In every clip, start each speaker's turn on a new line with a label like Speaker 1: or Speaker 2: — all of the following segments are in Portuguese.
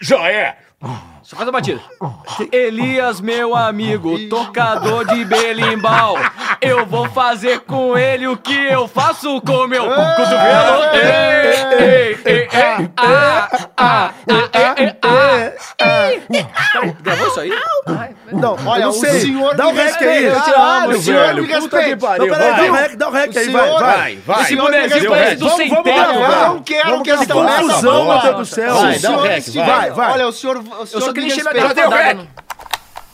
Speaker 1: Já é!
Speaker 2: Só faz a batida. Elias, meu amigo, tocador de belimbau. Eu vou fazer com ele o que eu faço com meu cotovelo. Ei, ei, ei, ei, ah, ah, ah, ei, ei, ah. Peraí, Ah, então, Gravou isso aí?
Speaker 3: Não, olha,
Speaker 4: eu não sei.
Speaker 3: o senhor
Speaker 4: Dá o
Speaker 3: me
Speaker 4: rec aí.
Speaker 3: respeita.
Speaker 4: Eu te
Speaker 3: Caralho,
Speaker 4: amo,
Speaker 3: o senhor
Speaker 4: velho.
Speaker 3: me
Speaker 4: Puta
Speaker 3: respeita.
Speaker 4: que pariu,
Speaker 3: Não, peraí,
Speaker 4: vai.
Speaker 3: dá o rec, dá o rec aí, vai, senhor-
Speaker 4: vai.
Speaker 1: Vai, vai!
Speaker 2: Esse
Speaker 3: Senhor,
Speaker 2: bonezinho
Speaker 3: deu
Speaker 2: parece
Speaker 1: resto.
Speaker 2: do
Speaker 1: Vamos-
Speaker 2: sem
Speaker 1: vamos
Speaker 2: terra.
Speaker 1: gravar.
Speaker 2: mano.
Speaker 3: Eu não quero
Speaker 4: Vamos
Speaker 3: que essa
Speaker 4: acabar
Speaker 3: mulher
Speaker 4: essa
Speaker 3: confusão,
Speaker 4: bola.
Speaker 3: meu Deus do céu. um O
Speaker 1: Vai, dá o
Speaker 3: senhor
Speaker 1: rec,
Speaker 3: estiver-
Speaker 1: vai,
Speaker 4: vai.
Speaker 3: Olha, o senhor... O senhor
Speaker 2: só
Speaker 3: que
Speaker 2: deixei
Speaker 3: respeita.
Speaker 2: minha
Speaker 1: Já deu
Speaker 2: Vai.
Speaker 1: rec!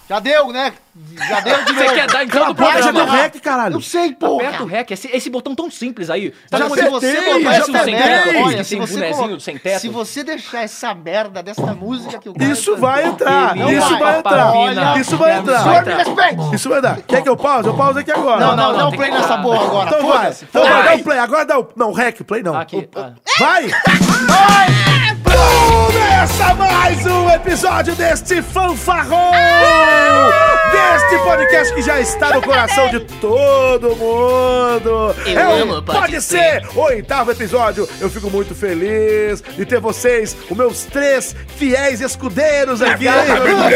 Speaker 3: Já deu, né? Já deu de novo.
Speaker 2: Você quer dar então do
Speaker 3: Vai, já deu
Speaker 2: programa?
Speaker 3: um rec, caralho. Eu sei, pô.
Speaker 2: Aperta o rec, esse, esse botão tão simples aí. Tá
Speaker 3: Já
Speaker 2: Sabe quando
Speaker 3: se você
Speaker 2: coloca
Speaker 3: botar
Speaker 2: isso no
Speaker 3: essa
Speaker 2: sem
Speaker 3: merda,
Speaker 2: teto?
Speaker 3: olha,
Speaker 2: esse
Speaker 3: se você
Speaker 2: bonezinho
Speaker 3: coloca-
Speaker 2: sem teto.
Speaker 3: Se você deixar essa merda dessa música que o cara
Speaker 4: Isso
Speaker 3: cantou-
Speaker 4: vai entrar.
Speaker 3: Não
Speaker 4: Isso
Speaker 3: vai.
Speaker 4: vai entrar.
Speaker 3: Olha,
Speaker 4: Isso vai
Speaker 3: O senhor
Speaker 4: entrar.
Speaker 3: me respeite.
Speaker 4: Isso vai dar. Quer que eu pause? Eu pauso aqui agora.
Speaker 3: Não, não,
Speaker 2: não,
Speaker 3: dá um
Speaker 2: tem
Speaker 3: play
Speaker 2: que-
Speaker 3: nessa
Speaker 2: ah,
Speaker 3: porra agora.
Speaker 4: Então vai.
Speaker 3: Foda-se.
Speaker 4: Então vai, dá
Speaker 3: Vai.
Speaker 4: o play. Agora dá o. Não, rec, play não.
Speaker 2: Aqui,
Speaker 4: O-
Speaker 2: ah.
Speaker 4: Vai! Começa mais um episódio deste fanfarrão!
Speaker 5: Ah!
Speaker 4: Deste podcast que já está no coração de todo mundo!
Speaker 5: Eu
Speaker 4: o
Speaker 5: amo, pode
Speaker 4: ser! Oitavo episódio, eu fico muito feliz de ter vocês, os meus três fiéis escudeiros aqui!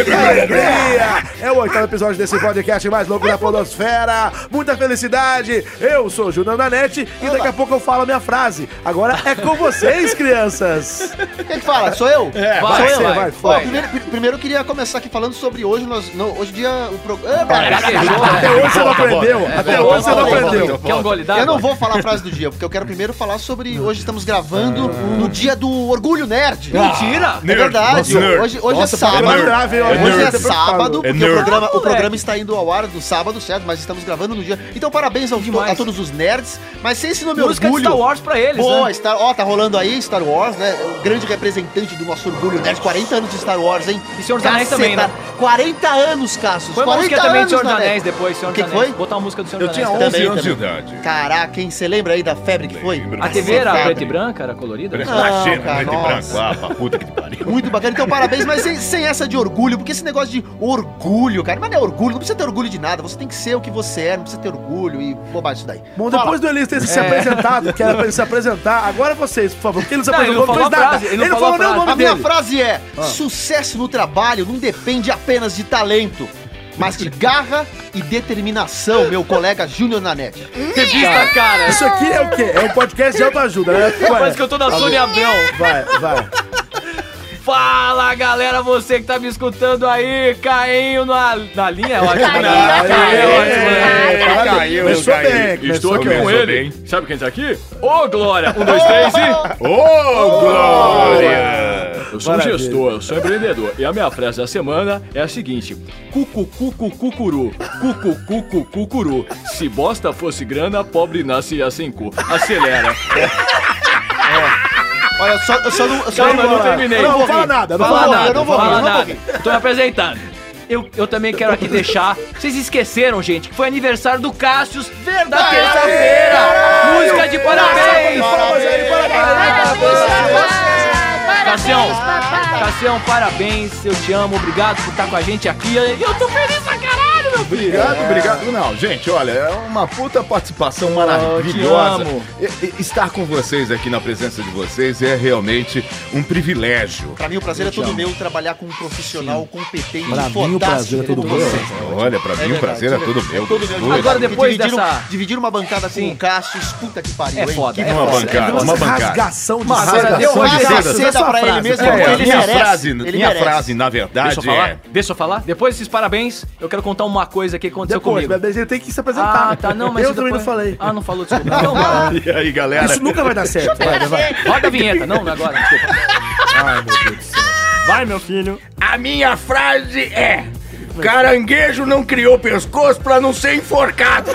Speaker 4: Que alegria! É o oitavo episódio desse podcast mais louco da Podosfera! Muita felicidade! Eu sou o Júnior Nanete e daqui a pouco eu falo a minha frase. Agora é com vocês, crianças!
Speaker 3: Quem que fala? Sou eu?
Speaker 1: É,
Speaker 2: vai,
Speaker 3: Sou eu?
Speaker 4: você, vai,
Speaker 3: Ó,
Speaker 4: vai.
Speaker 3: primeiro, pri- primeiro eu queria começar aqui falando sobre hoje. Nós, não, hoje dia o programa.
Speaker 2: Gaguejou, né?
Speaker 4: Até hoje você não
Speaker 1: Volta,
Speaker 4: aprendeu!
Speaker 1: volta.
Speaker 4: Até
Speaker 2: É,
Speaker 4: hoje você não
Speaker 2: volta, volta,
Speaker 4: aprendeu!
Speaker 2: volta. Quer um gole d'água?
Speaker 3: Eu não vou falar a frase do dia, porque eu quero primeiro falar sobre. Hoje estamos gravando
Speaker 1: Ah.
Speaker 3: no dia do Orgulho Nerd.
Speaker 2: Ah, Mentira!
Speaker 3: É verdade.
Speaker 1: Nerd.
Speaker 3: Hoje, hoje
Speaker 4: Nossa,
Speaker 3: é sábado.
Speaker 4: programa grave, hein?
Speaker 3: Hoje é
Speaker 1: Nerd.
Speaker 3: sábado,
Speaker 1: É
Speaker 3: porque o
Speaker 1: nerd.
Speaker 3: programa,
Speaker 2: Ah,
Speaker 3: o programa
Speaker 2: moleque.
Speaker 3: está indo ao ar do sábado, certo? Mas estamos gravando no dia. Então, parabéns ao-
Speaker 2: Demais.
Speaker 3: a todos os nerds. Mas sem esse nome
Speaker 2: Música de
Speaker 3: orgulho.
Speaker 2: Star Wars pra eles,
Speaker 3: Pô,
Speaker 2: né?
Speaker 3: Star, ó, tá rolando aí Star Wars, né? O grande representante do nosso orgulho nerd. 40 anos de Star Wars, hein?
Speaker 2: E Senhor dos Anéis
Speaker 3: Caceta,
Speaker 2: também, né?
Speaker 3: 40 anos, Cassius.
Speaker 2: Foi uma
Speaker 3: 40
Speaker 2: música também do
Speaker 3: anos,
Speaker 2: Senhor dos
Speaker 3: Nanete.
Speaker 2: Anéis depois, Senhor dos
Speaker 3: Que
Speaker 2: Anéis.
Speaker 3: foi? um
Speaker 2: Botar uma música do Senhor
Speaker 1: Eu
Speaker 2: dos
Speaker 1: tinha
Speaker 2: Anéis.
Speaker 1: 11
Speaker 3: Também,
Speaker 1: anos de
Speaker 3: também.
Speaker 1: idade.
Speaker 3: Caraca, hein? Você lembra aí da febre que foi?
Speaker 1: Lembro.
Speaker 2: A TV era
Speaker 3: Cacetado.
Speaker 2: preta e branca, era colorida?
Speaker 1: Parece
Speaker 3: Não,
Speaker 1: uma gema,
Speaker 3: cara,
Speaker 1: preto e
Speaker 3: nossa.
Speaker 1: branco. Ah, pra puta que pariu.
Speaker 3: Muito bacana, então parabéns, mas sem, sem essa de orgulho, porque esse negócio de orgulho, cara, mas não é orgulho, não precisa ter orgulho de nada, você tem que ser o que você é, não precisa ter orgulho e bobagem isso daí.
Speaker 4: Bom, depois do Elias ter se apresentado, que era pra ele se apresentar, agora vocês, por favor, porque ele se
Speaker 2: Não, ele
Speaker 4: apresentou,
Speaker 2: não falou a frase, ele não
Speaker 4: Ele não
Speaker 2: falou
Speaker 4: falou
Speaker 2: a
Speaker 4: nem o
Speaker 2: frase.
Speaker 4: nome
Speaker 3: A minha
Speaker 4: dele. Ah.
Speaker 3: frase é: sucesso no trabalho não depende apenas de talento. Mas de garra e determinação, meu colega Júnior Nanete.
Speaker 2: Revista, cara!
Speaker 4: Isso aqui é o quê? É um podcast de autoajuda, né?
Speaker 2: Parece que eu tô na Sônia Abrão.
Speaker 4: Vai, vai.
Speaker 2: Fala, galera, você que tá me escutando aí, Cainho na, na linha, É né? eu acho que
Speaker 5: Caiu,
Speaker 2: não.
Speaker 5: caiu,
Speaker 4: Aê,
Speaker 1: caiu,
Speaker 4: caiu, Começou
Speaker 1: caiu.
Speaker 4: bem,
Speaker 1: Estou
Speaker 4: começou
Speaker 1: aqui
Speaker 4: bem.
Speaker 1: com ele. Bem.
Speaker 2: Sabe quem tá aqui? Ô, Glória! Um, dois, três e...
Speaker 1: Ô, Glória!
Speaker 2: Eu sou um
Speaker 4: Maravilha.
Speaker 2: gestor, eu sou empreendedor. E a minha frase da semana é a seguinte: cucucucucucuru, cucucucucucuru. Se bosta fosse grana, pobre nasce a sem cu. Acelera.
Speaker 3: Olha, eu só, eu só não. Eu só
Speaker 2: Calma, eu não terminei.
Speaker 4: Não, não fala nada, não
Speaker 2: fala
Speaker 4: fala
Speaker 2: nada,
Speaker 3: eu não vou
Speaker 2: fala
Speaker 3: rir, eu não
Speaker 2: nada.
Speaker 3: vou rir.
Speaker 2: Tô me apresentando. Eu, eu também quero aqui deixar. Vocês esqueceram, gente, que foi aniversário do Cássio da terça-feira. Música de parabéns.
Speaker 4: Palmas aí,
Speaker 2: Cassião, Cassião, parabéns. Eu te amo. Obrigado por estar com a gente aqui. Eu tô feliz pra caralho, meu filho.
Speaker 1: Obrigado, obrigado. Não, gente, olha, é uma puta participação maravilhosa.
Speaker 2: te amo.
Speaker 1: E- e- estar com vocês aqui na presença de vocês é realmente um privilégio.
Speaker 3: Pra mim, o prazer é todo meu trabalhar com um profissional competente,
Speaker 4: Pra mim, o prazer é todo
Speaker 3: como
Speaker 4: meu.
Speaker 3: vocês.
Speaker 1: Olha, pra mim o
Speaker 3: verdade,
Speaker 1: prazer é
Speaker 3: isso é
Speaker 1: todo meu.
Speaker 3: Todo meu
Speaker 1: Dois.
Speaker 2: Agora,
Speaker 3: Porque
Speaker 2: depois
Speaker 3: dividiram-
Speaker 2: dessa-
Speaker 3: Dividir uma bancada com o Cassius, puta que pariu,
Speaker 2: É
Speaker 3: hein?
Speaker 2: foda,
Speaker 3: Que
Speaker 2: é
Speaker 1: Uma
Speaker 2: foda.
Speaker 1: bancada, uma
Speaker 4: Uma
Speaker 1: bancada.
Speaker 4: rasgação de
Speaker 3: Uma
Speaker 4: seda.
Speaker 3: rasga- deu
Speaker 4: Foi
Speaker 3: rasga-
Speaker 4: seda,
Speaker 3: seda
Speaker 4: essa
Speaker 3: pra ele
Speaker 4: frase.
Speaker 3: mesmo,
Speaker 4: É,
Speaker 3: porque
Speaker 1: É,
Speaker 3: ele
Speaker 1: minha
Speaker 3: merece,
Speaker 1: frase,
Speaker 3: ele
Speaker 1: minha
Speaker 3: merece.
Speaker 1: frase, na
Speaker 2: Deixa eu
Speaker 1: verdade,
Speaker 2: falar?
Speaker 1: é.
Speaker 2: Deixa eu falar? Depois desses parabéns, eu quero contar uma coisa que aconteceu
Speaker 4: Depois,
Speaker 2: comigo.
Speaker 4: mas ele tem que se apresentar. né?
Speaker 2: Ah, tá, não, mas
Speaker 4: Eu
Speaker 2: isso
Speaker 4: também não
Speaker 2: depois-
Speaker 4: falei.
Speaker 2: Ah, não falou, desculpa. Então, vai.
Speaker 1: é, E aí, galera?
Speaker 4: Isso nunca vai dar certo. Vai, vai.
Speaker 2: roda a vinheta. Não, não agora, desculpa.
Speaker 4: Ai, meu Deus do céu. Vai, meu filho.
Speaker 1: A minha frase é: Caranguejo não criou pescoço pra não ser enforcado.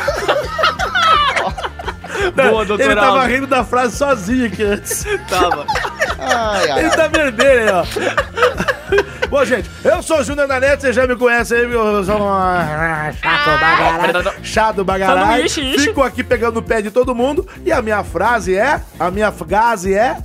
Speaker 2: Boa, doutor
Speaker 4: Ele tava
Speaker 2: Alves.
Speaker 4: rindo da frase sozinho aqui antes.
Speaker 3: Tava. Ai, ai.
Speaker 4: Ele tá vermelho, ó. Bom, gente, eu sou o Júnior da Net, vocês já me conhecem aí, eu sou um ah, chato bagaralho. Chato bagaralho.
Speaker 2: Sanduíche, isso.
Speaker 4: Fico aqui pegando o pé de todo mundo e a minha frase é, a minha frase é,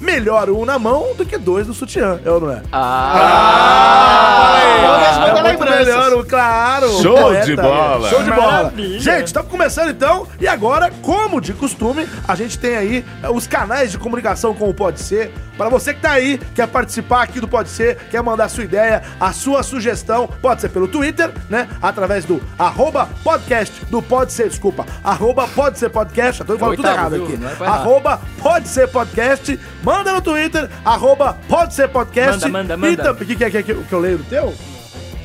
Speaker 4: melhor um na mão do que dois no sutiã, eu não é?
Speaker 3: Ah, mas
Speaker 2: tá
Speaker 3: manda
Speaker 4: é muito
Speaker 3: lembranças.
Speaker 4: melhor, um, claro. um
Speaker 1: Show de bola.
Speaker 4: Show de bola. Gente, estamos começando então é, e agora, como de costume, a gente tem aí eh, os canais de comunicação com o Pode Ser, Pra você que tá aí, quer participar aqui do Pode Ser, quer mandar sua ideia, a sua sugestão, pode ser pelo Twitter, né? Através do arroba podcast do Pode Ser, desculpa, arroba pode ser podcast, eu tô falando tudo
Speaker 2: oitavo,
Speaker 4: errado
Speaker 2: viu?
Speaker 4: aqui.
Speaker 2: Não é pra errar.
Speaker 4: Arroba pode ser podcast, manda no Twitter, arroba pode ser podcast.
Speaker 2: Manda, manda, manda.
Speaker 4: E tam- o que, é, que, que, que, que eu leio do teu?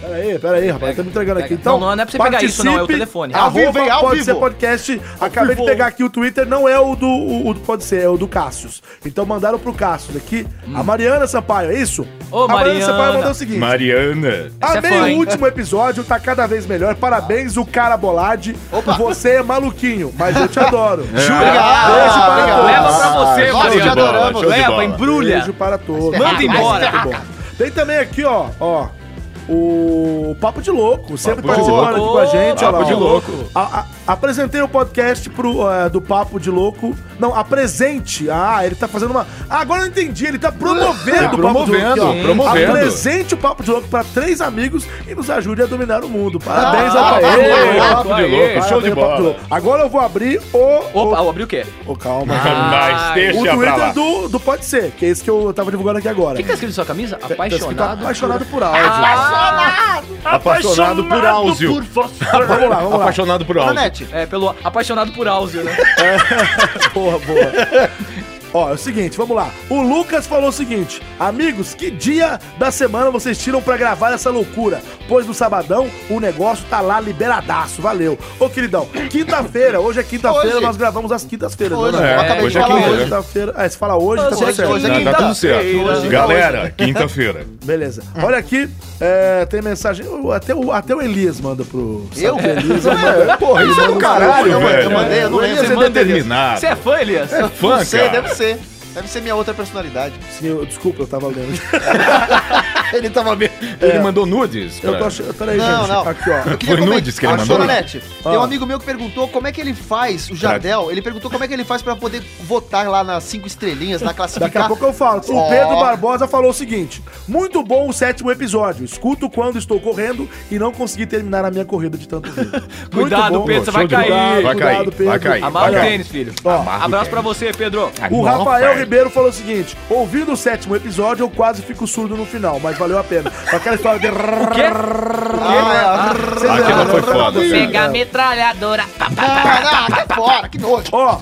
Speaker 4: Pera aí, pera aí, rapaz, tá me entregando
Speaker 2: pega.
Speaker 4: aqui. Então,
Speaker 2: Não, não é pra você pegar isso, não, é o telefone.
Speaker 4: Ao vivo,
Speaker 3: Arroba
Speaker 4: ao
Speaker 3: Pode
Speaker 4: vivo.
Speaker 3: Ser
Speaker 4: podcast. Acabei de pegar aqui o Twitter, não é o do, o, o do Pode Ser, é o do Cassius. Então mandaram pro Cassius aqui. A Mariana Sampaio, é isso?
Speaker 2: Hum. Ô,
Speaker 4: a
Speaker 2: Mariana.
Speaker 4: Sampaio mandou o seguinte.
Speaker 1: Mariana.
Speaker 2: Essa é
Speaker 4: Amei
Speaker 2: fã,
Speaker 4: o
Speaker 2: hein?
Speaker 4: último episódio, tá cada vez melhor. Parabéns, o cara Bolade. Você é maluquinho, mas eu te adoro. Beijo para
Speaker 3: obrigado.
Speaker 4: todos.
Speaker 2: Leva pra você,
Speaker 3: Nossa,
Speaker 1: Show de
Speaker 3: já
Speaker 2: Mariana.
Speaker 1: bola,
Speaker 3: adoramos.
Speaker 1: show de
Speaker 2: Leva,
Speaker 1: bola.
Speaker 2: embrulha.
Speaker 4: Beijo para todos.
Speaker 3: Manda
Speaker 4: Muito
Speaker 2: embora.
Speaker 4: bom, muito bom. Tem também aqui, ó, ó. O Papo de Louco, sempre
Speaker 1: Papo de
Speaker 4: participando aqui
Speaker 2: Louco.
Speaker 4: com a gente.
Speaker 1: Papo
Speaker 4: ó lá,
Speaker 1: de
Speaker 4: ó.
Speaker 1: Louco.
Speaker 4: A- a- apresentei o podcast pro, eh, do Papo de Louco. Não, apresente. Ah, ele tá fazendo uma. Ah, agora eu entendi. Ele tá promovendo
Speaker 1: Tá
Speaker 4: o Papo de Louco.
Speaker 1: promovendo, promovendo.
Speaker 4: Apresente o Papo de Louco pra três amigos e nos ajude a dominar o mundo. Parabéns
Speaker 2: Ah,
Speaker 4: ao Papo de
Speaker 2: aê,
Speaker 4: Louco.
Speaker 2: Papo de
Speaker 4: Parabéns
Speaker 2: Louco,
Speaker 4: ao
Speaker 1: é. show de
Speaker 4: Papo
Speaker 1: bola.
Speaker 4: Louco. Agora eu vou abrir o.
Speaker 2: Opa, eu abri o quê?
Speaker 4: o- calma.
Speaker 2: Ah,
Speaker 1: Mas deixa
Speaker 4: O
Speaker 1: pra
Speaker 4: Twitter
Speaker 1: lá.
Speaker 4: do, do Pode Ser, que é esse que eu tava divulgando aqui
Speaker 2: O
Speaker 3: é
Speaker 4: agora.
Speaker 2: que, que tá escrito na sua camisa?
Speaker 4: Tá escrito
Speaker 2: Apaixonado.
Speaker 4: apaixonado por áudio.
Speaker 1: Apaixonado por Áuzio.
Speaker 4: Vamos lá, vamos lá.
Speaker 1: Apaixonado por Áuzio.
Speaker 3: Nanete,
Speaker 2: É, pelo apaixonado por Áuzio, né?
Speaker 3: Ah!
Speaker 4: Boa, boa. Ó, é o seguinte, vamos lá. O Lucas falou o seguinte: Amigos, que dia da semana vocês tiram pra gravar essa loucura? Pois no sabadão o negócio tá lá liberadaço. Valeu. Ô, queridão, quinta-feira, hoje é quinta-feira,
Speaker 3: Hoje.
Speaker 4: nós gravamos às quintas-feiras,
Speaker 3: Hoje,
Speaker 4: não, né?
Speaker 3: eu acabei
Speaker 1: É,
Speaker 3: de
Speaker 1: hoje é
Speaker 3: falar
Speaker 1: quinta.
Speaker 3: hoje.
Speaker 4: Quinta-feira. É, se fala hoje, tá
Speaker 3: Hoje,
Speaker 4: tudo certo.
Speaker 3: hoje é
Speaker 1: Tá, tá tudo
Speaker 2: Hoje
Speaker 1: certo.
Speaker 2: é
Speaker 1: Galera, quinta-feira.
Speaker 4: Beleza. Olha aqui, é, tem mensagem. o- Até o, até o Elias manda pro.
Speaker 3: Eu?
Speaker 4: Sabe o Elias manda. Porra, isso é do
Speaker 6: Ah,
Speaker 4: caralho,
Speaker 1: Eu
Speaker 4: velho.
Speaker 3: mandei, eu não
Speaker 4: O
Speaker 3: lembro.
Speaker 4: Elias é
Speaker 1: Você manda determinado.
Speaker 2: Você é fã, Elias?
Speaker 1: Fã,
Speaker 3: Não sei,
Speaker 1: cara.
Speaker 3: deve ser. Deve ser minha outra personalidade.
Speaker 4: Sim, eu- desculpa, eu tava lendo.
Speaker 1: Ele tava bem.
Speaker 6: É.
Speaker 1: Ele mandou nudes.
Speaker 4: Eu
Speaker 1: pra-
Speaker 4: tô achando. Peraí,
Speaker 3: Não,
Speaker 4: gente. tá
Speaker 3: não.
Speaker 4: Aqui, ó.
Speaker 1: Foi nudes que ele mandou?
Speaker 3: Nanete, tem um
Speaker 4: Ah.
Speaker 3: amigo meu que perguntou como é que ele faz, o Jardel, ele perguntou como é que ele faz pra poder votar lá nas cinco estrelinhas, na
Speaker 4: Daqui
Speaker 3: classificação.
Speaker 4: a pouco eu falo. O
Speaker 3: Ó.
Speaker 4: Pedro Barbosa falou o seguinte: muito bom o sétimo episódio. Escuto quando estou correndo e não consegui terminar a minha corrida de tanto rir. Muito
Speaker 2: Cuidado,
Speaker 4: bom.
Speaker 2: Pedro, você vai
Speaker 1: show de
Speaker 2: cair.
Speaker 1: bola. Vai
Speaker 4: Cuidado,
Speaker 1: cair,
Speaker 4: Pedro.
Speaker 1: vai cair.
Speaker 2: Amarra o
Speaker 1: Olha.
Speaker 2: tênis, filho.
Speaker 4: Ó,
Speaker 1: Amarra o
Speaker 2: Abraço
Speaker 1: tênis.
Speaker 2: pra você, Pedro.
Speaker 1: Ah,
Speaker 4: O
Speaker 1: não,
Speaker 4: Rafael
Speaker 1: cara.
Speaker 4: Ribeiro falou o seguinte: ouvindo o sétimo episódio, eu quase fico surdo no final, mas valeu a pena. Com Aquela história de.
Speaker 2: Quê?
Speaker 3: Ah,
Speaker 4: Vocês
Speaker 1: Aquela
Speaker 4: lembram?
Speaker 1: foi foda,
Speaker 5: Pega a
Speaker 1: cara.
Speaker 5: metralhadora.
Speaker 3: ah, ah, tá fora, que nojo.
Speaker 4: Ó,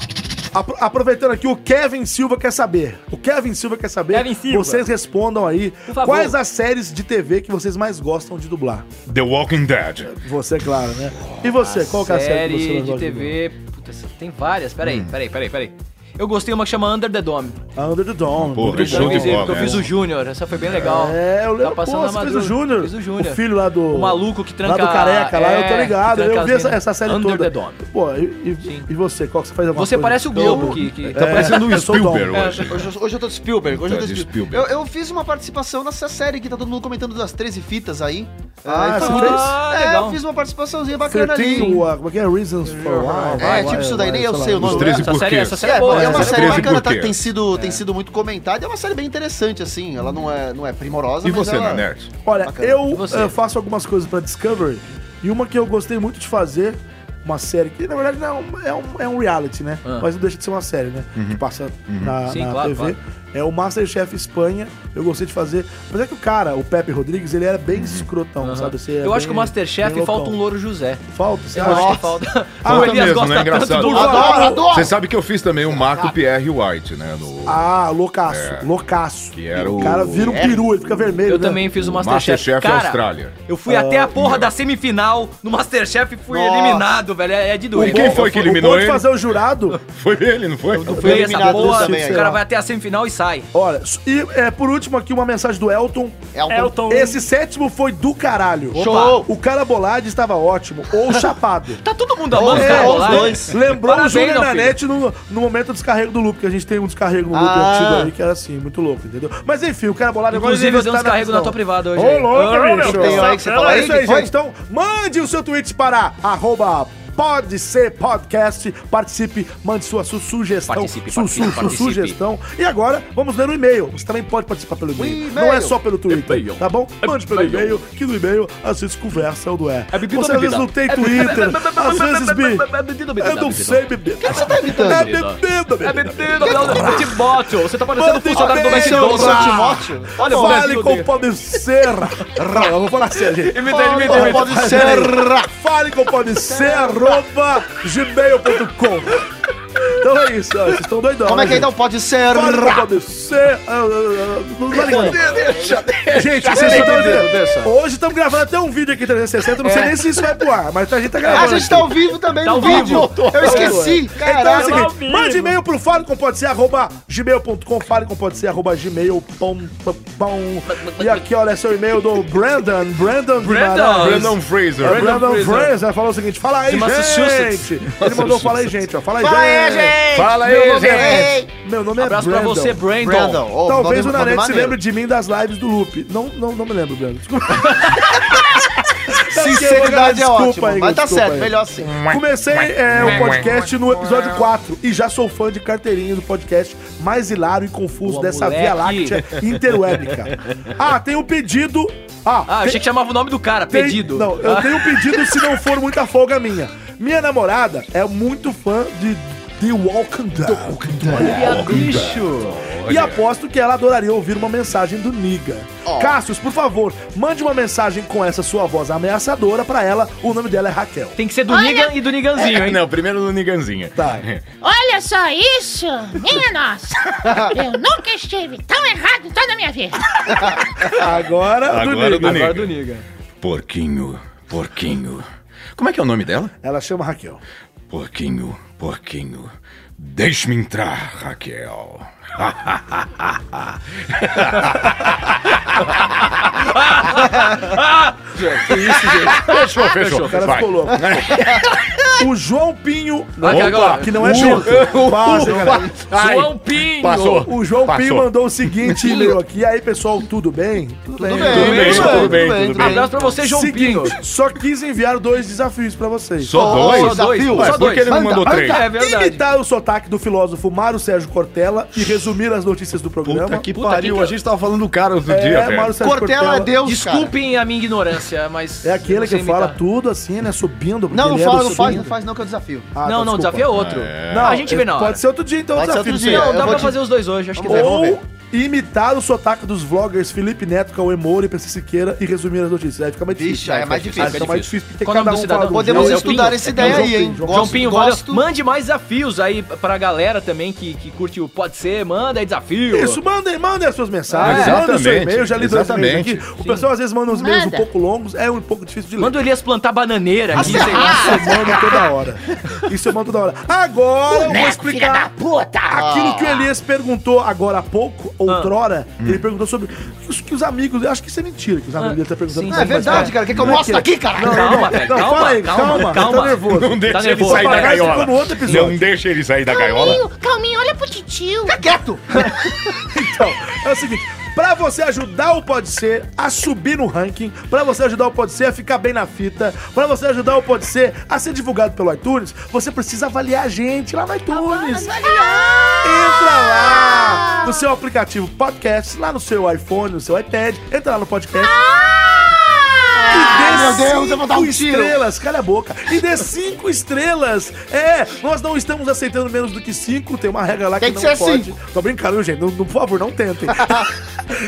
Speaker 4: apro- aproveitando aqui, o Kevin Silva quer saber. O Kevin Silva quer saber.
Speaker 2: Kevin Silva.
Speaker 4: Vocês respondam aí
Speaker 2: favor.
Speaker 4: quais as séries de TV que vocês mais gostam de dublar.
Speaker 1: The Walking Dead.
Speaker 4: Você, claro, né? E você, qual que é a série que você
Speaker 2: série
Speaker 4: mais
Speaker 2: de
Speaker 4: gosta
Speaker 2: TV. Puta, tem várias. Peraí, peraí, peraí, peraí. Eu gostei uma que chama Under the Dome.
Speaker 4: dublar? A Under the Dome.
Speaker 1: Porra,
Speaker 4: muito
Speaker 1: show
Speaker 4: bom.
Speaker 1: de bola.
Speaker 2: Porque eu
Speaker 1: né?
Speaker 2: fiz o Júnior, essa foi bem legal.
Speaker 4: É, eu lembro.
Speaker 2: Tá passando
Speaker 4: pô,
Speaker 2: na
Speaker 4: você fez o
Speaker 2: madruga.
Speaker 4: Júnior.
Speaker 2: Fiz o Júnior.
Speaker 4: filho lá do...
Speaker 2: O maluco que tranca...
Speaker 4: Lá do careca, lá, eu tô
Speaker 2: é,
Speaker 4: ligado.
Speaker 2: que tranca
Speaker 4: Eu vi
Speaker 2: as
Speaker 4: essa,
Speaker 2: minas.
Speaker 4: essa série
Speaker 2: Under
Speaker 4: toda.
Speaker 2: the Dome.
Speaker 4: Pô, e, e-
Speaker 2: Sim.
Speaker 4: e você? Qual que você faz alguma
Speaker 2: Você
Speaker 4: coisa?
Speaker 2: parece o Globo, que, que tá
Speaker 6: Então,
Speaker 4: É,
Speaker 2: parecendo o
Speaker 1: Parecendo o
Speaker 4: eu sou
Speaker 1: Spielberg
Speaker 2: Dom.
Speaker 6: É.
Speaker 1: hoje.
Speaker 3: Hoje, eu- hoje eu tô de Spielberg, hoje eu tô
Speaker 1: Tá
Speaker 3: de
Speaker 1: de
Speaker 3: Spielberg. Eu,
Speaker 1: Spielberg.
Speaker 3: eu fiz uma participação nessa série que tá todo mundo comentando das 13 fitas aí.
Speaker 4: Ah,
Speaker 3: Ah,
Speaker 4: você
Speaker 3: então,
Speaker 4: fez?
Speaker 2: Ah,
Speaker 3: é,
Speaker 2: legal.
Speaker 3: eu fiz uma participaçãozinha
Speaker 4: Você
Speaker 3: bacana
Speaker 4: tem
Speaker 3: ali.
Speaker 4: o... Como é que é? Reasons for Why.
Speaker 3: É, tipo isso daí, nem eu sei o
Speaker 1: Os
Speaker 3: nome.
Speaker 1: 13
Speaker 2: Essa série-
Speaker 1: porquês.
Speaker 2: essa série
Speaker 3: É,
Speaker 2: boa,
Speaker 3: é uma
Speaker 1: essa
Speaker 3: série
Speaker 1: série é
Speaker 3: bacana,
Speaker 1: boa.
Speaker 3: tá, tem, sido, tem sido muito comentada. É uma série bem interessante, assim. Ela não é, não é primorosa,
Speaker 1: E você,
Speaker 3: ela...
Speaker 1: Nanete?
Speaker 4: Olha,
Speaker 3: Bacana.
Speaker 4: eu
Speaker 2: E você?
Speaker 4: eh, faço algumas coisas pra Discovery e uma que eu gostei muito de fazer, uma série que na verdade não, é, um, é um reality, né?
Speaker 2: Ah. Uhum.
Speaker 4: Mas não deixa de ser uma série, né? Que passa na,
Speaker 2: Sim,
Speaker 4: na
Speaker 2: claro,
Speaker 4: TV.
Speaker 2: claro.
Speaker 4: É o Masterchef Espanha, eu gostei de fazer. Mas é que o cara, o Pepe Rodrigues, ele era bem escrotão,
Speaker 2: Uhum. Aham.
Speaker 4: sabe? Você é
Speaker 2: Eu acho que o
Speaker 4: bem-
Speaker 2: Masterchef
Speaker 4: bem
Speaker 2: falta
Speaker 4: loucão.
Speaker 2: um Louro José.
Speaker 4: Falta, você
Speaker 2: Eu
Speaker 4: acha?
Speaker 2: acho que
Speaker 4: Nossa.
Speaker 2: falta. o
Speaker 4: Ah,
Speaker 1: Falta
Speaker 2: Elias
Speaker 1: mesmo,
Speaker 2: gosta
Speaker 1: né?
Speaker 2: tanto
Speaker 1: Engraçado.
Speaker 2: do
Speaker 1: Adoro,
Speaker 2: Louro.
Speaker 3: adoro!
Speaker 1: Você sabe que eu fiz também o Marco Pierre White, né? No
Speaker 4: Ah, loucaço,
Speaker 1: É.
Speaker 4: loucaço.
Speaker 1: Que era o-
Speaker 4: cara vira um peru, ele fica vermelho.
Speaker 2: É. Eu
Speaker 4: né?
Speaker 2: também fiz o Masterchef.
Speaker 1: Masterchef
Speaker 2: Cara,
Speaker 1: Austrália.
Speaker 2: Eu fui até a porra da semifinal no Masterchef e fui
Speaker 3: Nossa.
Speaker 2: eliminado, velho. É é de doer.
Speaker 1: E quem foi que eliminou
Speaker 4: o bom de
Speaker 1: ele?
Speaker 4: fazer o jurado
Speaker 1: Foi ele, não foi?
Speaker 2: Foi essa
Speaker 3: eliminado
Speaker 2: porra,
Speaker 3: também,
Speaker 2: o
Speaker 4: sei
Speaker 2: cara
Speaker 4: lá.
Speaker 2: vai até a semifinal e sai.
Speaker 4: Olha, e é, por último aqui uma mensagem do Elton.
Speaker 3: É um
Speaker 2: Elton.
Speaker 4: Esse sétimo foi do caralho.
Speaker 3: Show.
Speaker 4: O cara bolade estava ótimo, ou chapado.
Speaker 2: Tá todo mundo amando
Speaker 3: É,
Speaker 2: o cara
Speaker 3: os
Speaker 2: lá.
Speaker 3: dois.
Speaker 4: Lembrou
Speaker 2: Parabéns,
Speaker 4: o Júnior
Speaker 2: meu filho.
Speaker 4: Nanete no, no momento do descarrego do loop, porque a gente tem um descarrego no loop
Speaker 3: Ah.
Speaker 4: antigo aí, que era assim, muito louco, entendeu? Mas enfim, o cara bolado
Speaker 2: Inclusive,
Speaker 4: ele tá
Speaker 2: eu dei um
Speaker 4: está
Speaker 2: descarrego na
Speaker 4: questão.
Speaker 2: tua privada hoje.
Speaker 4: Ô,
Speaker 2: aí.
Speaker 4: louco,
Speaker 2: Ah,
Speaker 4: bicho.
Speaker 3: Tem hora que você fala
Speaker 4: É
Speaker 3: aí,
Speaker 4: isso aí,
Speaker 3: que foi?
Speaker 4: gente. Então, mande o seu tweet para arroba pode ser podcast. Participe, mande sua su- sugestão.
Speaker 2: Participe,
Speaker 4: su-
Speaker 2: participe,
Speaker 4: su- su-
Speaker 2: participe.
Speaker 4: sugestão. E agora vamos ler o e-mail. Você também pode participar pelo e-mail.
Speaker 3: E-mail.
Speaker 4: Não é só pelo Twitter,
Speaker 2: E-mail. É
Speaker 4: tá bom? Mande pelo
Speaker 2: E-mail.
Speaker 4: e-mail, que no e-mail às vezes conversa ou não é.
Speaker 2: É bebida
Speaker 4: Você
Speaker 2: ou
Speaker 4: às vezes
Speaker 2: bebida?
Speaker 4: não tem
Speaker 2: É be-
Speaker 4: Twitter,
Speaker 2: be- be- be-
Speaker 4: às
Speaker 2: be-
Speaker 4: vezes
Speaker 2: be- be-
Speaker 4: me...
Speaker 2: be- be- bebida ou bebida?
Speaker 4: Eu não
Speaker 2: Bebida.
Speaker 4: sei bebida.
Speaker 3: que você tá imitando?
Speaker 4: É
Speaker 2: bebida.
Speaker 4: bebida,
Speaker 2: É
Speaker 4: bebida.
Speaker 2: mentira, não, não, é Timóteo. Você tá parecendo
Speaker 4: Mano,
Speaker 2: funcionário do
Speaker 4: deixa eu
Speaker 2: McDonald's.
Speaker 4: usar.
Speaker 3: Timóteo.
Speaker 2: Olha, o
Speaker 4: Fale
Speaker 2: Brasil
Speaker 4: com
Speaker 2: dele.
Speaker 4: o Pode Ser. Não, eu vou falar assim, gente.
Speaker 2: Imita ele, imita ele.
Speaker 3: Pode ser.
Speaker 4: Fale com pode ser, arroba gmail.com. Então é isso, ó, vocês estão doidão.
Speaker 3: Como é
Speaker 4: né,
Speaker 3: que
Speaker 4: gente?
Speaker 3: então pode ser?
Speaker 4: Fale com pode ser. ah, ah, ah, Não dá língua, não.
Speaker 1: Deixa, deixa.
Speaker 4: Gente, vocês
Speaker 2: Deixa,
Speaker 4: estão
Speaker 2: deixa,
Speaker 4: entendendo.
Speaker 2: deixa.
Speaker 4: Hoje estamos gravando até um vídeo aqui 360, não sei nem se isso vai pro ar, mas a gente tá gravando.
Speaker 3: É. A gente tá ao vivo também
Speaker 2: Tá
Speaker 3: no
Speaker 2: ao vivo.
Speaker 3: vídeo. Eu esqueci.
Speaker 4: Então é o
Speaker 3: Caralho.
Speaker 2: Caralho,
Speaker 4: seguinte, mande e-mail pro falecompodser, arroba gmail.com, falecompodser, arroba gmail.com. E aqui, olha, esse é o e-mail do Brandon, Brandon Guimarães.
Speaker 1: Brandon Fraser.
Speaker 4: É Brandon
Speaker 2: Fraser.
Speaker 4: Fraser falou o seguinte: fala aí,
Speaker 2: De Massachusetts.
Speaker 4: gente! Ele mandou fala aí, gente, ó. Fala aí,
Speaker 3: Fala aí,
Speaker 4: gente!
Speaker 3: gente.
Speaker 1: Fala aí,
Speaker 4: Meu nome
Speaker 1: gente.
Speaker 4: é. Meu nome é
Speaker 2: Abraço pra
Speaker 4: Brandon.
Speaker 2: você, Brandon.
Speaker 3: Brandon. Ó,
Speaker 4: Talvez
Speaker 3: nome-
Speaker 4: o Nanete
Speaker 3: nome
Speaker 4: se
Speaker 3: maneiro.
Speaker 4: lembre de mim das lives do Lupe. Não, não, não me lembro, Brandon. Desculpa.
Speaker 3: Sinceridade é
Speaker 4: Desculpa,
Speaker 3: ótimo.
Speaker 4: Igor,
Speaker 3: Mas tá
Speaker 4: desculpa,
Speaker 3: certo,
Speaker 4: Igor.
Speaker 3: melhor assim.
Speaker 4: Comecei é, o podcast no episódio 4 e já sou fã de carteirinha do podcast mais hilário e confuso
Speaker 2: Boa,
Speaker 4: dessa
Speaker 2: moleque.
Speaker 4: Via Láctea interwébica. Ah, tem um pedido. Ah,
Speaker 2: Ah,
Speaker 4: tem-
Speaker 2: achei que chamava o nome do cara,
Speaker 4: tem-
Speaker 2: pedido. Ah,
Speaker 4: Não, eu tenho um pedido se não for muita folga minha. Minha namorada é muito fã de The Walking Dead.
Speaker 2: Olha, bicho.
Speaker 4: E aposto que ela adoraria ouvir uma mensagem do Niga. Cassius, por favor, mande uma mensagem com essa sua voz ameaçadora pra ela. O nome dela é Raquel.
Speaker 2: Tem que ser do Nigan e do Niganzinho, hein?
Speaker 1: Não, primeiro do Niganzinha.
Speaker 4: Tá.
Speaker 5: Olha só isso! Minha nossa! Eu nunca estive tão errado em toda a minha vida!
Speaker 4: Agora, do
Speaker 1: Agora
Speaker 4: Niga.
Speaker 1: do
Speaker 2: Agora
Speaker 1: Niga.
Speaker 2: do Nigan.
Speaker 1: Porquinho, porquinho. Como é que é o nome dela?
Speaker 4: Ela chama Raquel.
Speaker 1: Porquinho, porquinho. Deixe-me entrar, Raquel. Fechou, fechou.
Speaker 4: O cara
Speaker 1: Vai.
Speaker 4: ficou louco. o João Pinho.
Speaker 2: Vai,
Speaker 4: Opa,
Speaker 2: agora.
Speaker 4: que não é
Speaker 1: Uh,
Speaker 4: João.
Speaker 1: uh,
Speaker 4: Passa,
Speaker 1: uh,
Speaker 4: cara.
Speaker 1: Ai,
Speaker 2: João Pinho.
Speaker 1: Passou.
Speaker 4: O João Pinho
Speaker 1: Passou.
Speaker 4: mandou o seguinte e-mail aqui. E aí, pessoal, tudo bem? Tudo bem.
Speaker 1: Tudo bem,
Speaker 3: Tudo
Speaker 1: tudo
Speaker 3: bem,
Speaker 1: bem,
Speaker 3: tudo
Speaker 1: tudo
Speaker 3: bem.
Speaker 1: bem.
Speaker 2: Abraço pra você, João Pinho.
Speaker 4: Seguinte, só quis enviar dois desafios pra vocês.
Speaker 1: Só dois?
Speaker 2: Só dois.
Speaker 3: desafio.
Speaker 1: Ué,
Speaker 2: Só
Speaker 1: por
Speaker 2: dois.
Speaker 1: que ele não mandou
Speaker 2: Manda-
Speaker 1: três?
Speaker 2: É verdade.
Speaker 4: Imitar o sotaque do filósofo Mário Sérgio Cortella e resumir as notícias do programa.
Speaker 1: Puta que
Speaker 2: Puta,
Speaker 1: pariu,
Speaker 2: quem que-
Speaker 1: a gente tava falando do cara outro
Speaker 4: é,
Speaker 1: dia,
Speaker 4: Mário
Speaker 1: velho.
Speaker 4: Sérgio
Speaker 3: Cortella é Deus, cara.
Speaker 2: Desculpem a minha ignorância, mas.
Speaker 4: É aquele
Speaker 2: eu
Speaker 4: que
Speaker 2: sei
Speaker 4: fala
Speaker 2: imitar.
Speaker 4: tudo assim, né? Subindo.
Speaker 3: Não, não
Speaker 4: porque ele
Speaker 3: fala,
Speaker 4: era
Speaker 3: não faz,
Speaker 4: subindo.
Speaker 3: não faz não que é o desafio.
Speaker 4: Ah,
Speaker 2: não,
Speaker 4: tá,
Speaker 2: não, o
Speaker 4: desculpa.
Speaker 2: desafio é outro.
Speaker 4: Não,
Speaker 2: a gente vê na hora.
Speaker 4: Pode ser outro dia, então,
Speaker 3: Pode ser outro
Speaker 4: desafio.
Speaker 3: dia.
Speaker 2: Não,
Speaker 3: Eu
Speaker 2: dá
Speaker 3: vou
Speaker 2: pra
Speaker 3: te-
Speaker 2: fazer os dois hoje, acho que dá.
Speaker 4: Ou imitar o sotaque dos vloggers Felipe Neto, Cauê Moura e PC Siqueira e resumir as notícias. Aí fica mais difícil.
Speaker 3: Vixe, aí é mais
Speaker 4: Aí
Speaker 3: difícil.
Speaker 4: fica mais difícil porque
Speaker 2: Qual o
Speaker 4: cada
Speaker 2: nome
Speaker 4: um
Speaker 2: do
Speaker 4: fala
Speaker 2: cidadão?
Speaker 4: de um
Speaker 3: Podemos
Speaker 2: É o
Speaker 4: jeito.
Speaker 3: estudar
Speaker 2: Pinho.
Speaker 3: essa ideia
Speaker 4: João
Speaker 3: aí,
Speaker 4: Pinho,
Speaker 3: hein?
Speaker 4: João
Speaker 2: João Pinho, valeu.
Speaker 3: gosto.
Speaker 2: Mande mais desafios aí pra galera também que, que curte o Pode Ser, manda aí desafio.
Speaker 4: Isso, mandem, mandem as suas mensagens, mandem
Speaker 1: É,
Speaker 4: o seu
Speaker 1: exatamente,
Speaker 4: e-mail, já li dois e-mails
Speaker 1: exatamente.
Speaker 4: aqui. O pessoal às vezes manda uns e-mails um
Speaker 5: Manda.
Speaker 4: pouco longos, é um pouco difícil de ler.
Speaker 2: Manda o Elias plantar bananeira aqui,
Speaker 4: é
Speaker 2: sei lá.
Speaker 3: É
Speaker 4: Isso eu mando toda hora. Isso eu mando toda hora. Agora eu vou
Speaker 5: Boneco, filha da
Speaker 4: explicar
Speaker 5: puta!
Speaker 4: Aquilo que o Elias perguntou agora há pouco, outrora, ele perguntou sobre os, que os amigos. Eu acho que isso é mentira que os amigos
Speaker 2: Ah,
Speaker 4: dele estão perguntando.
Speaker 2: sim,
Speaker 4: como
Speaker 2: sim,
Speaker 3: É
Speaker 4: faz
Speaker 3: verdade,
Speaker 4: pra-
Speaker 3: cara. Quer que eu
Speaker 4: Não é
Speaker 3: mostre
Speaker 4: que-
Speaker 3: aqui, cara?
Speaker 4: Não, não,
Speaker 2: Calma,
Speaker 4: não,
Speaker 2: velho,
Speaker 4: não,
Speaker 2: calma,
Speaker 4: fala aí,
Speaker 2: calma,
Speaker 4: calma. Eu tô
Speaker 2: calma.
Speaker 4: Tá nervoso.
Speaker 1: Não deixa ele
Speaker 2: nervoso.
Speaker 1: sair da
Speaker 4: Parece que
Speaker 1: gaiola.
Speaker 4: foi no outro episódio.
Speaker 1: Não deixa ele sair da
Speaker 5: Tá
Speaker 1: gaiola.
Speaker 5: Calminho, calminho, olha pro titio!
Speaker 3: Fica quieto.
Speaker 4: Então, é o seguinte. Pra você ajudar o Pode Ser a subir no ranking, pra você ajudar o Pode Ser a ficar bem na fita, pra você ajudar o Pode Ser a ser divulgado pelo iTunes, você precisa avaliar a gente lá no
Speaker 3: Tá
Speaker 4: iTunes.
Speaker 5: Ah!
Speaker 4: Entra lá no seu aplicativo podcast, lá no seu iPhone, no seu iPad, entra lá no podcast.
Speaker 3: Ai,
Speaker 4: E
Speaker 3: Ah! meu
Speaker 4: dê
Speaker 3: Deus, eu vou dar um
Speaker 4: cinco
Speaker 3: tiro.
Speaker 4: estrelas, cala a boca. E dê cinco estrelas. É, nós não estamos aceitando menos do que cinco. Tem uma regra lá
Speaker 3: Tem
Speaker 4: que,
Speaker 3: que
Speaker 4: não
Speaker 3: ser
Speaker 4: pode. Tô brincando, viu, gente. Não, não, por favor, não tentem.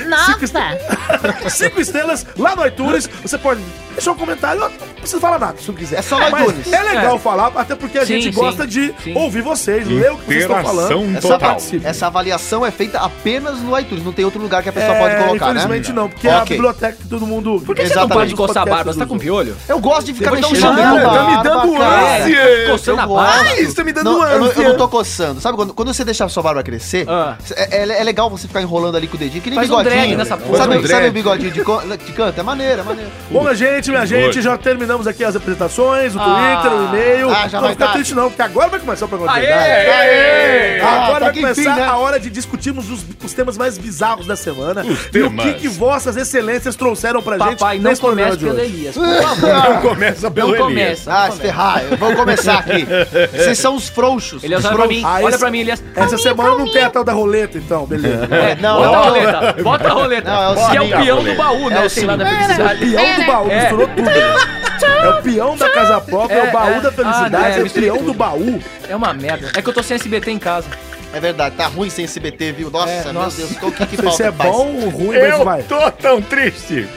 Speaker 5: Nossa!
Speaker 4: cinco estrelas lá no iTunes. Você pode deixar um comentário. Não precisa falar nada, se não quiser.
Speaker 3: É só no
Speaker 4: Mas
Speaker 3: iTunes.
Speaker 4: É legal falar, até porque a
Speaker 2: Sim,
Speaker 4: gente
Speaker 2: sim,
Speaker 4: gosta de
Speaker 2: sim.
Speaker 4: ouvir vocês, ler o que vocês estão falando. É
Speaker 1: Interação
Speaker 3: Essa,
Speaker 1: total.
Speaker 4: participa.
Speaker 3: essa avaliação é feita apenas no iTunes. Não tem outro lugar que a pessoa pode colocar, né?
Speaker 4: É, Infelizmente não, porque é a
Speaker 3: Ok.
Speaker 4: biblioteca que todo mundo. Por
Speaker 2: Por que você não pode coçar a barba? Você tá com piolho?
Speaker 3: Eu gosto de ficar
Speaker 2: Depois
Speaker 3: mexendo né?
Speaker 2: tá me
Speaker 3: na
Speaker 2: dando-
Speaker 3: barba,
Speaker 4: tá me dando
Speaker 3: cara.
Speaker 4: ânsia.
Speaker 2: É, tá um coçando a barba.
Speaker 3: Isso, tá me dando não, eu, não- eu não tô coçando. Sabe quando, quando você deixa a sua barba crescer,
Speaker 2: Ah.
Speaker 3: é, é- é legal você ficar enrolando ali com o dedinho, que nem
Speaker 2: Faz um
Speaker 3: bigodinho.
Speaker 2: drag nessa porra.
Speaker 3: sabe,
Speaker 1: Faz
Speaker 3: sabe
Speaker 1: um drag.
Speaker 3: o bigodinho de, co- de canto? É maneiro, é maneiro.
Speaker 4: Bom, minha gente, minha gente, já terminamos aqui as apresentações, o
Speaker 2: Ah.
Speaker 4: Twitter, o e-mail.
Speaker 3: Ah, já
Speaker 4: não
Speaker 3: vai
Speaker 4: fica
Speaker 3: dar.
Speaker 4: triste não, porque agora vai começar o programa de
Speaker 2: Aê!
Speaker 4: verdade.
Speaker 1: Aê!
Speaker 4: Agora
Speaker 3: Ah, tá
Speaker 4: vai
Speaker 3: que enfim,
Speaker 4: começar
Speaker 3: né?
Speaker 4: a hora de discutirmos os, os temas mais bizarros da semana.
Speaker 1: Os
Speaker 4: e o que,
Speaker 1: temas.
Speaker 4: que vossas excelências trouxeram pra gente
Speaker 2: Papai, não
Speaker 4: nesse programa
Speaker 2: comece
Speaker 4: de
Speaker 2: pelo
Speaker 4: hoje.
Speaker 2: Elias, por favor.
Speaker 1: Não começa
Speaker 2: Não
Speaker 1: pelo Elias.
Speaker 2: começa.
Speaker 3: Ah,
Speaker 2: não
Speaker 3: se
Speaker 2: começa.
Speaker 3: ferrar. eu- Vamos começar aqui. Vocês são os frouxos.
Speaker 2: Elias,
Speaker 3: os
Speaker 2: olha pra
Speaker 3: frouxos.
Speaker 2: mim.
Speaker 4: Ah,
Speaker 2: Olha
Speaker 4: esse-
Speaker 2: pra mim, Elias.
Speaker 4: Essa semana não tem a tal da roleta, então, beleza.
Speaker 1: né?
Speaker 2: É,
Speaker 3: não,
Speaker 2: bota a
Speaker 3: não.
Speaker 2: roleta, bota a roleta.
Speaker 3: Não, é o
Speaker 2: que é o
Speaker 3: sininho.
Speaker 2: peão do baú,
Speaker 3: É
Speaker 2: né?
Speaker 3: o
Speaker 2: Sei lá da
Speaker 5: sininho.
Speaker 2: felicidade.
Speaker 4: Peão do baú,
Speaker 2: É.
Speaker 4: misturou tudo. né? É o peão da casa própria, é,
Speaker 2: É,
Speaker 4: o baú
Speaker 2: é.
Speaker 4: da
Speaker 2: Ah, né,
Speaker 4: felicidade, é o
Speaker 2: misturei
Speaker 4: peão
Speaker 2: tudo.
Speaker 4: do baú.
Speaker 2: É uma merda. É que eu tô sem SBT em casa.
Speaker 3: É verdade, tá ruim sem SBT, viu? Nossa,
Speaker 2: É,
Speaker 3: meu
Speaker 2: nossa.
Speaker 3: Deus, qual que, que
Speaker 4: Não sei
Speaker 3: falta faz?
Speaker 4: se é bom ou ruim, mas vai.
Speaker 1: Eu tô tão triste.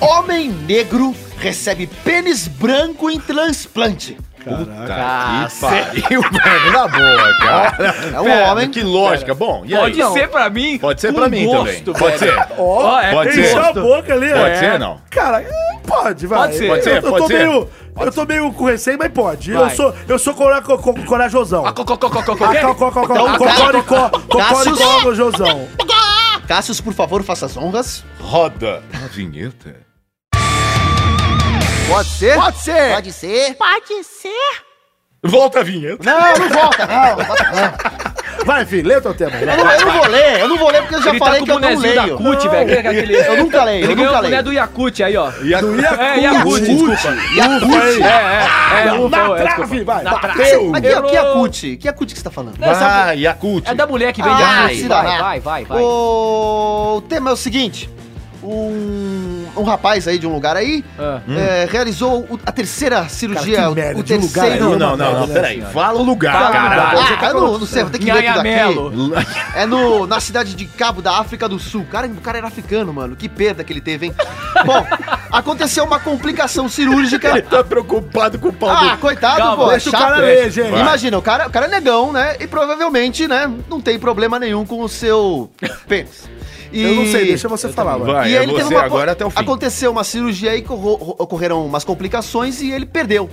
Speaker 3: Homem negro recebe pênis branco em transplante.
Speaker 1: Ah, pariu, velho. Na boa, cara.
Speaker 3: É um
Speaker 1: Pera,
Speaker 3: homem.
Speaker 1: Que lógica. Bom, e
Speaker 2: Pode
Speaker 1: aí?
Speaker 2: ser pra mim.
Speaker 1: Pode ser
Speaker 2: com
Speaker 1: pra mim também.
Speaker 2: gosto,
Speaker 1: Pode
Speaker 2: velho.
Speaker 1: ser.
Speaker 4: Ó,
Speaker 2: Ó, é
Speaker 1: Pode
Speaker 2: com
Speaker 1: ser.
Speaker 4: encheu a
Speaker 2: gosto.
Speaker 4: boca ali,
Speaker 1: Pode
Speaker 4: ó.
Speaker 1: ser, não?
Speaker 4: Cara, é, pode, vai.
Speaker 2: Pode ser.
Speaker 4: Eu-
Speaker 1: Pode ser,
Speaker 4: eu,
Speaker 1: pode
Speaker 4: tô
Speaker 1: ser.
Speaker 4: meio, Eu tô meio com receio, mas pode. Eu
Speaker 2: Vai.
Speaker 4: sou, eu sou cora- co- co- corajosão.
Speaker 2: Ah, co- co- co- co- co-
Speaker 4: Ah, co-
Speaker 2: co-
Speaker 4: co- co- co-
Speaker 3: Então,
Speaker 4: cocoricó- cocoricó, corajosão.
Speaker 3: Cassius, por favor, faça as honras.
Speaker 1: Roda a vinheta.
Speaker 3: Pode ser? Pode ser. Pode ser.
Speaker 5: Pode ser?
Speaker 1: Volta a vinheta.
Speaker 3: Não, não volta, não. não volta, não.
Speaker 4: Vai, filho, lê o teu tema.
Speaker 3: Eu,
Speaker 4: né?
Speaker 3: não eu não vou ler, eu não vou ler porque eu já
Speaker 2: Ele tá
Speaker 3: falei
Speaker 2: com o
Speaker 3: que eu não
Speaker 2: bonezinho da
Speaker 3: leio.
Speaker 2: CUT, velho. Aquele- aquele-
Speaker 3: Eu nunca leio,
Speaker 2: Ele
Speaker 3: eu
Speaker 2: ganhou
Speaker 3: nunca
Speaker 2: o boné
Speaker 3: leio.
Speaker 2: do Yakut aí, ó.
Speaker 1: E a...
Speaker 2: É, Yakut, desculpa.
Speaker 3: E a
Speaker 2: É,
Speaker 3: Ah,
Speaker 2: é, é. ufa,
Speaker 4: Na
Speaker 2: é, desculpa.
Speaker 4: trave, vai.
Speaker 2: Na trave.
Speaker 1: Bateu.
Speaker 3: Mas que,
Speaker 2: Errou.
Speaker 3: que acute? é Que acute que você tá falando?
Speaker 1: Ah,
Speaker 2: Não, essa-
Speaker 1: Vai, Yakut.
Speaker 2: É da mulher que vende
Speaker 3: Ah,
Speaker 2: Yakut.
Speaker 3: se dá, né?
Speaker 2: Vai, vai, vai, vai.
Speaker 3: O... tema é o seguinte: um, um rapaz aí de um lugar aí
Speaker 2: Ah.
Speaker 3: é, realizou o- a terceira cirurgia,
Speaker 4: Hum. Cara,
Speaker 3: o,
Speaker 4: que merda,
Speaker 3: o
Speaker 4: de um lugar
Speaker 3: terceiro.
Speaker 1: Não,
Speaker 4: Não,
Speaker 1: não, não, não,
Speaker 4: não,
Speaker 1: peraí. Fala o
Speaker 2: Fala
Speaker 1: lugar,
Speaker 2: o lugar.
Speaker 1: caralho.
Speaker 4: tá
Speaker 3: Ah, eu não, não sei, vou ter que ler tudo aqui.
Speaker 2: Nhanhamelo.
Speaker 3: É no, na cidade de Cabo da África do Sul. Cara, o cara era africano, mano. Que perda que ele teve, hein? Bom, aconteceu uma complicação cirúrgica.
Speaker 1: Tá preocupado com o pau
Speaker 3: Ah, coitado,
Speaker 2: Calma,
Speaker 3: pô. é
Speaker 4: Deixa o
Speaker 3: chato.
Speaker 4: cara ler, gente.
Speaker 1: Vai.
Speaker 3: Imagina, o cara, o cara é negão, né? E provavelmente, né, não tem problema nenhum com o seu pênis. E-
Speaker 4: Eu não sei, deixa você falar,
Speaker 1: do...
Speaker 4: vai.
Speaker 1: Vai,
Speaker 3: e
Speaker 1: é
Speaker 3: ele teve
Speaker 1: você
Speaker 3: uma,
Speaker 1: agora até o fim.
Speaker 3: Aconteceu uma cirurgia e corro- ro- ocorreram umas complicações e ele perdeu.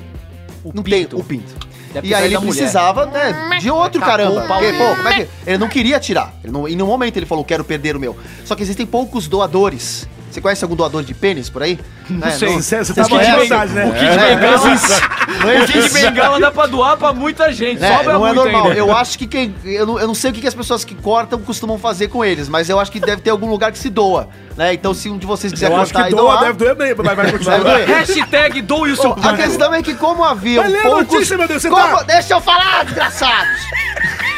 Speaker 3: não
Speaker 2: pinto.
Speaker 3: tem o pinto.
Speaker 2: Deve
Speaker 3: e aí
Speaker 2: sair
Speaker 3: ele
Speaker 2: da mulher.
Speaker 3: precisava, né, de outro
Speaker 2: Tacou
Speaker 3: caramba.
Speaker 2: o pau
Speaker 3: Porque,
Speaker 2: nele.
Speaker 3: pô, como é que- Ele não queria tirar. Ele não, em nenhum momento ele falou, quero perder o meu. Só que existem poucos doadores. Você conhece algum doador de pênis por aí? Né, Não
Speaker 2: sei.
Speaker 4: Você você
Speaker 3: Vocês
Speaker 4: tá
Speaker 3: que
Speaker 4: com
Speaker 3: devem-
Speaker 4: vontade, né?
Speaker 2: O kit
Speaker 3: É,
Speaker 2: bengala.
Speaker 3: não existe. Não
Speaker 2: O kit
Speaker 3: existe.
Speaker 2: bengala dá pra doar pra muita gente.
Speaker 3: Né?
Speaker 2: Sobra
Speaker 3: não é
Speaker 2: muito
Speaker 3: normal.
Speaker 2: ainda.
Speaker 3: Eu acho que quem. Eu não, eu não sei o que, que as pessoas que cortam costumam fazer com eles, mas eu acho que deve ter algum lugar que se doa. Né? Então, se um de vocês quiser
Speaker 4: Eu acho
Speaker 3: cortar
Speaker 4: que
Speaker 3: e
Speaker 4: doa,
Speaker 3: doar.
Speaker 4: deve doer mesmo, mas vai
Speaker 3: deve
Speaker 4: continuar.
Speaker 3: doer.
Speaker 2: Hashtag doe o seu
Speaker 3: A questão é que, como havia
Speaker 4: Vai ler a notícia, meu Deus, você
Speaker 3: Como-
Speaker 4: tá-
Speaker 3: Deixa eu falar, desgraçados!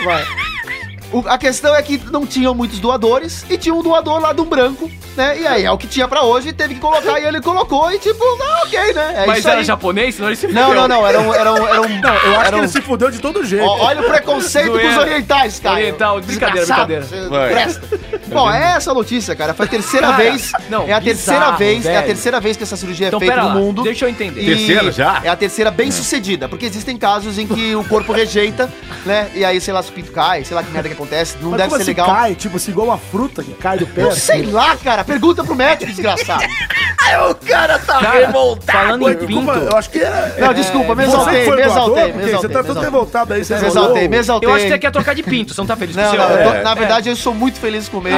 Speaker 3: Vai. O- a questão é que não tinham muitos doadores e tinha um doador lá de um branco, né? E aí é o que tinha pra hoje, teve que colocar e ele colocou e tipo, ah, ok, né? É
Speaker 2: Mas
Speaker 3: isso
Speaker 2: era
Speaker 3: aí.
Speaker 2: japonês? Senão ele se
Speaker 3: Não, não, não, era um. Era um, era um
Speaker 4: Eu acho
Speaker 3: era
Speaker 4: que ele
Speaker 3: um-
Speaker 4: se fudeu de todo jeito.
Speaker 3: Ó, olha o preconceito
Speaker 2: Zoeira.
Speaker 3: dos orientais, cara.
Speaker 2: Oriental, brincadeira,
Speaker 3: Desgraçado,
Speaker 2: brincadeira.
Speaker 3: você
Speaker 1: Vai.
Speaker 3: Presta. Bom, é essa a notícia, cara. Foi a terceira
Speaker 2: Cara,
Speaker 3: vez.
Speaker 2: não,
Speaker 3: é a
Speaker 2: bizarro,
Speaker 3: terceira vez, é a
Speaker 2: velho.
Speaker 3: terceira vez que essa cirurgia
Speaker 2: Então,
Speaker 3: é feita
Speaker 2: pera
Speaker 3: no
Speaker 2: lá,
Speaker 3: mundo.
Speaker 2: deixa eu entender.
Speaker 3: E
Speaker 1: Terceira já?
Speaker 3: É a terceira bem sucedida, porque existem casos em que o corpo rejeita, né? E aí, sei lá, se o pinto cai, sei lá que merda que acontece, não
Speaker 4: Mas
Speaker 3: um deve
Speaker 4: como
Speaker 3: ser
Speaker 4: assim
Speaker 3: legal.
Speaker 4: cai, tipo assim, igual uma fruta que cai do pé.
Speaker 3: Eu
Speaker 4: assim?
Speaker 3: sei lá, cara. Pergunta pro médico, desgraçado.
Speaker 1: O cara tá
Speaker 2: Cara,
Speaker 1: revoltado.
Speaker 2: falando em pinto,
Speaker 4: Desculpa, eu acho que era...
Speaker 3: é Não, desculpa, me
Speaker 4: Você que
Speaker 3: exaltei,
Speaker 4: foi
Speaker 3: me
Speaker 4: doador?
Speaker 3: exaltei,
Speaker 4: Por
Speaker 3: me
Speaker 4: quê? Você
Speaker 3: exaltei.
Speaker 4: tá todo
Speaker 3: me
Speaker 4: revoltado aí, você
Speaker 3: exaltei. Me exaltei, me exaltei.
Speaker 2: eu acho que você quer trocar de pinto. Você não tá feliz com o
Speaker 3: Não,
Speaker 2: seu?
Speaker 3: não, eu tô-
Speaker 2: É. Ah.
Speaker 3: na verdade eu sou muito feliz com o meu.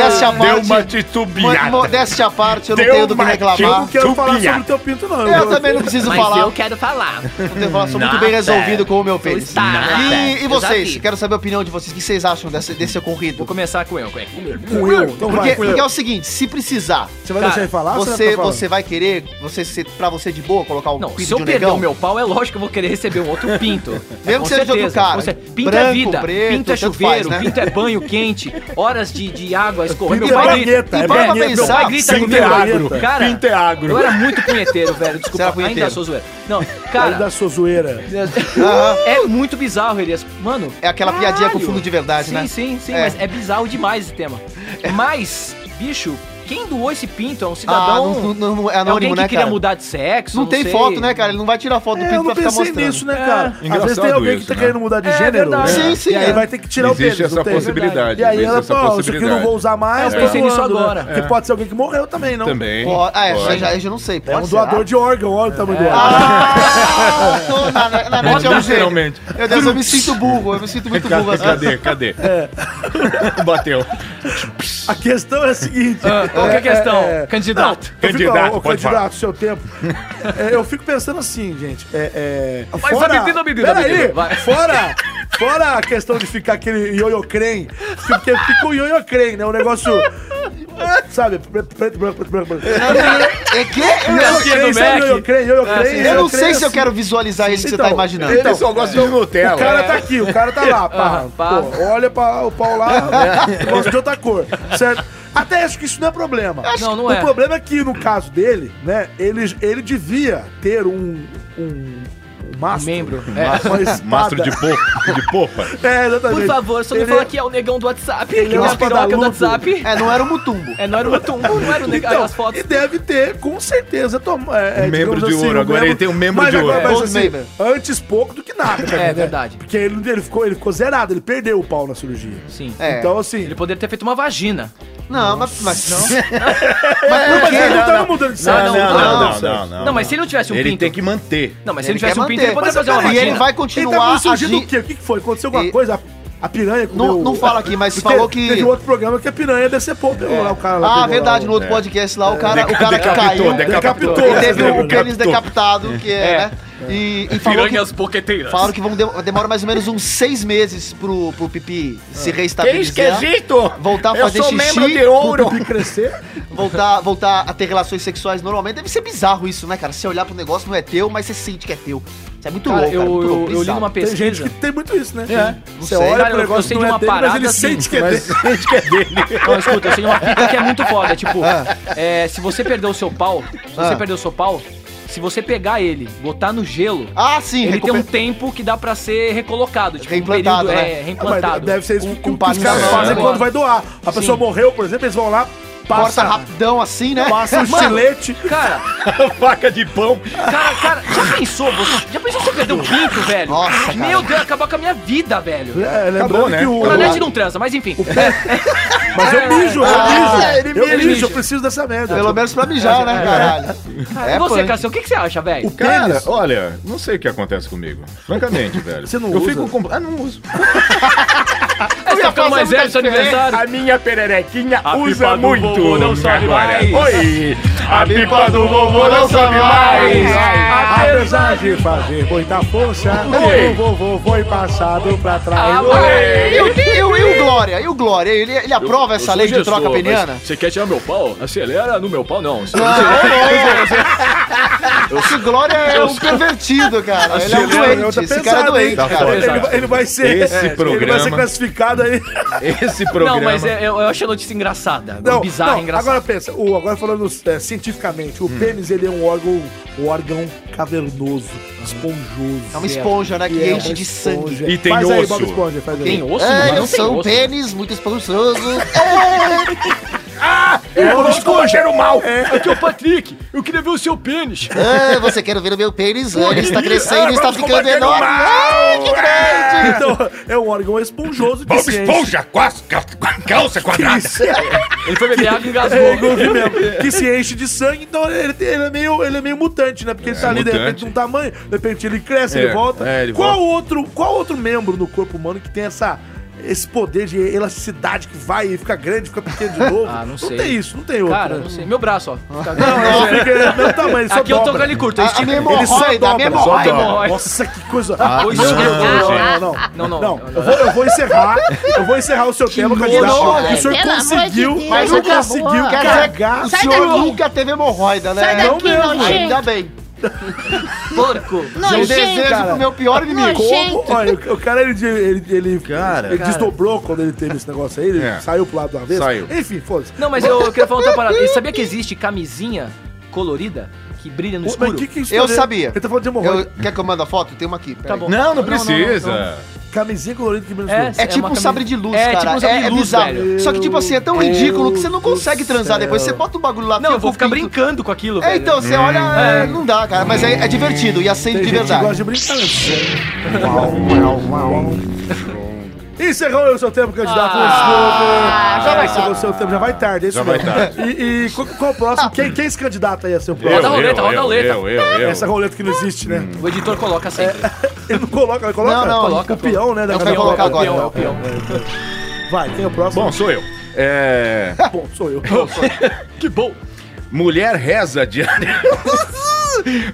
Speaker 3: Modéstia à parte.
Speaker 1: Deu uma
Speaker 3: mo-
Speaker 1: titubeada.
Speaker 3: modéstia à parte, eu não
Speaker 1: Deu
Speaker 3: tenho do que
Speaker 1: uma
Speaker 4: Eu
Speaker 3: reclamar.
Speaker 4: não quero falar
Speaker 1: Tupinha.
Speaker 4: sobre o teu pinto, não.
Speaker 3: Eu também não preciso
Speaker 6: Mas
Speaker 3: falar.
Speaker 6: eu quero falar.
Speaker 3: Não tenho que falar, sou muito bem resolvido com o meu pênis.
Speaker 6: está,
Speaker 3: E,
Speaker 6: né?
Speaker 3: e
Speaker 6: Eu já
Speaker 3: vocês?
Speaker 6: vi.
Speaker 3: Quero saber a opinião de vocês. O que vocês acham desse, desse
Speaker 2: Vou
Speaker 3: ocorrido?
Speaker 2: começar com eu, com eu.
Speaker 4: Com eu, então
Speaker 3: Porque,
Speaker 4: vai, com
Speaker 3: porque é
Speaker 4: eu.
Speaker 3: o seguinte, se precisar,
Speaker 4: Você vai
Speaker 2: Cara,
Speaker 4: deixar ele falar? ou vai
Speaker 3: você,
Speaker 4: ficar falando?
Speaker 3: você vai querer, você, se- pra você de boa, colocar o
Speaker 2: Não,
Speaker 3: pinto
Speaker 2: se eu
Speaker 3: de um
Speaker 2: perder
Speaker 3: negão?
Speaker 2: o meu pau, é lógico que eu vou querer receber um outro pinto.
Speaker 3: Mesmo
Speaker 2: Com
Speaker 3: que seja de outro
Speaker 2: certeza,
Speaker 3: cara.
Speaker 2: com cer- Pinto é
Speaker 3: Branco,
Speaker 2: vida,
Speaker 3: preto,
Speaker 2: pinto é
Speaker 3: tanto faz,
Speaker 2: chuveiro,
Speaker 3: né?
Speaker 2: pinto é banho quente, horas de, de água escorrendo.
Speaker 4: Pinto
Speaker 2: Meu
Speaker 4: é
Speaker 2: pai grita,
Speaker 4: banheta,
Speaker 3: e
Speaker 4: é
Speaker 3: para pra
Speaker 4: banheta.
Speaker 2: meu
Speaker 3: pensar,
Speaker 2: pai grita
Speaker 1: pinto
Speaker 2: comigo.
Speaker 1: é agro,
Speaker 2: Cara,
Speaker 1: pinto é agro.
Speaker 2: eu era muito punheteiro, velho.
Speaker 3: Você era
Speaker 2: Desculpa,
Speaker 3: punheteiro.
Speaker 2: ainda sou zoeiro. Não,
Speaker 4: Cara
Speaker 2: cara...
Speaker 4: da sua zoeira.
Speaker 2: É muito bizarro, Elias. Mano.
Speaker 3: É aquela piadinha com fundo de verdade,
Speaker 2: sim,
Speaker 3: né?
Speaker 2: Sim, sim,
Speaker 3: É.
Speaker 2: mas é bizarro demais esse tema. Mas, bicho, quem doou esse pinto é um
Speaker 3: Ah,
Speaker 2: cidadão.
Speaker 3: não, não- não- é
Speaker 2: é alguém
Speaker 3: anônimo,
Speaker 2: que
Speaker 3: né,
Speaker 2: queria
Speaker 3: cara?
Speaker 2: mudar de sexo.
Speaker 3: Não, tem
Speaker 2: sei.
Speaker 3: foto, né, cara? Ele não vai tirar foto do
Speaker 4: É, eu
Speaker 3: pinto
Speaker 4: não
Speaker 3: pra ficar
Speaker 4: pensei
Speaker 3: mostrando.
Speaker 4: nisso, né, cara? Às vezes
Speaker 1: Engraçado
Speaker 4: tem alguém que
Speaker 1: isso,
Speaker 4: tá
Speaker 1: né?
Speaker 4: querendo mudar de
Speaker 2: É
Speaker 4: gênero, né?
Speaker 2: verdade.
Speaker 3: Sim, sim,
Speaker 4: E aí
Speaker 3: é.
Speaker 4: vai ter que tirar o
Speaker 1: Existe
Speaker 4: pênis,
Speaker 1: essa
Speaker 4: não tem?
Speaker 1: possibilidade.
Speaker 4: E aí
Speaker 1: existe
Speaker 4: ela,
Speaker 1: essa
Speaker 4: pô, isso aqui eu não vou
Speaker 1: possibilidade.
Speaker 4: usar mais.
Speaker 2: É, eu
Speaker 4: tô
Speaker 2: pensei nisso
Speaker 4: doando, né?
Speaker 2: agora.
Speaker 4: Porque pode ser alguém que morreu também, não?
Speaker 1: Também.
Speaker 3: Ó, ah, é,
Speaker 1: Pode.
Speaker 3: já, já, eu não sei.
Speaker 4: né? É um
Speaker 3: pode, será?
Speaker 4: doador de órgão, olha o tamanho do órgão.
Speaker 3: Ah, tô na, na, na net é um gênio.
Speaker 1: Literalmente.
Speaker 3: Meu Deus, eu me sinto burro, eu me sinto muito burro
Speaker 1: Cadê,
Speaker 3: às vezes.
Speaker 1: cadê? cadê? Bateu.
Speaker 4: A questão é a seguinte.
Speaker 2: Ah, qual que é a questão, candidato?
Speaker 4: eu fico-
Speaker 1: Candidato,
Speaker 4: ô, ô,
Speaker 1: pode
Speaker 4: candidato, seu tempo. É, eu fico pensando assim, gente. É, é,
Speaker 2: Mas a medida, a medida, a
Speaker 4: peraí,
Speaker 2: medida, vai.
Speaker 4: fora, fora a questão de ficar aquele ioiô crem, porque fica o ioiô crem, né? O negócio sabe? Pre- Preto, branco, preto, branco, branco.
Speaker 3: É que? Eu,
Speaker 2: Não. Aqui é do Mac.
Speaker 4: eu creio, eu
Speaker 2: Ah, sim.
Speaker 4: creio.
Speaker 3: eu não sei se eu quero visualizar isso que você tá
Speaker 4: Então,
Speaker 3: imaginando.
Speaker 4: então,
Speaker 1: Ele só gosta de Nutella.
Speaker 4: O cara tá aqui, o cara tá lá, pá.
Speaker 2: Ah, pá. É.
Speaker 4: Pô, olha pra, o pau lá, gosta de outra cor, certo? Até acho que isso não é problema.
Speaker 2: Não, não
Speaker 4: o
Speaker 2: é.
Speaker 4: problema é que, no caso dele, né, ele, ele devia ter um. um, um mastro.
Speaker 2: Membro. é.
Speaker 4: Uma espada.
Speaker 6: tá Mastro de popa. De popa.
Speaker 4: É, exatamente.
Speaker 2: Por favor, só não
Speaker 4: Ele-
Speaker 2: fala que é o negão do WhatsApp.
Speaker 4: Ele
Speaker 2: Que
Speaker 4: é
Speaker 2: é
Speaker 4: um
Speaker 2: a piroca do
Speaker 4: espadaludo.
Speaker 2: WhatsApp.
Speaker 3: É, não era o Mutumbo.
Speaker 2: É, não era o tumbo, não era o negão.
Speaker 4: Então,
Speaker 2: As fotos.
Speaker 4: E deve ter, com certeza, tom, é, é,
Speaker 6: Um membro
Speaker 4: digamos
Speaker 6: de ouro, agora ele tem um membro
Speaker 4: mas
Speaker 6: de
Speaker 4: agora-
Speaker 6: ouro.
Speaker 4: mas
Speaker 3: É,
Speaker 4: assim,
Speaker 3: membro.
Speaker 4: antes pouco do que nada. tá
Speaker 2: É
Speaker 4: vendo?
Speaker 2: verdade.
Speaker 4: Porque ele, ele, ficou, ele ficou zerado, ele perdeu o pau na cirurgia.
Speaker 2: Sim.
Speaker 3: É.
Speaker 4: Então, assim.
Speaker 2: Ele poderia ter feito uma vagina.
Speaker 3: Não, mas. mas não.
Speaker 4: Não, mas é ele
Speaker 6: Não,
Speaker 4: não tava
Speaker 6: não.
Speaker 4: mudando de
Speaker 2: Não,
Speaker 4: sexo.
Speaker 2: não, não,
Speaker 4: mudando de
Speaker 6: não,
Speaker 4: sexo.
Speaker 6: não, não.
Speaker 2: Não, mas se ele não tivesse um
Speaker 6: Ele
Speaker 2: pinto.
Speaker 6: tem que manter.
Speaker 2: Não, mas se ele
Speaker 3: Ele quer
Speaker 2: tivesse um pinto, ele
Speaker 3: manter.
Speaker 2: poderia
Speaker 4: Mas
Speaker 2: fazer uma
Speaker 4: peraí,
Speaker 2: vagina.
Speaker 3: E ele vai continuar
Speaker 4: Então, surgindo o
Speaker 3: agindo.
Speaker 4: quê? O que que foi? Aconteceu alguma
Speaker 3: E-
Speaker 4: coisa? A, a piranha comeu...
Speaker 3: Não- não fala aqui, mas
Speaker 4: Porque
Speaker 3: falou que-
Speaker 4: Teve um outro programa que a piranha decepou pegou lá o cara. Lá,
Speaker 3: Ah,
Speaker 4: pegou
Speaker 3: verdade,
Speaker 4: lá,
Speaker 3: no outro podcast lá, o cara, o
Speaker 6: Deca-
Speaker 3: cara que
Speaker 6: decapitou,
Speaker 3: caiu.
Speaker 6: decapitou.
Speaker 4: Decapitou.
Speaker 3: Ele teve o
Speaker 4: Decapitou.
Speaker 3: pênis decapitado, que é,
Speaker 2: É.
Speaker 3: né? E, e falou que,
Speaker 2: boqueteiras.
Speaker 3: falaram que vão de- demora mais ou menos uns seis meses pro, pro pipi se
Speaker 1: Que
Speaker 3: reestabilizar.
Speaker 1: esquisito!
Speaker 3: tá Voltar a
Speaker 1: Eu
Speaker 3: fazer
Speaker 1: sou
Speaker 3: xixi,
Speaker 1: membro de ouro.
Speaker 4: O pipi crescer.
Speaker 3: voltar, voltar a ter relações sexuais normalmente. Deve ser bizarro isso, né, cara? Você olhar pro negócio não é teu, mas você sente que é teu. Isso é muito
Speaker 2: Cara,
Speaker 3: louco,
Speaker 2: eu,
Speaker 3: cara. Muito
Speaker 2: eu,
Speaker 3: louco,
Speaker 2: eu li
Speaker 3: bizarro.
Speaker 2: numa
Speaker 4: Tem gente
Speaker 2: pesquisa.
Speaker 4: que tem muito isso, né?
Speaker 2: É,
Speaker 4: Você
Speaker 3: sei.
Speaker 4: olha
Speaker 2: Cara,
Speaker 4: pro
Speaker 2: eu- eu
Speaker 4: negócio que
Speaker 2: sei
Speaker 4: não
Speaker 2: de
Speaker 4: é
Speaker 2: uma
Speaker 4: dele, mas
Speaker 2: parada
Speaker 4: ele
Speaker 2: assim,
Speaker 4: sente que é dele.
Speaker 6: Mas gente que é dele.
Speaker 2: Não, escuta, eu sei de uma fita que é muito foda. É tipo, é, se você perdeu o seu pau, se você
Speaker 3: Ah.
Speaker 2: perdeu o seu pau, se você pegar ele, botar no gelo,
Speaker 3: Ah, sim,
Speaker 2: ele tem
Speaker 3: recuper-
Speaker 2: um tempo que dá pra ser recolocado. Tipo, um
Speaker 3: Reimplantado,
Speaker 2: período,
Speaker 3: né?
Speaker 2: é,
Speaker 4: Ah, mas
Speaker 2: reimplantado.
Speaker 4: Deve ser isso que,
Speaker 3: com
Speaker 4: que os caras
Speaker 3: paninho.
Speaker 4: fazem
Speaker 2: É.
Speaker 4: quando vai doar. A pessoa morreu, por exemplo, eles vão lá,
Speaker 3: corta
Speaker 4: passa,
Speaker 3: rapidão assim, né?
Speaker 4: passa um
Speaker 3: Mano,
Speaker 4: estilete.
Speaker 2: Cara,
Speaker 6: Faca de pão.
Speaker 2: cara, cara, já pensou? Você, já pensou que você perdeu o pinto, velho?
Speaker 3: Nossa, cara.
Speaker 2: Meu Deus, acabou com a minha vida, velho.
Speaker 4: É, lembrando
Speaker 6: Acabou, né?
Speaker 4: que o...
Speaker 2: O Nanete não transa, mas enfim.
Speaker 4: Mas eu mijo,
Speaker 3: Ah,
Speaker 4: eu
Speaker 3: ele
Speaker 4: mijo. Eu
Speaker 2: mija.
Speaker 4: mijo, eu preciso dessa merda.
Speaker 3: Pelo menos pra mijar, né, caralho?
Speaker 2: É. Cara,
Speaker 3: É
Speaker 2: e Ah, você,
Speaker 3: punk.
Speaker 2: Cassiano, o que, que você acha, velho?
Speaker 6: Cara, olha, não sei o que acontece comigo. Francamente, velho.
Speaker 4: Você não
Speaker 6: eu
Speaker 4: usa?
Speaker 6: fico com. Ah, não uso.
Speaker 2: Você tá ficando
Speaker 3: um
Speaker 2: mais velho seu aniversário?
Speaker 1: A minha pererequinha usa
Speaker 6: pipa do
Speaker 1: muito.
Speaker 6: vovô não sobe mais.
Speaker 1: Oi! A pipa do vovô não sobe mais.
Speaker 4: Apesar de fazer muita força,
Speaker 1: Oi.
Speaker 4: o vovô foi passado pra trás.
Speaker 2: Ah,
Speaker 3: E, o- e o- e o Glória? E o Glória? Ele, ele aprova essa lei de troca peniana?
Speaker 2: Você quer tirar meu pau? Acelera no meu pau, não.
Speaker 3: Esse Glória é um pervertido, cara. Ele é um
Speaker 4: Ele é-
Speaker 3: doente.
Speaker 4: tá
Speaker 3: Esse cara é
Speaker 4: pesado, hein?
Speaker 3: doente,
Speaker 6: Tá
Speaker 3: cara.
Speaker 6: foda.
Speaker 4: Ele, vai- ele vai ser.
Speaker 6: Esse
Speaker 4: Ele vai ser
Speaker 6: programa.
Speaker 4: classificado aí.
Speaker 6: Esse
Speaker 2: Não,
Speaker 6: programa.
Speaker 2: mas é- eu, eu acho a notícia engraçada. bizarra, engraçada.
Speaker 4: Agora pensa, o, agora falando é, cientificamente, o pênis ele é um órgão, um órgão cavernoso, esponjoso.
Speaker 3: É uma esponja, né? Que
Speaker 4: É,
Speaker 3: enche
Speaker 4: uma
Speaker 3: de
Speaker 4: esponja.
Speaker 3: sangue.
Speaker 6: E tem
Speaker 4: faz Aí,
Speaker 6: osso.
Speaker 4: Bob Esponja, faz aí.
Speaker 2: Tem osso?
Speaker 3: É,
Speaker 2: mas
Speaker 3: eu
Speaker 2: não tem
Speaker 3: sou um
Speaker 2: osso.
Speaker 3: pênis muito esponjoso.
Speaker 4: É, o Bob Esponja era o mal.
Speaker 2: Aqui é o Patrick. Eu queria ver o seu pênis.
Speaker 3: Ah, você quer ver o meu pênis? Ele está crescendo,
Speaker 4: Ah,
Speaker 3: está
Speaker 4: vamos
Speaker 3: ficando
Speaker 4: combater o
Speaker 3: enorme.
Speaker 4: mal.
Speaker 3: Ai, que grande!
Speaker 4: Então, é um órgão esponjoso que
Speaker 6: Bob
Speaker 4: se enche.
Speaker 6: Esponja, quase, ca- calça quadrada.
Speaker 4: Isso.
Speaker 2: Ele foi beber água e
Speaker 4: É, eu
Speaker 2: engasgou.
Speaker 4: ouvi mesmo. Que se enche de sangue, então ele, ele é, meio, ele é meio mutante, né? Porque ele tá ali de
Speaker 6: mutante.
Speaker 4: repente de um tamanho, de repente ele cresce,
Speaker 6: É,
Speaker 4: ele volta.
Speaker 6: é, ele
Speaker 4: qual,
Speaker 6: volta.
Speaker 4: Outro, qual outro membro no corpo humano que tem essa. Esse poder de elasticidade que vai e fica grande, fica pequeno de novo.
Speaker 2: Ah, não sei.
Speaker 4: tem isso, não tem outro. né?
Speaker 2: Cara, eu não sei. Meu braço, ó.
Speaker 4: Não, não, fica do mesmo tamanho, ele só
Speaker 2: Aqui eu tô com
Speaker 4: dobra.
Speaker 2: ele curto. Eu
Speaker 3: A, a
Speaker 2: estico.
Speaker 3: minha
Speaker 4: Ele só
Speaker 3: hemorroida, a minha
Speaker 4: dobra, só
Speaker 3: hemorroida.
Speaker 2: dobra. Ai.
Speaker 4: Nossa, que coisa.
Speaker 2: Pois
Speaker 6: Não,
Speaker 2: é,
Speaker 6: não,
Speaker 2: gente.
Speaker 4: Não, não,
Speaker 2: Não, não,
Speaker 4: não.
Speaker 2: não,
Speaker 4: Eu vou, eu vou encerrar. Eu vou encerrar o seu tema, candidato.
Speaker 3: nojo,
Speaker 4: que o senhor
Speaker 5: pelo amor de
Speaker 4: conseguiu,
Speaker 5: Deus.
Speaker 4: mas não
Speaker 5: Acabou.
Speaker 4: conseguiu
Speaker 5: Quer
Speaker 3: Quer
Speaker 4: cagar.
Speaker 3: dizer, o
Speaker 5: Sai
Speaker 3: senhor
Speaker 5: daqui.
Speaker 3: nunca teve hemorroida, né?
Speaker 5: Sai
Speaker 4: Não
Speaker 5: daqui,
Speaker 4: mesmo.
Speaker 5: nojento.
Speaker 3: Ainda bem.
Speaker 2: Porco.
Speaker 3: Eu
Speaker 5: Nojento.
Speaker 3: desejo
Speaker 4: cara.
Speaker 3: pro meu pior inimigo.
Speaker 5: Nojento.
Speaker 4: Como? Olha, o- o cara, ele, ele, ele,
Speaker 6: Cara.
Speaker 4: ele desdobrou quando ele teve esse negócio aí, ele
Speaker 6: É.
Speaker 4: saiu pro lado do avesso.
Speaker 6: Saiu.
Speaker 4: Enfim, foda-se.
Speaker 2: Não, mas eu, eu queria falar outra parada. E sabia que existe camisinha colorida que brilha no
Speaker 4: Pô, Mas
Speaker 2: escuro?
Speaker 4: que que isso
Speaker 3: Eu
Speaker 4: tem a ver?
Speaker 3: sabia.
Speaker 4: Ele tá falando de
Speaker 3: Eu,
Speaker 4: hemorroide.
Speaker 3: quer que eu mande a foto? Tem uma aqui. peraí.
Speaker 2: Tá bom.
Speaker 6: Não, não precisa.
Speaker 4: Camisinha colorida que menos
Speaker 2: É,
Speaker 4: dor.
Speaker 3: É,
Speaker 2: uma
Speaker 3: tipo um
Speaker 2: camisa-
Speaker 3: sabre de luz,
Speaker 2: É,
Speaker 3: cara.
Speaker 2: tipo um sabre de
Speaker 3: é
Speaker 2: luz,
Speaker 3: bizarro.
Speaker 2: velho.
Speaker 3: Só que, tipo assim, é tão
Speaker 4: Meu
Speaker 3: ridículo que você não
Speaker 4: Deus
Speaker 3: consegue
Speaker 4: do
Speaker 3: transar
Speaker 4: céu.
Speaker 3: depois. Você bota o bagulho lá.
Speaker 2: Não,
Speaker 3: fica
Speaker 2: eu vou
Speaker 3: o
Speaker 2: ficar
Speaker 3: pinto-
Speaker 2: brincando com aquilo,
Speaker 3: É,
Speaker 2: velho.
Speaker 3: então, você olha, é, não dá, cara. Mas é, é divertido e acende
Speaker 4: Tem
Speaker 3: de
Speaker 4: gente que gosta
Speaker 3: verdade.
Speaker 4: de brincar. né? Encerrou o seu tempo, candidato. Ah, já vai ser o seu tempo, já vai tarde, é isso
Speaker 6: Já vai
Speaker 4: mesmo.
Speaker 6: tarde.
Speaker 4: E, e qual, qual o próximo? Quem, quem é esse candidato aí a ser o
Speaker 6: Eu,
Speaker 2: Roda a
Speaker 4: próximo?
Speaker 2: roleta,
Speaker 6: eu,
Speaker 2: roda a
Speaker 6: eu,
Speaker 2: roleta.
Speaker 6: Eu, eu, eu. Hum.
Speaker 4: Essa roleta que não existe, né?
Speaker 2: O editor coloca assim. sempre.
Speaker 4: Ele não coloca, ele coloca.
Speaker 3: Não, não,
Speaker 2: coloca.
Speaker 4: O peão, né? da
Speaker 3: Não,
Speaker 4: casa-
Speaker 3: vai colocar agora,
Speaker 2: peão,
Speaker 3: não.
Speaker 2: é o peão.
Speaker 4: Vai, quem é o próximo?
Speaker 6: Bom, sou eu. É.
Speaker 4: Bom, sou eu.
Speaker 2: Que bom.
Speaker 6: Mulher reza diariamente.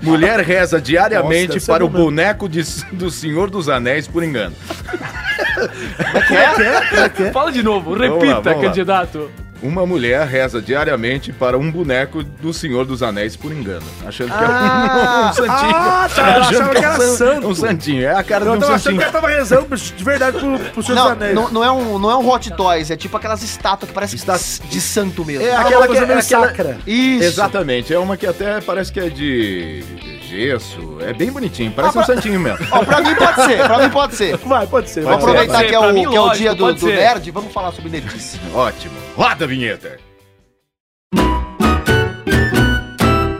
Speaker 6: Mulher reza diariamente
Speaker 4: Nossa, essa
Speaker 6: para
Speaker 4: é
Speaker 6: o
Speaker 4: boa
Speaker 6: boneco de- do Senhor dos Anéis, por engano.
Speaker 4: Como é que é? Como é que é?
Speaker 2: Fala de novo,
Speaker 6: lá,
Speaker 2: repita,
Speaker 6: vamos lá.
Speaker 2: candidato.
Speaker 6: Uma mulher reza diariamente para um boneco do Senhor dos Anéis por engano. Achando que
Speaker 3: Ah,
Speaker 6: era um, um santinho.
Speaker 4: ah, tá, eu
Speaker 6: Achando
Speaker 4: achava que era
Speaker 6: um san-
Speaker 4: santo.
Speaker 6: Um santinho, é a cara
Speaker 4: Eu
Speaker 6: de
Speaker 4: tava
Speaker 6: um
Speaker 4: achando
Speaker 6: santinho.
Speaker 4: que ela tava rezando pro- de verdade pro, pro Senhor dos
Speaker 3: Não,
Speaker 4: Anéis.
Speaker 3: não, não é um, não é um hot toys, é tipo aquelas estátuas que parece
Speaker 6: Está-
Speaker 3: de santo mesmo.
Speaker 4: É
Speaker 3: Ah,
Speaker 4: aquela coisa
Speaker 6: é
Speaker 4: meio
Speaker 6: aquela-
Speaker 4: sacra.
Speaker 3: Isso.
Speaker 6: Exatamente, é uma que até parece que é de gesso, é bem bonitinho, parece
Speaker 3: Ah,
Speaker 6: um
Speaker 3: pra-
Speaker 6: santinho mesmo.
Speaker 3: Ó, pra mim pode ser, pra mim pode ser.
Speaker 4: Vai, pode ser.
Speaker 3: Vamos
Speaker 4: Vamos
Speaker 6: ser.
Speaker 3: aproveitar
Speaker 2: pode
Speaker 3: que é
Speaker 2: ser,
Speaker 3: o,
Speaker 2: pra mim,
Speaker 3: que é o
Speaker 2: lógico,
Speaker 3: dia do,
Speaker 2: pode
Speaker 3: do
Speaker 2: ser.
Speaker 3: nerd, vamos falar sobre nerdice.
Speaker 6: Ótimo, roda a vinheta.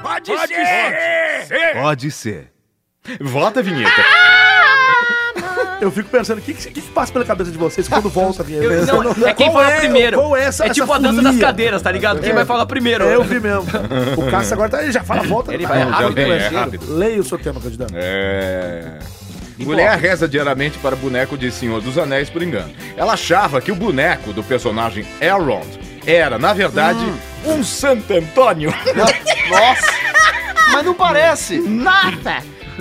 Speaker 1: Pode, ser!
Speaker 6: Pode ser. Vota a vinheta.
Speaker 4: Eu fico pensando, o que, que, o que que passa pela cabeça de vocês quando volta a vinheta?
Speaker 2: Eu- não, é quem
Speaker 4: Qual
Speaker 2: fala primeiro.
Speaker 4: Qual é essa
Speaker 2: é tipo
Speaker 4: essa
Speaker 2: a dança
Speaker 4: folia?
Speaker 2: das cadeiras, tá ligado? Quem
Speaker 4: É.
Speaker 2: vai falar primeiro?
Speaker 4: É, eu vi mesmo. O Cássio agora tá, ele já fala, volta.
Speaker 2: Ele
Speaker 4: tá?
Speaker 2: vai
Speaker 4: Não, já
Speaker 2: rápido,
Speaker 4: vem,
Speaker 6: é
Speaker 4: ligeiro.
Speaker 6: rápido.
Speaker 4: Leia o seu tema, candidato.
Speaker 6: É. Mulher reza diariamente para boneco de Senhor dos Anéis por engano. Ela achava que o boneco do personagem Elrond era, na verdade, um Santo Antônio.
Speaker 3: Nossa! Mas não parece!
Speaker 5: Nota!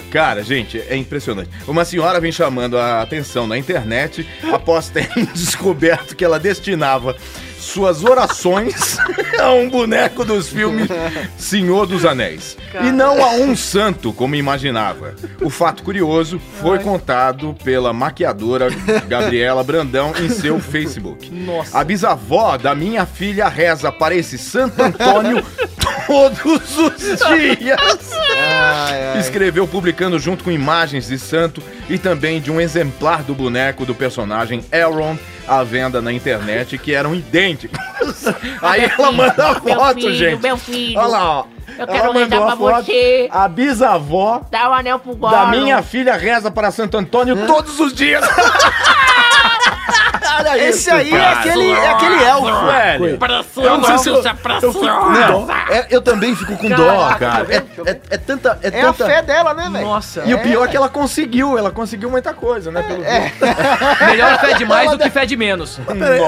Speaker 6: Cara, gente, é impressionante. Uma senhora vem chamando a atenção na internet após terem descoberto que ela destinava suas orações a um boneco dos filmes Senhor dos Anéis. E não a um santo, como imaginava. O fato curioso foi contado pela maquiadora Gabriela Brandão em seu Facebook.
Speaker 4: Nossa.
Speaker 6: A bisavó da minha filha reza para esse Santo Antônio todos os dias.
Speaker 3: Ai, ai.
Speaker 6: Escreveu publicando junto com imagens de santo e também de um exemplar do boneco do personagem Elrond à venda na internet que eram idênticos. Aí ela manda a
Speaker 5: Meu
Speaker 6: foto,
Speaker 5: filho,
Speaker 6: gente.
Speaker 5: meu filho.
Speaker 6: Olha lá, ó.
Speaker 5: Eu quero mandar pra você.
Speaker 6: A bisavó
Speaker 5: Dá o anel pro Golo.
Speaker 6: da minha filha reza para Santo Antônio todos os dias.
Speaker 3: Esse aí é aquele, é aquele elfo.
Speaker 6: Velho.
Speaker 4: Eu não sei se eu, eu fico Então, com dó.
Speaker 6: É, eu também fico com dó, cara. É, é- é tanta. É,
Speaker 3: É a
Speaker 6: tanta...
Speaker 3: fé dela, né, velho?
Speaker 2: Nossa.
Speaker 6: E o pior é que ela conseguiu, ela conseguiu muita coisa, né? Pelo visto.
Speaker 2: Melhor fede mais do que fede menos.
Speaker 4: Peraí.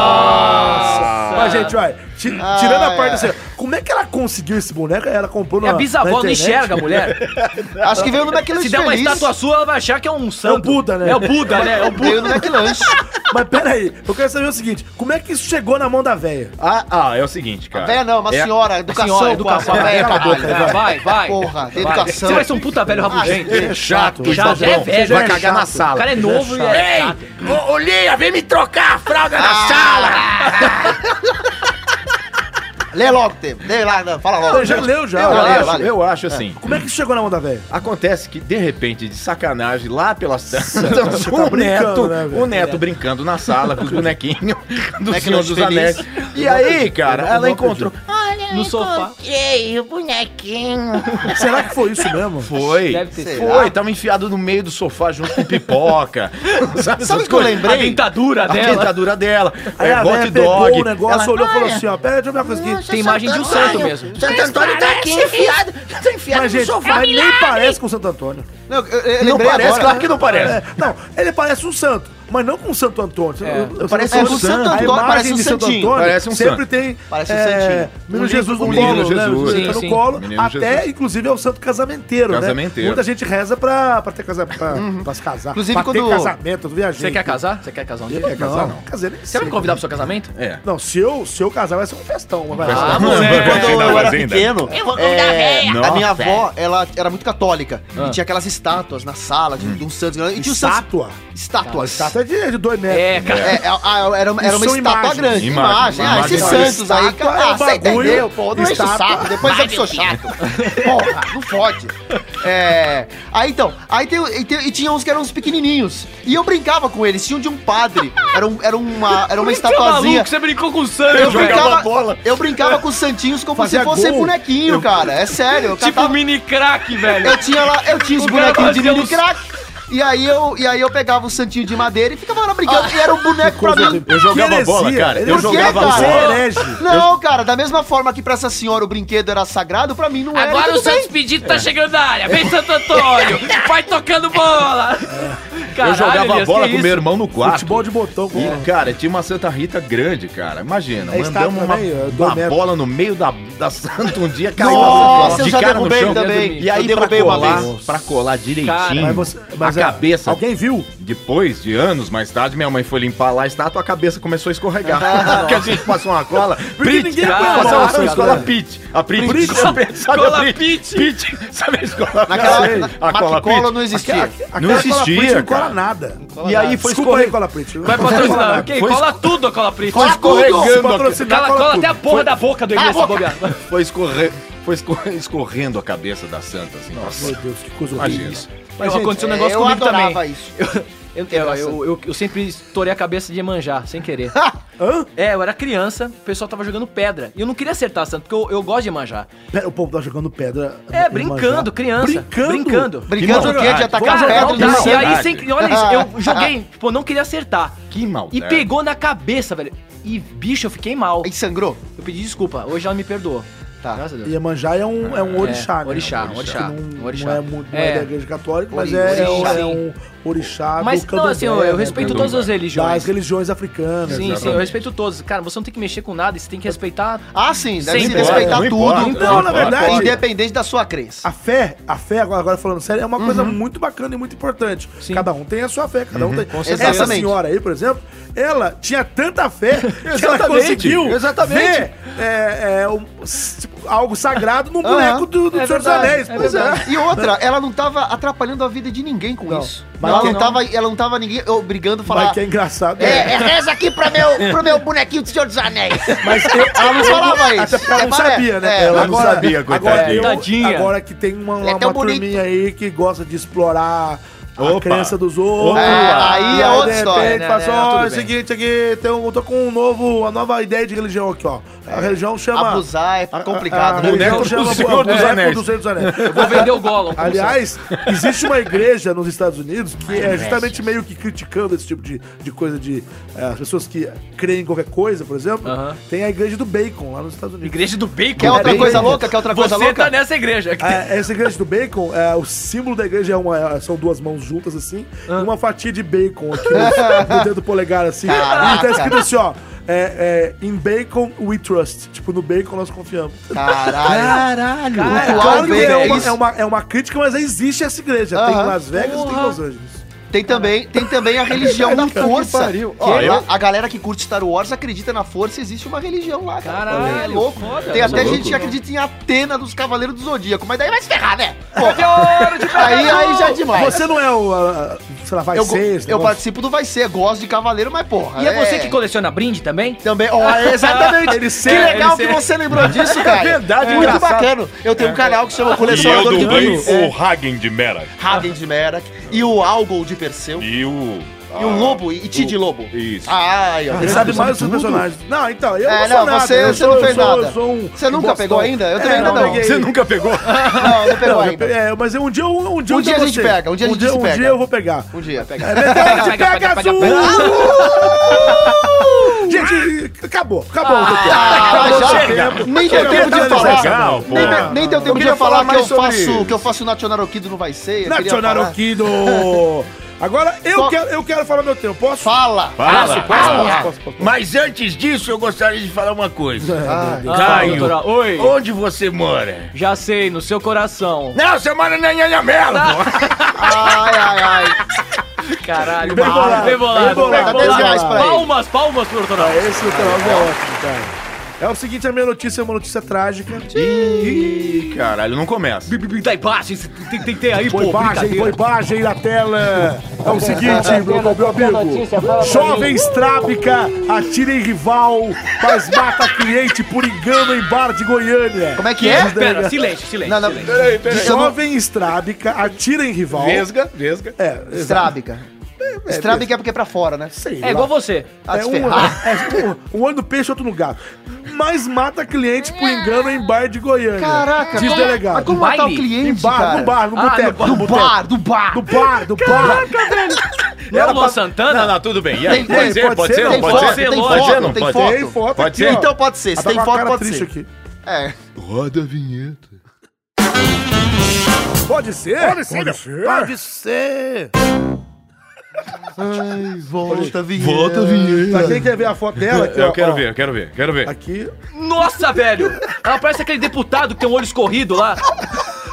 Speaker 4: Nossa. Mas, gente, vai. ti-
Speaker 3: Ah,
Speaker 4: tirando a parte
Speaker 3: é.
Speaker 4: assim, como é que ela conseguiu esse boneco? Ela comprou na
Speaker 2: E a É bisavó
Speaker 4: na
Speaker 2: não
Speaker 4: internet? É
Speaker 2: enxerga a mulher.
Speaker 3: Acho que veio no McLanche
Speaker 2: Se der uma
Speaker 3: Feliz.
Speaker 2: estátua sua, ela vai achar que é um santo.
Speaker 4: Buda, né?
Speaker 2: É o Buda, né? É o Buda.
Speaker 3: Veio no McLanche.
Speaker 4: Mas peraí, eu quero saber o seguinte: como é que isso chegou na mão da véia?
Speaker 6: Ah, ah, é o seguinte, cara.
Speaker 3: Véia não, uma
Speaker 6: É-
Speaker 3: senhora, educação,
Speaker 2: Senhora,
Speaker 3: educação,
Speaker 2: educação. é,
Speaker 3: educação véia,
Speaker 2: Cala a
Speaker 3: caralho.
Speaker 2: boca, vai, vai.
Speaker 3: Porra,
Speaker 2: vai.
Speaker 3: educação.
Speaker 2: Você vai ser um puta velho rabugento.
Speaker 6: É chato,
Speaker 2: Já
Speaker 6: já
Speaker 2: é velho,
Speaker 6: Vai
Speaker 2: é
Speaker 6: cagar
Speaker 2: chato.
Speaker 6: na sala.
Speaker 2: O cara é novo e é
Speaker 1: Ei!
Speaker 2: chato.
Speaker 1: Ô, ô, Lia, vem me trocar a fralda na sala!
Speaker 3: Lê logo o tema. Lê lá, não, fala logo.
Speaker 4: Eu já leu, já.
Speaker 3: Eu
Speaker 6: Eu,
Speaker 3: valeu,
Speaker 6: acho,
Speaker 3: valeu.
Speaker 6: eu acho assim.
Speaker 4: Como é que isso chegou na mão da véia?
Speaker 6: Acontece que, de repente, de sacanagem, lá pelas tantas,
Speaker 4: tá
Speaker 6: o
Speaker 4: brincando,
Speaker 6: neto,
Speaker 4: né, velho?
Speaker 6: o neto brincando na sala com os bonequinhos do
Speaker 3: Bonequinho
Speaker 6: Senhor dos
Speaker 3: feliz.
Speaker 6: Anéis. E aí, cara, ela encontrou.
Speaker 5: Olha, eu
Speaker 2: No sofá.
Speaker 5: encontrei o bonequinho.
Speaker 4: Será que foi isso mesmo?
Speaker 6: Foi.
Speaker 2: Deve ter sido.
Speaker 6: Foi, tava enfiado no meio do sofá junto com pipoca. Sabe,
Speaker 3: Sabe
Speaker 6: essas
Speaker 3: o que eu
Speaker 6: coisas?
Speaker 2: A
Speaker 3: lembrei?
Speaker 2: dentadura
Speaker 6: A
Speaker 2: dela.
Speaker 6: dentadura dela,
Speaker 4: Aí
Speaker 6: é,
Speaker 4: a
Speaker 6: hot
Speaker 4: véia pegou
Speaker 6: dog.
Speaker 4: o negócio,
Speaker 6: Ela-
Speaker 4: olhar olhou e falou assim: ó, pera, deixa eu ver uma coisa aqui.
Speaker 5: Nossa,
Speaker 2: Tem imagem de um
Speaker 5: Santo Antônio.
Speaker 2: santo mesmo.
Speaker 1: Santo Antônio tá aqui enfiado, tá enfiado
Speaker 4: Mas,
Speaker 1: no
Speaker 4: gente,
Speaker 1: sofá.
Speaker 4: mas nem parece com o Santo Antônio.
Speaker 3: Não, eu, eu
Speaker 6: Não
Speaker 3: lembrei
Speaker 6: parece,
Speaker 3: agora.
Speaker 6: claro que não parece.
Speaker 4: É, não, ele parece um santo, mas não com o Santo Antônio.
Speaker 2: É.
Speaker 6: Parece
Speaker 3: É,
Speaker 6: um
Speaker 3: o
Speaker 6: santo.
Speaker 3: Santo
Speaker 6: A
Speaker 3: Antônio parece
Speaker 4: imagem
Speaker 3: um
Speaker 4: de Santo
Speaker 3: santinho.
Speaker 4: Antônio
Speaker 6: Parece um
Speaker 4: sempre
Speaker 6: santo.
Speaker 4: tem. é,
Speaker 3: Parece um santinho.
Speaker 4: Menino
Speaker 6: Um
Speaker 4: Jesus no
Speaker 6: menino
Speaker 4: colo, né?
Speaker 6: Jesus.
Speaker 4: Menino
Speaker 2: Sim,
Speaker 4: no
Speaker 2: sim.
Speaker 4: colo.
Speaker 6: Menino
Speaker 4: até,
Speaker 6: Jesus.
Speaker 4: inclusive, é o santo casamenteiro, né?
Speaker 6: Casamenteiro.
Speaker 4: Muita gente reza pra, pra ter casamento, pra, pra se casar.
Speaker 3: Inclusive,
Speaker 4: pra
Speaker 3: quando-
Speaker 4: ter casamento, viajei.
Speaker 2: Você quer casar? Você quer casar um dia?
Speaker 4: Não, casar,
Speaker 6: não.
Speaker 4: não. Casei nem
Speaker 2: Você vai
Speaker 4: sei.
Speaker 2: me convidar pro seu casamento?
Speaker 6: É.
Speaker 4: Não, se eu, se eu casar, vai ser um festão. Mas vai
Speaker 2: Ah,
Speaker 4: ser.
Speaker 2: moleque.
Speaker 3: É, Quando eu era
Speaker 6: Ainda.
Speaker 3: pequeno, é,
Speaker 5: Eu vou convidar a véia.
Speaker 6: não.
Speaker 3: A minha
Speaker 5: Nossa.
Speaker 3: avó, ela era muito católica.
Speaker 2: Ah.
Speaker 3: E tinha aquelas estátuas na sala de, de um santo. E tinha um santo.
Speaker 4: Estátua.
Speaker 3: Estátuas.
Speaker 4: Estátua é de, de dois metros.
Speaker 2: É, cara.
Speaker 3: É, é, ah, era, uma- era uma
Speaker 4: Isso são
Speaker 3: estátua
Speaker 4: imagens.
Speaker 3: grande.
Speaker 6: Imagem,
Speaker 3: Imagem. Ah,
Speaker 6: imagem,
Speaker 3: esses
Speaker 6: imagem.
Speaker 3: santos aí,
Speaker 4: Estátua
Speaker 3: cara.
Speaker 4: é um
Speaker 3: Ah, você
Speaker 4: bagulho.
Speaker 3: entendeu, pô? Não enche o
Speaker 4: Estátua.
Speaker 3: saco. Depois eu que sou chato. Porra, não fode. É. Aí então, aí tem, e, tem- e tinha uns que eram uns pequenininhos. E eu brincava com eles. Tinha um de um padre. Era, um, era uma, era uma
Speaker 2: Você é
Speaker 3: estatuazinha.
Speaker 2: maluco, você brincou com o santo,
Speaker 3: Eu
Speaker 2: cara.
Speaker 3: brincava, eu brincava com os santinhos como
Speaker 4: Fazia
Speaker 3: se fossem
Speaker 4: gol.
Speaker 3: bonequinho,
Speaker 4: Eu-
Speaker 3: cara. É sério. Eu
Speaker 2: Tipo
Speaker 3: catava-
Speaker 2: mini crack, velho.
Speaker 3: eu tinha lá, eu tinha os
Speaker 2: O cara
Speaker 3: bonequinhos de
Speaker 2: fazia
Speaker 3: mini
Speaker 2: uns-
Speaker 3: crack. E aí eu, e aí eu pegava o santinho de madeira e ficava lá brincando. e era um boneco pra
Speaker 4: Coisa
Speaker 3: mim.
Speaker 4: de-
Speaker 6: Eu jogava
Speaker 4: Que
Speaker 6: bola,
Speaker 4: heresia.
Speaker 6: cara.
Speaker 4: Ele
Speaker 6: Eu
Speaker 4: não
Speaker 6: jogava
Speaker 4: quer, cara.
Speaker 3: bola.
Speaker 4: Você é herege.
Speaker 3: Não, cara, da mesma forma que pra essa senhora o brinquedo era sagrado, pra mim não era.
Speaker 2: Agora
Speaker 3: tudo
Speaker 2: o Santos
Speaker 3: bem.
Speaker 2: Pedido tá chegando na área. Vem, Santo Antônio. Vai tocando bola. Caralho,
Speaker 6: eu jogava
Speaker 2: Elias,
Speaker 6: bola com
Speaker 2: que isso? é
Speaker 6: meu irmão no quarto.
Speaker 4: Futebol de botão. com-
Speaker 6: E, cara, tinha uma Santa Rita grande, cara. Imagina,
Speaker 4: É estátua
Speaker 6: mandamos uma,
Speaker 4: também, é, dois
Speaker 6: uma
Speaker 4: metros.
Speaker 6: bola no meio da, da santa um dia, caiu
Speaker 3: Nossa, eu
Speaker 6: de
Speaker 3: já
Speaker 6: cara no
Speaker 3: derrubei
Speaker 6: chão.
Speaker 3: também.
Speaker 6: E aí,
Speaker 3: eu derrubei
Speaker 6: pra
Speaker 3: uma
Speaker 6: colar,
Speaker 3: vez.
Speaker 6: pra colar direitinho,
Speaker 2: Cara,
Speaker 4: Mas você- mas é-
Speaker 6: a cabeça...
Speaker 4: Alguém viu?
Speaker 6: Depois de anos, mais tarde, minha mãe foi limpar lá a estátua, a cabeça começou a escorregar. porque a gente passou uma cola. Prit,
Speaker 4: ninguém
Speaker 6: a gente
Speaker 2: põe a
Speaker 6: passou
Speaker 2: mão,
Speaker 6: uma escola
Speaker 4: cara.
Speaker 6: Pit. A Prit.
Speaker 4: Prit.
Speaker 6: Sabe a
Speaker 2: Escola
Speaker 6: Prit?
Speaker 2: Pit.
Speaker 6: Pit. Sabe a escola
Speaker 3: Naquela
Speaker 6: Pit?
Speaker 3: a
Speaker 6: A cola
Speaker 3: cola
Speaker 6: Pit.
Speaker 3: não existia.
Speaker 6: Não
Speaker 4: Aquela cola print
Speaker 6: existia,
Speaker 4: não cola
Speaker 6: cara.
Speaker 4: nada.
Speaker 3: E aí foi
Speaker 4: Desculpa aí,
Speaker 3: escorrer.
Speaker 4: cola print.
Speaker 2: Vai patrocinar. Quem?
Speaker 6: Foi
Speaker 2: Cola tudo a cola preta.
Speaker 6: Foi
Speaker 4: Se
Speaker 6: Tá escorregando. a-
Speaker 4: patrocinar,
Speaker 2: Cala,
Speaker 4: cola
Speaker 2: cola
Speaker 4: tudo.
Speaker 2: até a porra da boca do Igreja
Speaker 3: a boca.
Speaker 2: Bobear.
Speaker 6: Foi escorre- foi escor- escorrendo a cabeça da santa, assim. Nossa,
Speaker 4: Meu Deus, que coisa
Speaker 6: imagina
Speaker 4: horrível.
Speaker 6: isso.
Speaker 2: Mas, aconteceu um
Speaker 3: É,
Speaker 2: negócio
Speaker 3: eu
Speaker 2: comigo
Speaker 3: adorava
Speaker 2: também.
Speaker 3: isso.
Speaker 2: Eu, eu, eu, eu- eu sempre estourei a cabeça de manjar, sem querer.
Speaker 4: Hã?
Speaker 2: é, eu era criança, o pessoal tava jogando pedra. E eu não queria acertar santo, porque eu, eu gosto de manjar.
Speaker 4: Pera, o povo tá jogando pedra.
Speaker 2: É,
Speaker 4: no
Speaker 2: brincando,
Speaker 4: manjar.
Speaker 2: criança.
Speaker 4: Brincando?
Speaker 2: Brincando.
Speaker 3: Brincando o quê? De
Speaker 6: maldade.
Speaker 3: atacar
Speaker 2: Cara,
Speaker 3: pedra
Speaker 2: não
Speaker 3: de
Speaker 2: dá.
Speaker 6: santo.
Speaker 2: E
Speaker 3: sangue?
Speaker 2: aí, sem, olha isso, eu joguei, tipo, eu não queria acertar.
Speaker 6: Que maldade.
Speaker 2: E pegou na cabeça, velho. E, bicho, eu fiquei mal.
Speaker 3: Aí sangrou.
Speaker 2: Eu pedi desculpa, hoje ela me perdoou.
Speaker 3: Tá.
Speaker 2: Graças a Deus.
Speaker 4: E a manjá é um, é um orixá,
Speaker 2: É,
Speaker 4: né?
Speaker 2: orixá,
Speaker 4: Que
Speaker 2: orixá,
Speaker 4: Não,
Speaker 2: orixá.
Speaker 4: não é muito não é
Speaker 2: É.
Speaker 4: da igreja católica, mas
Speaker 2: Ori-
Speaker 4: é, é um-
Speaker 2: orixá.
Speaker 4: é um orixá
Speaker 2: Mas,
Speaker 4: do
Speaker 2: não, assim, eu,
Speaker 4: candomblé,
Speaker 2: eu
Speaker 4: né,
Speaker 2: respeito
Speaker 4: do-
Speaker 2: todas as
Speaker 4: Das
Speaker 2: religiões.
Speaker 4: religiões africanas.
Speaker 2: Sim, sim, eu
Speaker 6: Exatamente.
Speaker 2: respeito todas. Cara, você não tem que mexer com nada, você tem que respeitar.
Speaker 3: Ah, sim, deve se
Speaker 2: Sempre.
Speaker 3: respeitar
Speaker 6: Não
Speaker 3: tudo.
Speaker 6: importa,
Speaker 4: Não, na
Speaker 6: importa.
Speaker 4: verdade,
Speaker 3: Independente da sua crença.
Speaker 4: A fé, a fé, agora, agora falando sério, é uma coisa muito bacana e muito importante.
Speaker 2: Sim.
Speaker 4: Cada um tem a sua fé, cada um tem.
Speaker 3: certeza.
Speaker 4: Essa senhora aí, por exemplo, ela tinha tanta fé que ela
Speaker 6: Exatamente,
Speaker 4: conseguiu
Speaker 6: exatamente.
Speaker 4: ver é, é, um- s- tipo, algo sagrado num
Speaker 3: Aham.
Speaker 4: boneco do, do Senhor dos
Speaker 2: verdade,
Speaker 4: Anéis.
Speaker 2: é
Speaker 4: pô.
Speaker 3: Pois é. E outra, ela não tava atrapalhando a vida de ninguém com isso.
Speaker 4: Mas
Speaker 3: ela,
Speaker 4: que-
Speaker 3: não tava, ela não tava ninguém obrigando a
Speaker 4: Mas
Speaker 3: falar.
Speaker 4: que é engraçado.
Speaker 3: É,
Speaker 5: É, reza aqui pra meu, pro meu bonequinho do Senhor dos Anéis.
Speaker 4: Mas eu, ela não
Speaker 3: falava isso.
Speaker 4: Até porque ela
Speaker 3: É
Speaker 4: não
Speaker 3: maré.
Speaker 4: sabia, né?
Speaker 3: É,
Speaker 6: ela não sabia,
Speaker 4: agora,
Speaker 6: coitadinha.
Speaker 4: eu-
Speaker 2: Coitadinha.
Speaker 4: agora que tem uma,
Speaker 3: É
Speaker 4: uma,
Speaker 3: tão bonito.
Speaker 4: turminha aí que gosta de explorar. A
Speaker 6: Opa.
Speaker 4: crença dos outros.
Speaker 6: É,
Speaker 3: aí é outra história,
Speaker 4: De repente,
Speaker 2: né,
Speaker 4: fala assim,
Speaker 2: né,
Speaker 4: ó,
Speaker 2: tudo
Speaker 4: é
Speaker 2: bem.
Speaker 4: o seguinte aqui, tem um, eu tô com um novo, uma nova ideia de religião aqui, ó. A religião chama...
Speaker 3: Abusar é
Speaker 4: a- a-
Speaker 3: complicado,
Speaker 4: a
Speaker 3: né?
Speaker 6: boneco
Speaker 4: religião
Speaker 6: do
Speaker 4: chama-
Speaker 6: Senhor dos
Speaker 4: boneco
Speaker 6: Anéis.
Speaker 4: do Senhor dos Anéis.
Speaker 2: Eu vou vender o Gollum. como
Speaker 4: Aliás, existe uma igreja nos Estados Unidos que é justamente meio que criticando esse tipo de, de coisa de eh, as pessoas que creem em qualquer coisa, por exemplo.
Speaker 2: Aham.
Speaker 4: Tem a igreja do bacon lá nos Estados Unidos.
Speaker 2: Igreja do Bacon.
Speaker 3: Quer outra
Speaker 2: velho.
Speaker 3: coisa louca? Quer outra coisa
Speaker 2: Você
Speaker 3: louca?
Speaker 2: tá nessa igreja.
Speaker 4: Ah, essa igreja do bacon, é, o símbolo da igreja é uma, são duas mãos juntas assim, e uma fatia de bacon aqui no, no dedo do polegar assim. E tá
Speaker 3: Caraca.
Speaker 4: escrito assim, ó. É, é, in bacon we trust. Tipo, no bacon nós confiamos. ah,
Speaker 3: Caralho.
Speaker 4: Caralho!
Speaker 3: Cara,
Speaker 4: claro que
Speaker 3: bacon,
Speaker 4: é,
Speaker 3: Ah, é
Speaker 4: uma,
Speaker 3: isso.
Speaker 4: é, uma, é uma crítica, mas existe essa igreja. Tem
Speaker 3: Aham.
Speaker 4: em Las Vegas e tem em
Speaker 2: Porra.
Speaker 4: Los Angeles.
Speaker 3: Tem também, tem também a religião da força.
Speaker 6: pariu.
Speaker 3: Que
Speaker 6: Ó,
Speaker 3: a-
Speaker 6: eu-
Speaker 3: A galera que curte Star Wars acredita na força, existe uma religião lá, cara.
Speaker 2: Caralho,
Speaker 3: é louco.
Speaker 2: foda,
Speaker 3: tem
Speaker 2: é
Speaker 3: até
Speaker 2: louco.
Speaker 3: gente que acredita em Atena dos Cavaleiros do Zodíaco, mas daí vai se ferrar, né? Pô,
Speaker 2: Meteoro de
Speaker 3: aí, aí já é demais.
Speaker 4: Você não é o. a- a- sei lá, vai
Speaker 3: eu, go-
Speaker 4: ser.
Speaker 3: eu
Speaker 4: esse negócio?
Speaker 3: participo do Vai Ser, gosto de cavaleiro, mas porra.
Speaker 2: E é você que coleciona brinde também?
Speaker 3: Também, ó, é exatamente.
Speaker 4: Ele
Speaker 3: que
Speaker 4: serve,
Speaker 3: legal
Speaker 2: ele
Speaker 3: que você lembrou disso, cara.
Speaker 6: verdade,
Speaker 3: muito
Speaker 6: engraçado.
Speaker 3: bacana. Eu tenho um canal que chama Colecionador de Brindes.
Speaker 6: o Hagen de Mera.
Speaker 3: Raven de Merak e o Algol de Perseu.
Speaker 6: E o...
Speaker 3: E o Lobo, e Tid Lobo.
Speaker 6: Isso.
Speaker 3: Ah, aí, ó.
Speaker 4: Ele sabe mais dos seus personagens. Não, então, eu
Speaker 3: É,
Speaker 4: não sou
Speaker 3: não,
Speaker 4: nada.
Speaker 3: você-
Speaker 4: eu
Speaker 3: você não
Speaker 4: sou-
Speaker 3: fez
Speaker 4: eu sou-
Speaker 3: nada.
Speaker 4: eu sou um
Speaker 3: Você nunca
Speaker 4: bostão.
Speaker 3: pegou ainda? Eu
Speaker 4: É,
Speaker 3: também
Speaker 4: não
Speaker 3: não.
Speaker 4: peguei.
Speaker 6: Você nunca pegou?
Speaker 3: Não, não pegou
Speaker 4: Não, eu
Speaker 3: ainda.
Speaker 4: pe- é, mas um dia, eu- um, dia,
Speaker 3: Um
Speaker 4: eu
Speaker 3: dia
Speaker 4: dou
Speaker 3: a gente
Speaker 4: você.
Speaker 3: pega, um dia a
Speaker 4: um
Speaker 3: gente
Speaker 4: dia,
Speaker 3: se
Speaker 4: um
Speaker 3: pega.
Speaker 4: dia eu vou pegar. É
Speaker 3: Um dia, pega.
Speaker 4: Meteoro de
Speaker 2: Pega, pega, pega,
Speaker 4: Pegasus! Gente, acabou, acabou.
Speaker 3: Ah, já. Nem deu
Speaker 4: Acabou
Speaker 3: tempo
Speaker 4: o
Speaker 3: de
Speaker 4: tempo.
Speaker 3: falar.
Speaker 6: Legal, pô.
Speaker 3: Nem, nem- nem deu tempo de
Speaker 6: queria
Speaker 3: eu falar,
Speaker 6: falar
Speaker 3: que eu
Speaker 6: mais sobre
Speaker 3: faço
Speaker 6: isso.
Speaker 3: que eu faço Nationaroki do Não Vai Ser. eu queria
Speaker 4: Nacional
Speaker 3: falar.
Speaker 4: Kido. Agora, eu
Speaker 3: Só-
Speaker 4: quero, eu quero falar meu tempo. Posso?
Speaker 3: Fala!
Speaker 6: Fala.
Speaker 4: Posso, posso, posso.
Speaker 1: Mas antes disso, eu gostaria de falar uma coisa.
Speaker 2: Ah,
Speaker 1: Caio.
Speaker 2: doutora, Oi.
Speaker 1: Onde você mora?
Speaker 2: Já sei, no seu coração.
Speaker 1: Não, você mora na Nhanhamelo.
Speaker 3: Ah. Ai, ai, ai.
Speaker 2: Caralho,
Speaker 4: Bem
Speaker 2: mal,
Speaker 4: bolado,
Speaker 2: bem bolado,
Speaker 4: bem bolado.
Speaker 2: bem
Speaker 3: Dá 10 reais pra ele.
Speaker 2: Palmas, palmas pro doutor.
Speaker 4: Ah, Esse literal é ótimo, cara. É o seguinte, a minha notícia é uma notícia trágica.
Speaker 6: Ih, caralho, não começa.
Speaker 2: Tá embaixo, isso tem tem que ter aí, pô,
Speaker 4: Põe imagem, põe
Speaker 2: brincadeira.
Speaker 4: imagem na tela. É o seguinte, meu, meu amigo. Jovem estrábica atira em rival, mas mata cliente por engano em bar de Goiânia.
Speaker 3: Como é que é?
Speaker 2: Pera, silêncio, silêncio.
Speaker 3: Não, não.
Speaker 2: silêncio.
Speaker 6: Peraí, peraí.
Speaker 4: Jovem estrábica atira em rival.
Speaker 6: Vesga, vesga.
Speaker 4: É, exato.
Speaker 3: Estrábica. Estrábica é porque é pra fora, né?
Speaker 4: Sei
Speaker 2: É
Speaker 4: lá.
Speaker 2: igual você.
Speaker 3: Ah,
Speaker 4: É
Speaker 3: se
Speaker 4: um,
Speaker 3: ferrar.
Speaker 4: é um, um olho no peixe, outro no gato. Mas mata cliente por engano em bar de Goiânia.
Speaker 3: Caraca,
Speaker 4: diz
Speaker 3: como-
Speaker 4: delegado.
Speaker 3: Mas como matar o
Speaker 2: Baile?
Speaker 4: Em
Speaker 3: cliente,
Speaker 4: bar,
Speaker 3: cara?
Speaker 4: no bar, no
Speaker 2: Ah, no
Speaker 4: boteco.
Speaker 2: bar,
Speaker 4: no
Speaker 3: Do
Speaker 4: boteco.
Speaker 3: bar, do bar.
Speaker 4: Do bar, do bar.
Speaker 2: Não é o Luan
Speaker 6: Não,
Speaker 2: Santana?
Speaker 6: não, tudo bem. E aí,
Speaker 3: Tem-
Speaker 6: pode ser, pode ser, não
Speaker 3: tem
Speaker 6: pode
Speaker 3: foto,
Speaker 6: ser?
Speaker 3: tem
Speaker 6: Pode ser,
Speaker 3: foto,
Speaker 6: não
Speaker 3: tem
Speaker 6: pode
Speaker 3: foto.
Speaker 6: ser?
Speaker 4: Tem foto
Speaker 6: Pode
Speaker 4: aqui,
Speaker 6: ser?
Speaker 4: ó.
Speaker 3: Então pode ser, se
Speaker 4: Ela tá
Speaker 3: tem
Speaker 4: com a
Speaker 3: foto,
Speaker 4: cara
Speaker 3: pode
Speaker 4: triste
Speaker 3: ser.
Speaker 4: aqui.
Speaker 3: É.
Speaker 6: Roda a vinheta.
Speaker 4: Pode ser? Pode ser. Pode ser.
Speaker 3: Ai, volta, vinheta.
Speaker 6: Volta, vinheta.
Speaker 4: Pra quem quer ver a foto dela, aqui, ó,
Speaker 6: Eu quero
Speaker 4: ó,
Speaker 6: ver, eu quero ver, quero ver.
Speaker 2: é
Speaker 4: Aqui.
Speaker 2: Nossa, velho! Ela parece aquele deputado que tem um olho escorrido lá.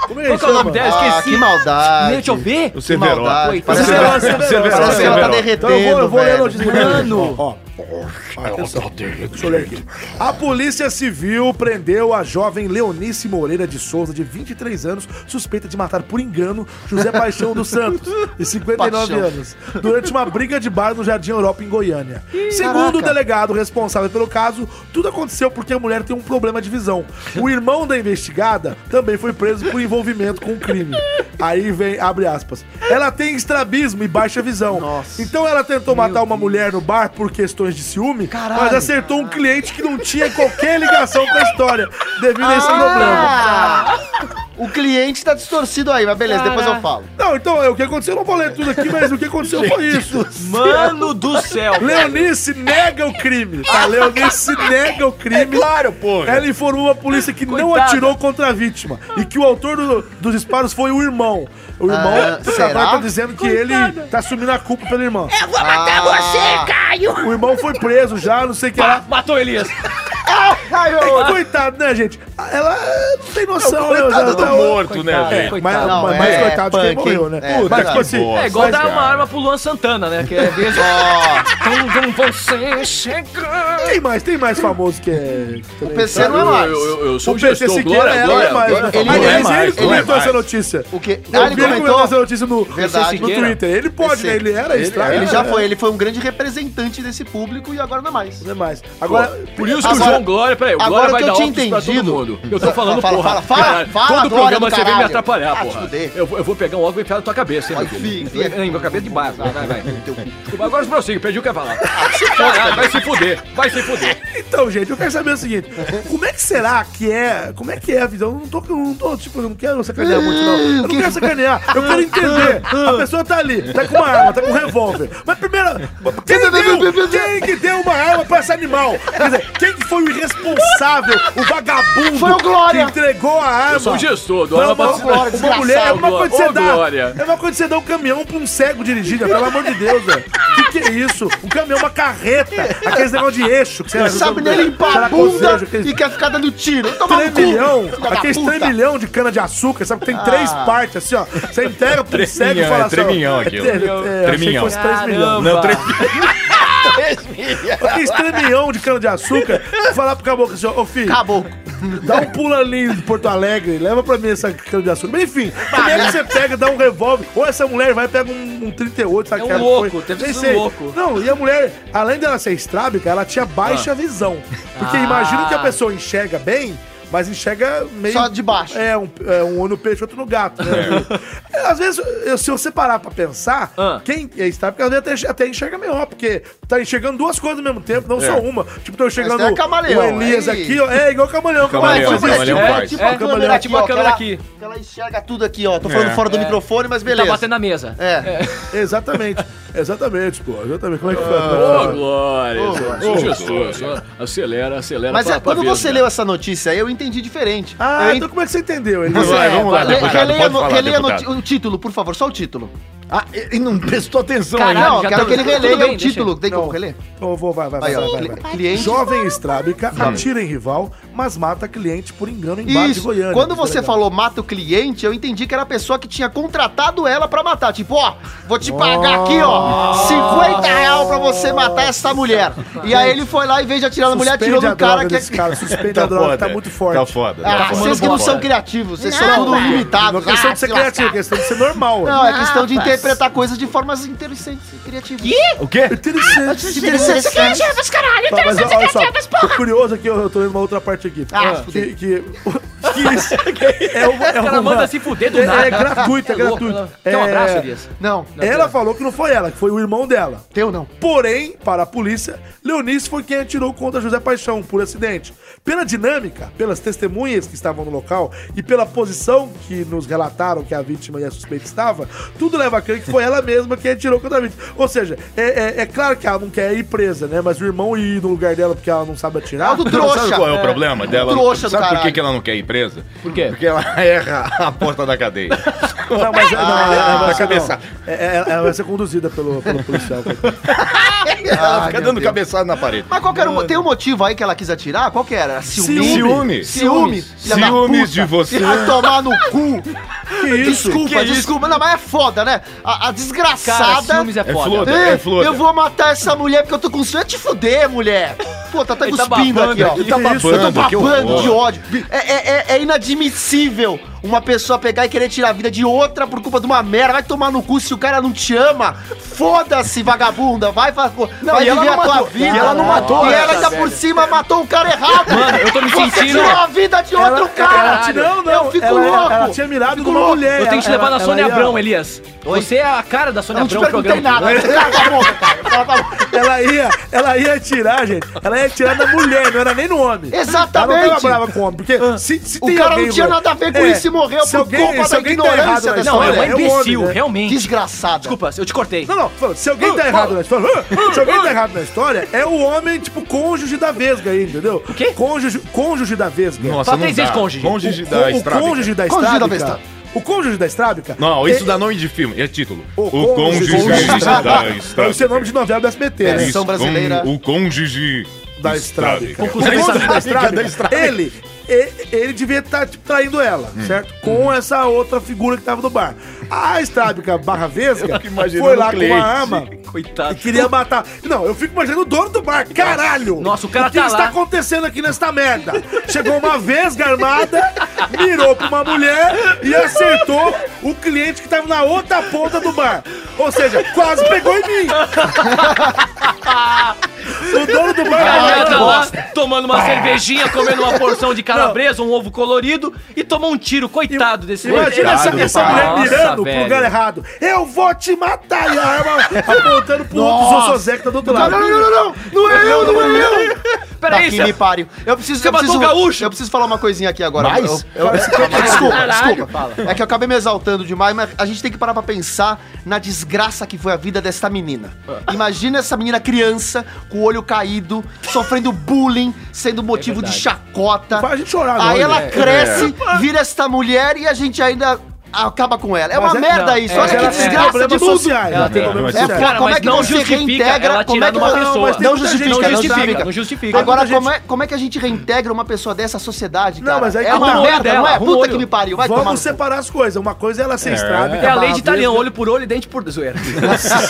Speaker 4: Como
Speaker 2: Qual que é o nome dela?
Speaker 3: Ah,
Speaker 2: Esqueci.
Speaker 3: que maldade.
Speaker 2: Deixa eu ver.
Speaker 6: O Severo.
Speaker 3: maldade.
Speaker 6: Oi,
Speaker 3: Parece
Speaker 6: Severo,
Speaker 2: que-
Speaker 6: Severo,
Speaker 3: Parece que ela tá
Speaker 6: Severo.
Speaker 3: derretendo,
Speaker 4: Então eu vou, eu vou ler a
Speaker 3: velho.
Speaker 4: notícia bonita.
Speaker 2: Mano.
Speaker 4: Ó, ó. Atenção. Deixa eu ler aqui. A Polícia Civil prendeu a jovem Leonice Moreira de Souza, de 23 anos, suspeita de matar por engano José Paixão dos Santos, de 59
Speaker 3: Paixão.
Speaker 4: anos, durante uma briga de bar no Jardim Europa, em Goiânia. Segundo o
Speaker 3: Caraca.
Speaker 4: delegado responsável pelo caso, tudo aconteceu porque a mulher tem um problema de visão. O irmão da investigada também foi preso por envolvimento com o crime. Aí vem, abre aspas. Ela tem estrabismo e baixa visão.
Speaker 3: Nossa.
Speaker 4: Então ela tentou matar uma mulher no bar por questões de ciúme,
Speaker 3: Caralho.
Speaker 4: mas acertou um cliente que não tinha qualquer ligação com a história, devido a esse problema.
Speaker 3: Ah, o cliente tá distorcido aí, mas beleza, depois eu falo.
Speaker 4: Não, então, é, o que aconteceu, eu não vou ler tudo aqui, mas o que aconteceu foi isso.
Speaker 2: Mano do céu.
Speaker 4: Leonice nega o crime.
Speaker 3: Ah.
Speaker 4: A Leonice nega o
Speaker 3: É
Speaker 4: crime.
Speaker 6: Claro, pô.
Speaker 4: Ela informou a polícia que não
Speaker 2: Coitada.
Speaker 4: atirou contra a vítima e que o autor do- dos disparos foi o irmão. O irmão
Speaker 3: Ah,
Speaker 4: o
Speaker 3: será?
Speaker 4: Savar tá dizendo que ele tá assumindo a culpa pelo irmão.
Speaker 5: Eu vou matar
Speaker 3: Ah.
Speaker 5: você, Caio!
Speaker 4: O irmão foi preso já, não sei o que lá.
Speaker 2: Matou Elias.
Speaker 3: Ai, meu
Speaker 4: Ei, Coitado, né, gente? Ela não tem noção, né?
Speaker 6: Coitado
Speaker 4: Ela
Speaker 6: do
Speaker 4: tá-
Speaker 6: morto, né,
Speaker 2: Coitado.
Speaker 4: É,
Speaker 6: velho?
Speaker 4: mas,
Speaker 2: Coitado.
Speaker 3: Não,
Speaker 4: mas mais
Speaker 3: é
Speaker 4: coitado de quem
Speaker 3: punk, hein?
Speaker 4: morreu, né?
Speaker 3: É,
Speaker 4: mas,
Speaker 3: verdade.
Speaker 4: tipo assim,
Speaker 6: Boa.
Speaker 2: É igual
Speaker 6: Mas,
Speaker 2: dar uma
Speaker 6: cara.
Speaker 2: arma pro Luan Santana, né? Que é beijo.
Speaker 3: Ó,
Speaker 2: Quando você chegar.
Speaker 4: tem mais, tem mais famoso que é.
Speaker 3: o PC não é mais.
Speaker 4: O PC Siqueira é ela, mas. né?
Speaker 3: Ele
Speaker 4: Mas
Speaker 3: não é
Speaker 4: ele-
Speaker 6: mais,
Speaker 4: Ele
Speaker 6: não é
Speaker 4: comentou essa
Speaker 6: mais.
Speaker 4: notícia.
Speaker 3: O que?
Speaker 4: Eu
Speaker 3: Ah,
Speaker 4: vi ele comentou essa notícia no,
Speaker 3: Verdade.
Speaker 4: no Twitter. Ele pode,
Speaker 3: Esse-
Speaker 4: né? Ele era estrada.
Speaker 3: Ele já
Speaker 4: né?
Speaker 3: foi, ele foi um grande representante desse público e agora não é mais.
Speaker 4: Não é mais. Agora,
Speaker 2: Por isso que
Speaker 3: Agora-
Speaker 2: o João Glória, peraí, o
Speaker 3: agora
Speaker 2: Glória
Speaker 3: que
Speaker 2: vai
Speaker 3: eu
Speaker 2: dar
Speaker 3: tinha
Speaker 2: óculos pra todo
Speaker 3: entendido.
Speaker 2: mundo. Eu tô falando,
Speaker 3: Fala,
Speaker 2: porra.
Speaker 3: fala, fala,
Speaker 2: caralho.
Speaker 3: fala,
Speaker 2: Todo
Speaker 3: Glória
Speaker 2: programa
Speaker 3: do
Speaker 2: você vem me
Speaker 3: caralho.
Speaker 2: atrapalhar,
Speaker 3: Ah, te
Speaker 2: porra.
Speaker 3: fuder.
Speaker 2: Eu, vou- eu vou pegar um óculos e enfiar na tua cabeça, hein,
Speaker 3: Vai,
Speaker 2: meu
Speaker 3: enfia,
Speaker 2: filho.
Speaker 3: enfia.
Speaker 2: Ei, Meu cabelo de barro, vai, vai, vai. Desculpa, Agora prossiga, perdi o que eu ia falar.
Speaker 3: Ah,
Speaker 2: Caralho,
Speaker 3: né?
Speaker 2: vai se fuder, vai se
Speaker 3: Tá.
Speaker 2: fuder.
Speaker 4: então, gente, eu quero saber o seguinte: como é que será que é. Como é que é a visão? Eu não tô, eu não tô tipo, eu não quero sacanear muito, não. Eu não quero sacanear. Eu quero entender. A pessoa tá ali, tá com uma arma, tá com um revólver. Mas primeiro, quem, deu, quem que deu uma arma pra esse animal? Quer dizer, quem que foi o irresponsável, o vagabundo
Speaker 3: Foi o Glória.
Speaker 4: que entregou a arma?
Speaker 2: Sou gestor, do
Speaker 4: Não,
Speaker 2: Ana
Speaker 4: uma,
Speaker 2: Batista.
Speaker 3: Glória,
Speaker 4: uma mulher é uma coisa
Speaker 2: Glória.
Speaker 4: que você
Speaker 2: Ô,
Speaker 4: dá.
Speaker 2: Glória.
Speaker 4: É uma coisa que você dá um caminhão pra um cego dirigir, né? pelo amor de Deus, velho. Que que é isso? Um caminhão, uma carreta, aqueles negócio de eixo que você
Speaker 3: Não sabe nem limpar a
Speaker 4: Será que eu
Speaker 3: bunda
Speaker 4: seja aqueles
Speaker 3: e quer ficar dando tiro. Toma no cu,
Speaker 4: Tremilhão,
Speaker 3: filha da
Speaker 4: aqueles
Speaker 3: puta. Ah.
Speaker 4: tremilhão de cana-de-açúcar, sabe? Que tem três partes, assim, ó. Você entrega pro cego e
Speaker 6: Treminhão,
Speaker 4: fala
Speaker 6: é
Speaker 4: assim.
Speaker 6: treminhão
Speaker 4: ó,
Speaker 6: aquilo.
Speaker 4: É, é,
Speaker 6: Treminhão.
Speaker 4: Achei que fosse três milhões.
Speaker 2: Não,
Speaker 6: três-
Speaker 4: Aqueles tremilhão de cana-de-açúcar, falar pro caboclo assim, ó, ô filho,
Speaker 3: Acabou.
Speaker 4: Dá um pulo ali em Porto Alegre, leva pra mim essa cana de açúcar. Mas enfim, primeiro que você pega, dá um revólver, ou essa mulher vai e pega um, um 38, sabe
Speaker 2: É um
Speaker 4: aquela
Speaker 2: louco,
Speaker 4: coisa?
Speaker 2: deve
Speaker 4: Nem
Speaker 2: ser um
Speaker 4: sei.
Speaker 2: louco.
Speaker 4: Não, e a mulher, além dela ser estrábica, ela tinha baixa visão. Porque
Speaker 2: Ah.
Speaker 4: imagino que a pessoa enxerga bem, mas enxerga meio.
Speaker 3: Só de baixo.
Speaker 4: É, um, é, um olho no peixe, outro no gato. Né? É, Às vezes, eu- se você parar pra pensar,
Speaker 2: Ah.
Speaker 4: quem é estrábica, às vezes até, até enxerga melhor, porque tá enxergando duas coisas ao mesmo tempo, não
Speaker 2: É.
Speaker 4: só uma. Tipo, tô enxergando
Speaker 3: tem a camaleão,
Speaker 4: o Elias
Speaker 3: aí.
Speaker 4: aqui, ó. É igual camaleão,
Speaker 6: Camaleão,
Speaker 4: camaleão.
Speaker 6: camaleão.
Speaker 4: camaleão.
Speaker 2: É,
Speaker 6: faz.
Speaker 2: é,
Speaker 4: a câmera
Speaker 2: é tipo a
Speaker 3: ó,
Speaker 2: câmera
Speaker 3: que
Speaker 2: aqui.
Speaker 3: ela- que Ela enxerga tudo aqui, ó. Tô falando
Speaker 6: É.
Speaker 3: fora do microfone, mas
Speaker 2: Tá
Speaker 3: beleza.
Speaker 2: batendo na mesa.
Speaker 3: É.
Speaker 4: Exatamente, exatamente, pô. Exatamente. Como é que foi?
Speaker 2: Ô, Glória, sou
Speaker 6: Ô,
Speaker 2: gestor. só Acelera, acelera.
Speaker 3: Mas
Speaker 2: pra-
Speaker 3: é,
Speaker 2: pra
Speaker 3: quando
Speaker 2: ver,
Speaker 3: você
Speaker 2: né?
Speaker 3: leu essa notícia aí, eu entendi diferente.
Speaker 4: Ah,
Speaker 3: eu
Speaker 4: então como é que você entendeu? Ele
Speaker 6: Você- Vai, vamos lá,
Speaker 3: le-
Speaker 6: deputado,
Speaker 3: releia
Speaker 6: pode
Speaker 3: no-
Speaker 6: falar,
Speaker 3: releia no
Speaker 6: deputado.
Speaker 3: ti- o título, por favor, só o título.
Speaker 6: Ah, e não prestou atenção
Speaker 2: Caralho,
Speaker 6: ainda.
Speaker 3: não,
Speaker 2: já
Speaker 3: quero
Speaker 2: tá-
Speaker 3: que ele
Speaker 2: tudo
Speaker 3: releia
Speaker 2: bem,
Speaker 3: o
Speaker 2: deixa Tá
Speaker 3: título.
Speaker 2: ele.
Speaker 3: Tem
Speaker 4: Não.
Speaker 3: como reler?
Speaker 4: Vou, vou, vai, vai,
Speaker 3: Aí,
Speaker 4: vai,
Speaker 3: ó.
Speaker 4: vai,
Speaker 3: cli-
Speaker 4: vai.
Speaker 3: Cliente.
Speaker 4: Jovem estrábica atira em rival, mas mata cliente por engano em bar de
Speaker 3: Isso.
Speaker 4: Goiânia.
Speaker 3: Quando
Speaker 4: Isso é
Speaker 3: você
Speaker 4: legal.
Speaker 3: falou mata o cliente, eu entendi que era a pessoa que tinha contratado ela pra matar. Tipo, ó, vou te pagar aqui, ó, 50 real pra você matar essa mulher. E aí ele foi lá, em vez de atirar na mulher,
Speaker 4: Suspende
Speaker 3: atirou
Speaker 4: a
Speaker 3: no cara
Speaker 4: droga
Speaker 3: que. é
Speaker 4: desse cara, suspende a droga, que tá muito forte.
Speaker 6: Tá foda.
Speaker 3: Ah,
Speaker 6: tá foda.
Speaker 3: vocês que não são
Speaker 6: Foda.
Speaker 3: criativos, vocês são
Speaker 5: Não,
Speaker 3: tudo
Speaker 5: velho.
Speaker 4: Não é
Speaker 3: limitados.
Speaker 4: questão
Speaker 3: Ah,
Speaker 4: de ser
Speaker 3: se lascar.
Speaker 4: criativo, é questão de ser normal.
Speaker 3: Não, é questão de
Speaker 5: Rapaz.
Speaker 3: interpretar coisas de formas interessantes e criativas.
Speaker 6: O quê?
Speaker 4: É Interessante.
Speaker 5: Você quer tirar pros caralho,
Speaker 4: Tá, mas
Speaker 5: interessante
Speaker 4: olha
Speaker 5: que
Speaker 4: só,
Speaker 5: tirar pros
Speaker 4: tô
Speaker 5: porra!
Speaker 4: curioso aqui, eu eu tô lendo uma outra parte aqui.
Speaker 3: Ah,
Speaker 4: que, que, que isso é uma, é
Speaker 2: Ela
Speaker 4: uma-
Speaker 2: manda se fuder do
Speaker 4: é,
Speaker 2: nada.
Speaker 4: é gratuito, é
Speaker 2: Você louco,
Speaker 4: gratuito.
Speaker 2: ela- Quer um
Speaker 4: É,
Speaker 2: abraço, Elias?
Speaker 3: Não,
Speaker 4: Ela falou que não foi ela, que foi o irmão dela.
Speaker 3: teu não.
Speaker 4: Porém, para a polícia, Leonice foi quem atirou contra José Paixão por acidente. Pela dinâmica, pelas testemunhas que estavam no local e pela posição que nos relataram que a vítima e a suspeita estava, tudo leva a crer que foi ela mesma quem atirou contra a vítima. Ou seja, é, é- é claro que ela não quer ir presa, né? Mas o irmão ir no lugar dela porque ela não sabe atirar.
Speaker 3: Aldo
Speaker 6: Sabe
Speaker 3: trouxa.
Speaker 6: qual é o problema dela?
Speaker 3: Trouxa do
Speaker 6: Sabe por que
Speaker 3: caralho.
Speaker 6: que ela não quer ir presa?
Speaker 2: Por quê?
Speaker 6: Porque ela erra a porta da cadeia.
Speaker 4: Não, mas
Speaker 2: Ah,
Speaker 4: não, ela, vai
Speaker 6: na
Speaker 4: ser,
Speaker 6: cabeça.
Speaker 4: não. É- é- ela vai ser conduzida pelo, pelo policial.
Speaker 6: Ela
Speaker 3: Ah,
Speaker 6: fica
Speaker 3: meu
Speaker 6: dando
Speaker 3: Deus.
Speaker 6: cabeçada na parede.
Speaker 3: Mas qual que era o mo- Tem um motivo aí que ela quis atirar? Qual que era?
Speaker 6: Ciúme.
Speaker 3: Ciúme. filha da
Speaker 6: Ciúmes
Speaker 3: puta.
Speaker 6: de você.
Speaker 3: Vai tomar no cu.
Speaker 4: Que isso?
Speaker 3: Desculpa,
Speaker 2: Que isso?
Speaker 3: desculpa. Não, mas é foda, né? A, a
Speaker 2: Cara,
Speaker 3: desgraçada.
Speaker 2: ciúmes é
Speaker 6: É
Speaker 2: foda.
Speaker 6: flor.
Speaker 3: Ei,
Speaker 6: É flor.
Speaker 3: eu vou matar essa mulher porque eu tô com sonho de te fuder, mulher. Pô, tá até
Speaker 2: Ele tá
Speaker 3: cuspindo
Speaker 2: babando
Speaker 3: aqui, ó.
Speaker 2: aqui.
Speaker 6: Ele tá
Speaker 4: Isso,
Speaker 3: Eu tô
Speaker 6: babando, que
Speaker 3: babando
Speaker 6: horror.
Speaker 3: de ódio. É, é- é- é inadmissível uma pessoa pegar e querer tirar a vida de outra por culpa de uma merda. Vai tomar no cu se o cara não te ama. Foda-se, vagabunda. Vai, fa- vai
Speaker 2: e ela
Speaker 3: viver a
Speaker 2: não
Speaker 3: tua
Speaker 2: matou-
Speaker 3: vida.
Speaker 2: e ela não matou
Speaker 3: E ela
Speaker 2: essa
Speaker 3: ainda por cima matou o cara errado.
Speaker 2: Mano, eu tô me
Speaker 3: Você
Speaker 2: sentindo-
Speaker 3: tirou a vida de outro
Speaker 4: Ela-
Speaker 3: cara.
Speaker 4: ela- não, não.
Speaker 3: Eu fico
Speaker 4: ela,
Speaker 3: louco.
Speaker 4: Ela tinha mirado
Speaker 3: Fico
Speaker 4: numa
Speaker 3: louco.
Speaker 4: mulher.
Speaker 2: Eu tenho que te
Speaker 4: Ela-
Speaker 2: levar na
Speaker 4: ela
Speaker 2: Sônia
Speaker 4: ia-
Speaker 2: Abrão, Elias. Você é a cara da
Speaker 3: Eu
Speaker 2: Sônia
Speaker 3: não te
Speaker 2: Abrão no
Speaker 3: perguntei
Speaker 2: programa.
Speaker 3: nada. Cala a boca, cara. Cala a boca.
Speaker 4: Ela ia, ela ia tirar, gente. Ela ia tirar da mulher, não era nem no homem.
Speaker 3: Exatamente. Ah.
Speaker 4: Ela não tava brava com o homem, porque se, se
Speaker 3: O cara não tinha nada a ver com isso e morreu
Speaker 4: É. se
Speaker 3: por
Speaker 4: alguém,
Speaker 3: culpa
Speaker 4: se
Speaker 3: da
Speaker 4: alguém
Speaker 3: ignorância
Speaker 4: tá errado
Speaker 3: da
Speaker 4: na
Speaker 2: Não,
Speaker 4: história,
Speaker 2: é
Speaker 4: o
Speaker 2: um
Speaker 4: homem,
Speaker 2: imbecil,
Speaker 4: né?
Speaker 2: realmente.
Speaker 3: Desgraçada.
Speaker 2: Desculpa, eu te cortei.
Speaker 4: Não, não, falando, se alguém tá
Speaker 3: Ah.
Speaker 4: errado na história, falando, se alguém tá errado na história, é o homem, tipo, cônjuge da vesga aí, entendeu? O
Speaker 2: quê?
Speaker 4: Cônjuge, cônjuge da vesga.
Speaker 6: Nossa,
Speaker 2: Só
Speaker 6: não
Speaker 2: tem seis
Speaker 6: dá.
Speaker 2: cônjuges.
Speaker 6: Cônjuge
Speaker 4: O-
Speaker 6: da
Speaker 4: o,
Speaker 6: estrada.
Speaker 4: cônjuge da
Speaker 3: Cônjuge da
Speaker 4: estrábica.
Speaker 3: Vestrábica.
Speaker 4: O cônjuge da estrábica.
Speaker 6: Não, isso
Speaker 4: é-
Speaker 6: dá nome de filme, é título.
Speaker 4: O, cônjuge, da
Speaker 6: Estrada.
Speaker 4: Deve ser nome de novela do SBT,
Speaker 6: É
Speaker 4: né?
Speaker 3: Versão brasileira.
Speaker 6: O cônjuge
Speaker 4: da estrada.
Speaker 2: Conclusão
Speaker 4: Ele
Speaker 2: dessa
Speaker 4: sabe
Speaker 2: vida.
Speaker 4: da estrada.
Speaker 6: Da estrada.
Speaker 4: Ele, ele, ele devia estar tipo, traindo ela, certo? Com essa outra figura que tava no bar. A estrábica barra vesga
Speaker 6: fico imaginando
Speaker 4: foi lá
Speaker 6: o
Speaker 4: com
Speaker 6: cliente.
Speaker 4: uma arma e
Speaker 2: Coitado.
Speaker 4: queria matar. Não, eu fico imaginando o dono do bar, caralho!
Speaker 2: Nossa, o cara
Speaker 4: que
Speaker 2: tá
Speaker 4: está
Speaker 2: lá.
Speaker 4: acontecendo aqui nesta merda? Chegou uma vesga armada, mirou pra uma mulher e acertou o cliente que tava na outra ponta do bar. Ou seja, quase pegou em mim! o dono do bar.
Speaker 2: A mulher tá lá tomando uma cervejinha, comendo uma porção de calabresa, um ovo colorido e tomou um tiro. Coitado desse
Speaker 4: Imagina essa,
Speaker 6: Coitado do
Speaker 4: essa
Speaker 6: pai.
Speaker 4: mulher
Speaker 2: Nossa,
Speaker 4: mirando pro
Speaker 2: velho.
Speaker 4: lugar errado. Eu vou te matar! E a arma apontando pro outro Zossozé que tá do outro
Speaker 3: Não,
Speaker 4: lado.
Speaker 3: não, não, não, não. Não é eu, não é eu.
Speaker 2: Peraí, é
Speaker 3: Aqui me
Speaker 2: você...
Speaker 3: pare. Eu preciso.
Speaker 2: Você
Speaker 3: eu preciso,
Speaker 2: matou o gaúcho?
Speaker 3: Eu preciso falar uma coisinha aqui agora.
Speaker 6: Mais?
Speaker 3: Eu- eu- desculpa,
Speaker 2: Caralho.
Speaker 3: desculpa. É que eu acabei me exaltando demais, mas a gente tem que parar pra pensar na desgraça que foi a vida desta menina. Imagina essa menina criança, com o olho caído, sofrendo bullying, sendo motivo de
Speaker 2: verdade.
Speaker 3: chacota.
Speaker 4: Faz a gente chorar,
Speaker 3: Aí
Speaker 4: não,
Speaker 3: ela
Speaker 4: né?
Speaker 3: cresce, vira esta mulher e a gente ainda acaba com ela. É
Speaker 4: Mas
Speaker 3: uma merda
Speaker 2: não,
Speaker 3: isso.
Speaker 2: é-
Speaker 3: Olha que
Speaker 2: ela tem
Speaker 3: desgraça de
Speaker 4: problemas
Speaker 3: mundo.
Speaker 4: sociais.
Speaker 2: Ela tem
Speaker 4: problemas
Speaker 3: É,
Speaker 6: Mas,
Speaker 4: sociais.
Speaker 2: cara,
Speaker 3: como é
Speaker 2: mas
Speaker 3: que
Speaker 2: não
Speaker 3: você
Speaker 2: justifica
Speaker 3: reintegra?
Speaker 2: ela
Speaker 3: como é
Speaker 2: tirar
Speaker 3: que
Speaker 2: numa
Speaker 3: você-
Speaker 2: pessoa.
Speaker 3: Não
Speaker 4: Tem muita gente
Speaker 3: justifica,
Speaker 4: que
Speaker 3: não
Speaker 2: Não justifica,
Speaker 3: justifica.
Speaker 2: não justifica.
Speaker 3: Agora,
Speaker 4: muita
Speaker 3: como, é, como é que a gente reintegra uma pessoa dessa à sociedade, cara?
Speaker 4: Não, mas aí
Speaker 3: é
Speaker 4: que tá.
Speaker 3: uma merda,
Speaker 2: Dela,
Speaker 3: não é?
Speaker 2: arruma o
Speaker 3: Puta
Speaker 2: olho.
Speaker 3: que me pariu, vai tomar no
Speaker 4: Vamos
Speaker 3: cu.
Speaker 4: separar as coisas. Uma coisa é ela ser estrábica.
Speaker 3: tá
Speaker 2: É a lei
Speaker 4: barra
Speaker 2: de italiano,
Speaker 4: vesga.
Speaker 2: olho por olho e dente por... Zoeira.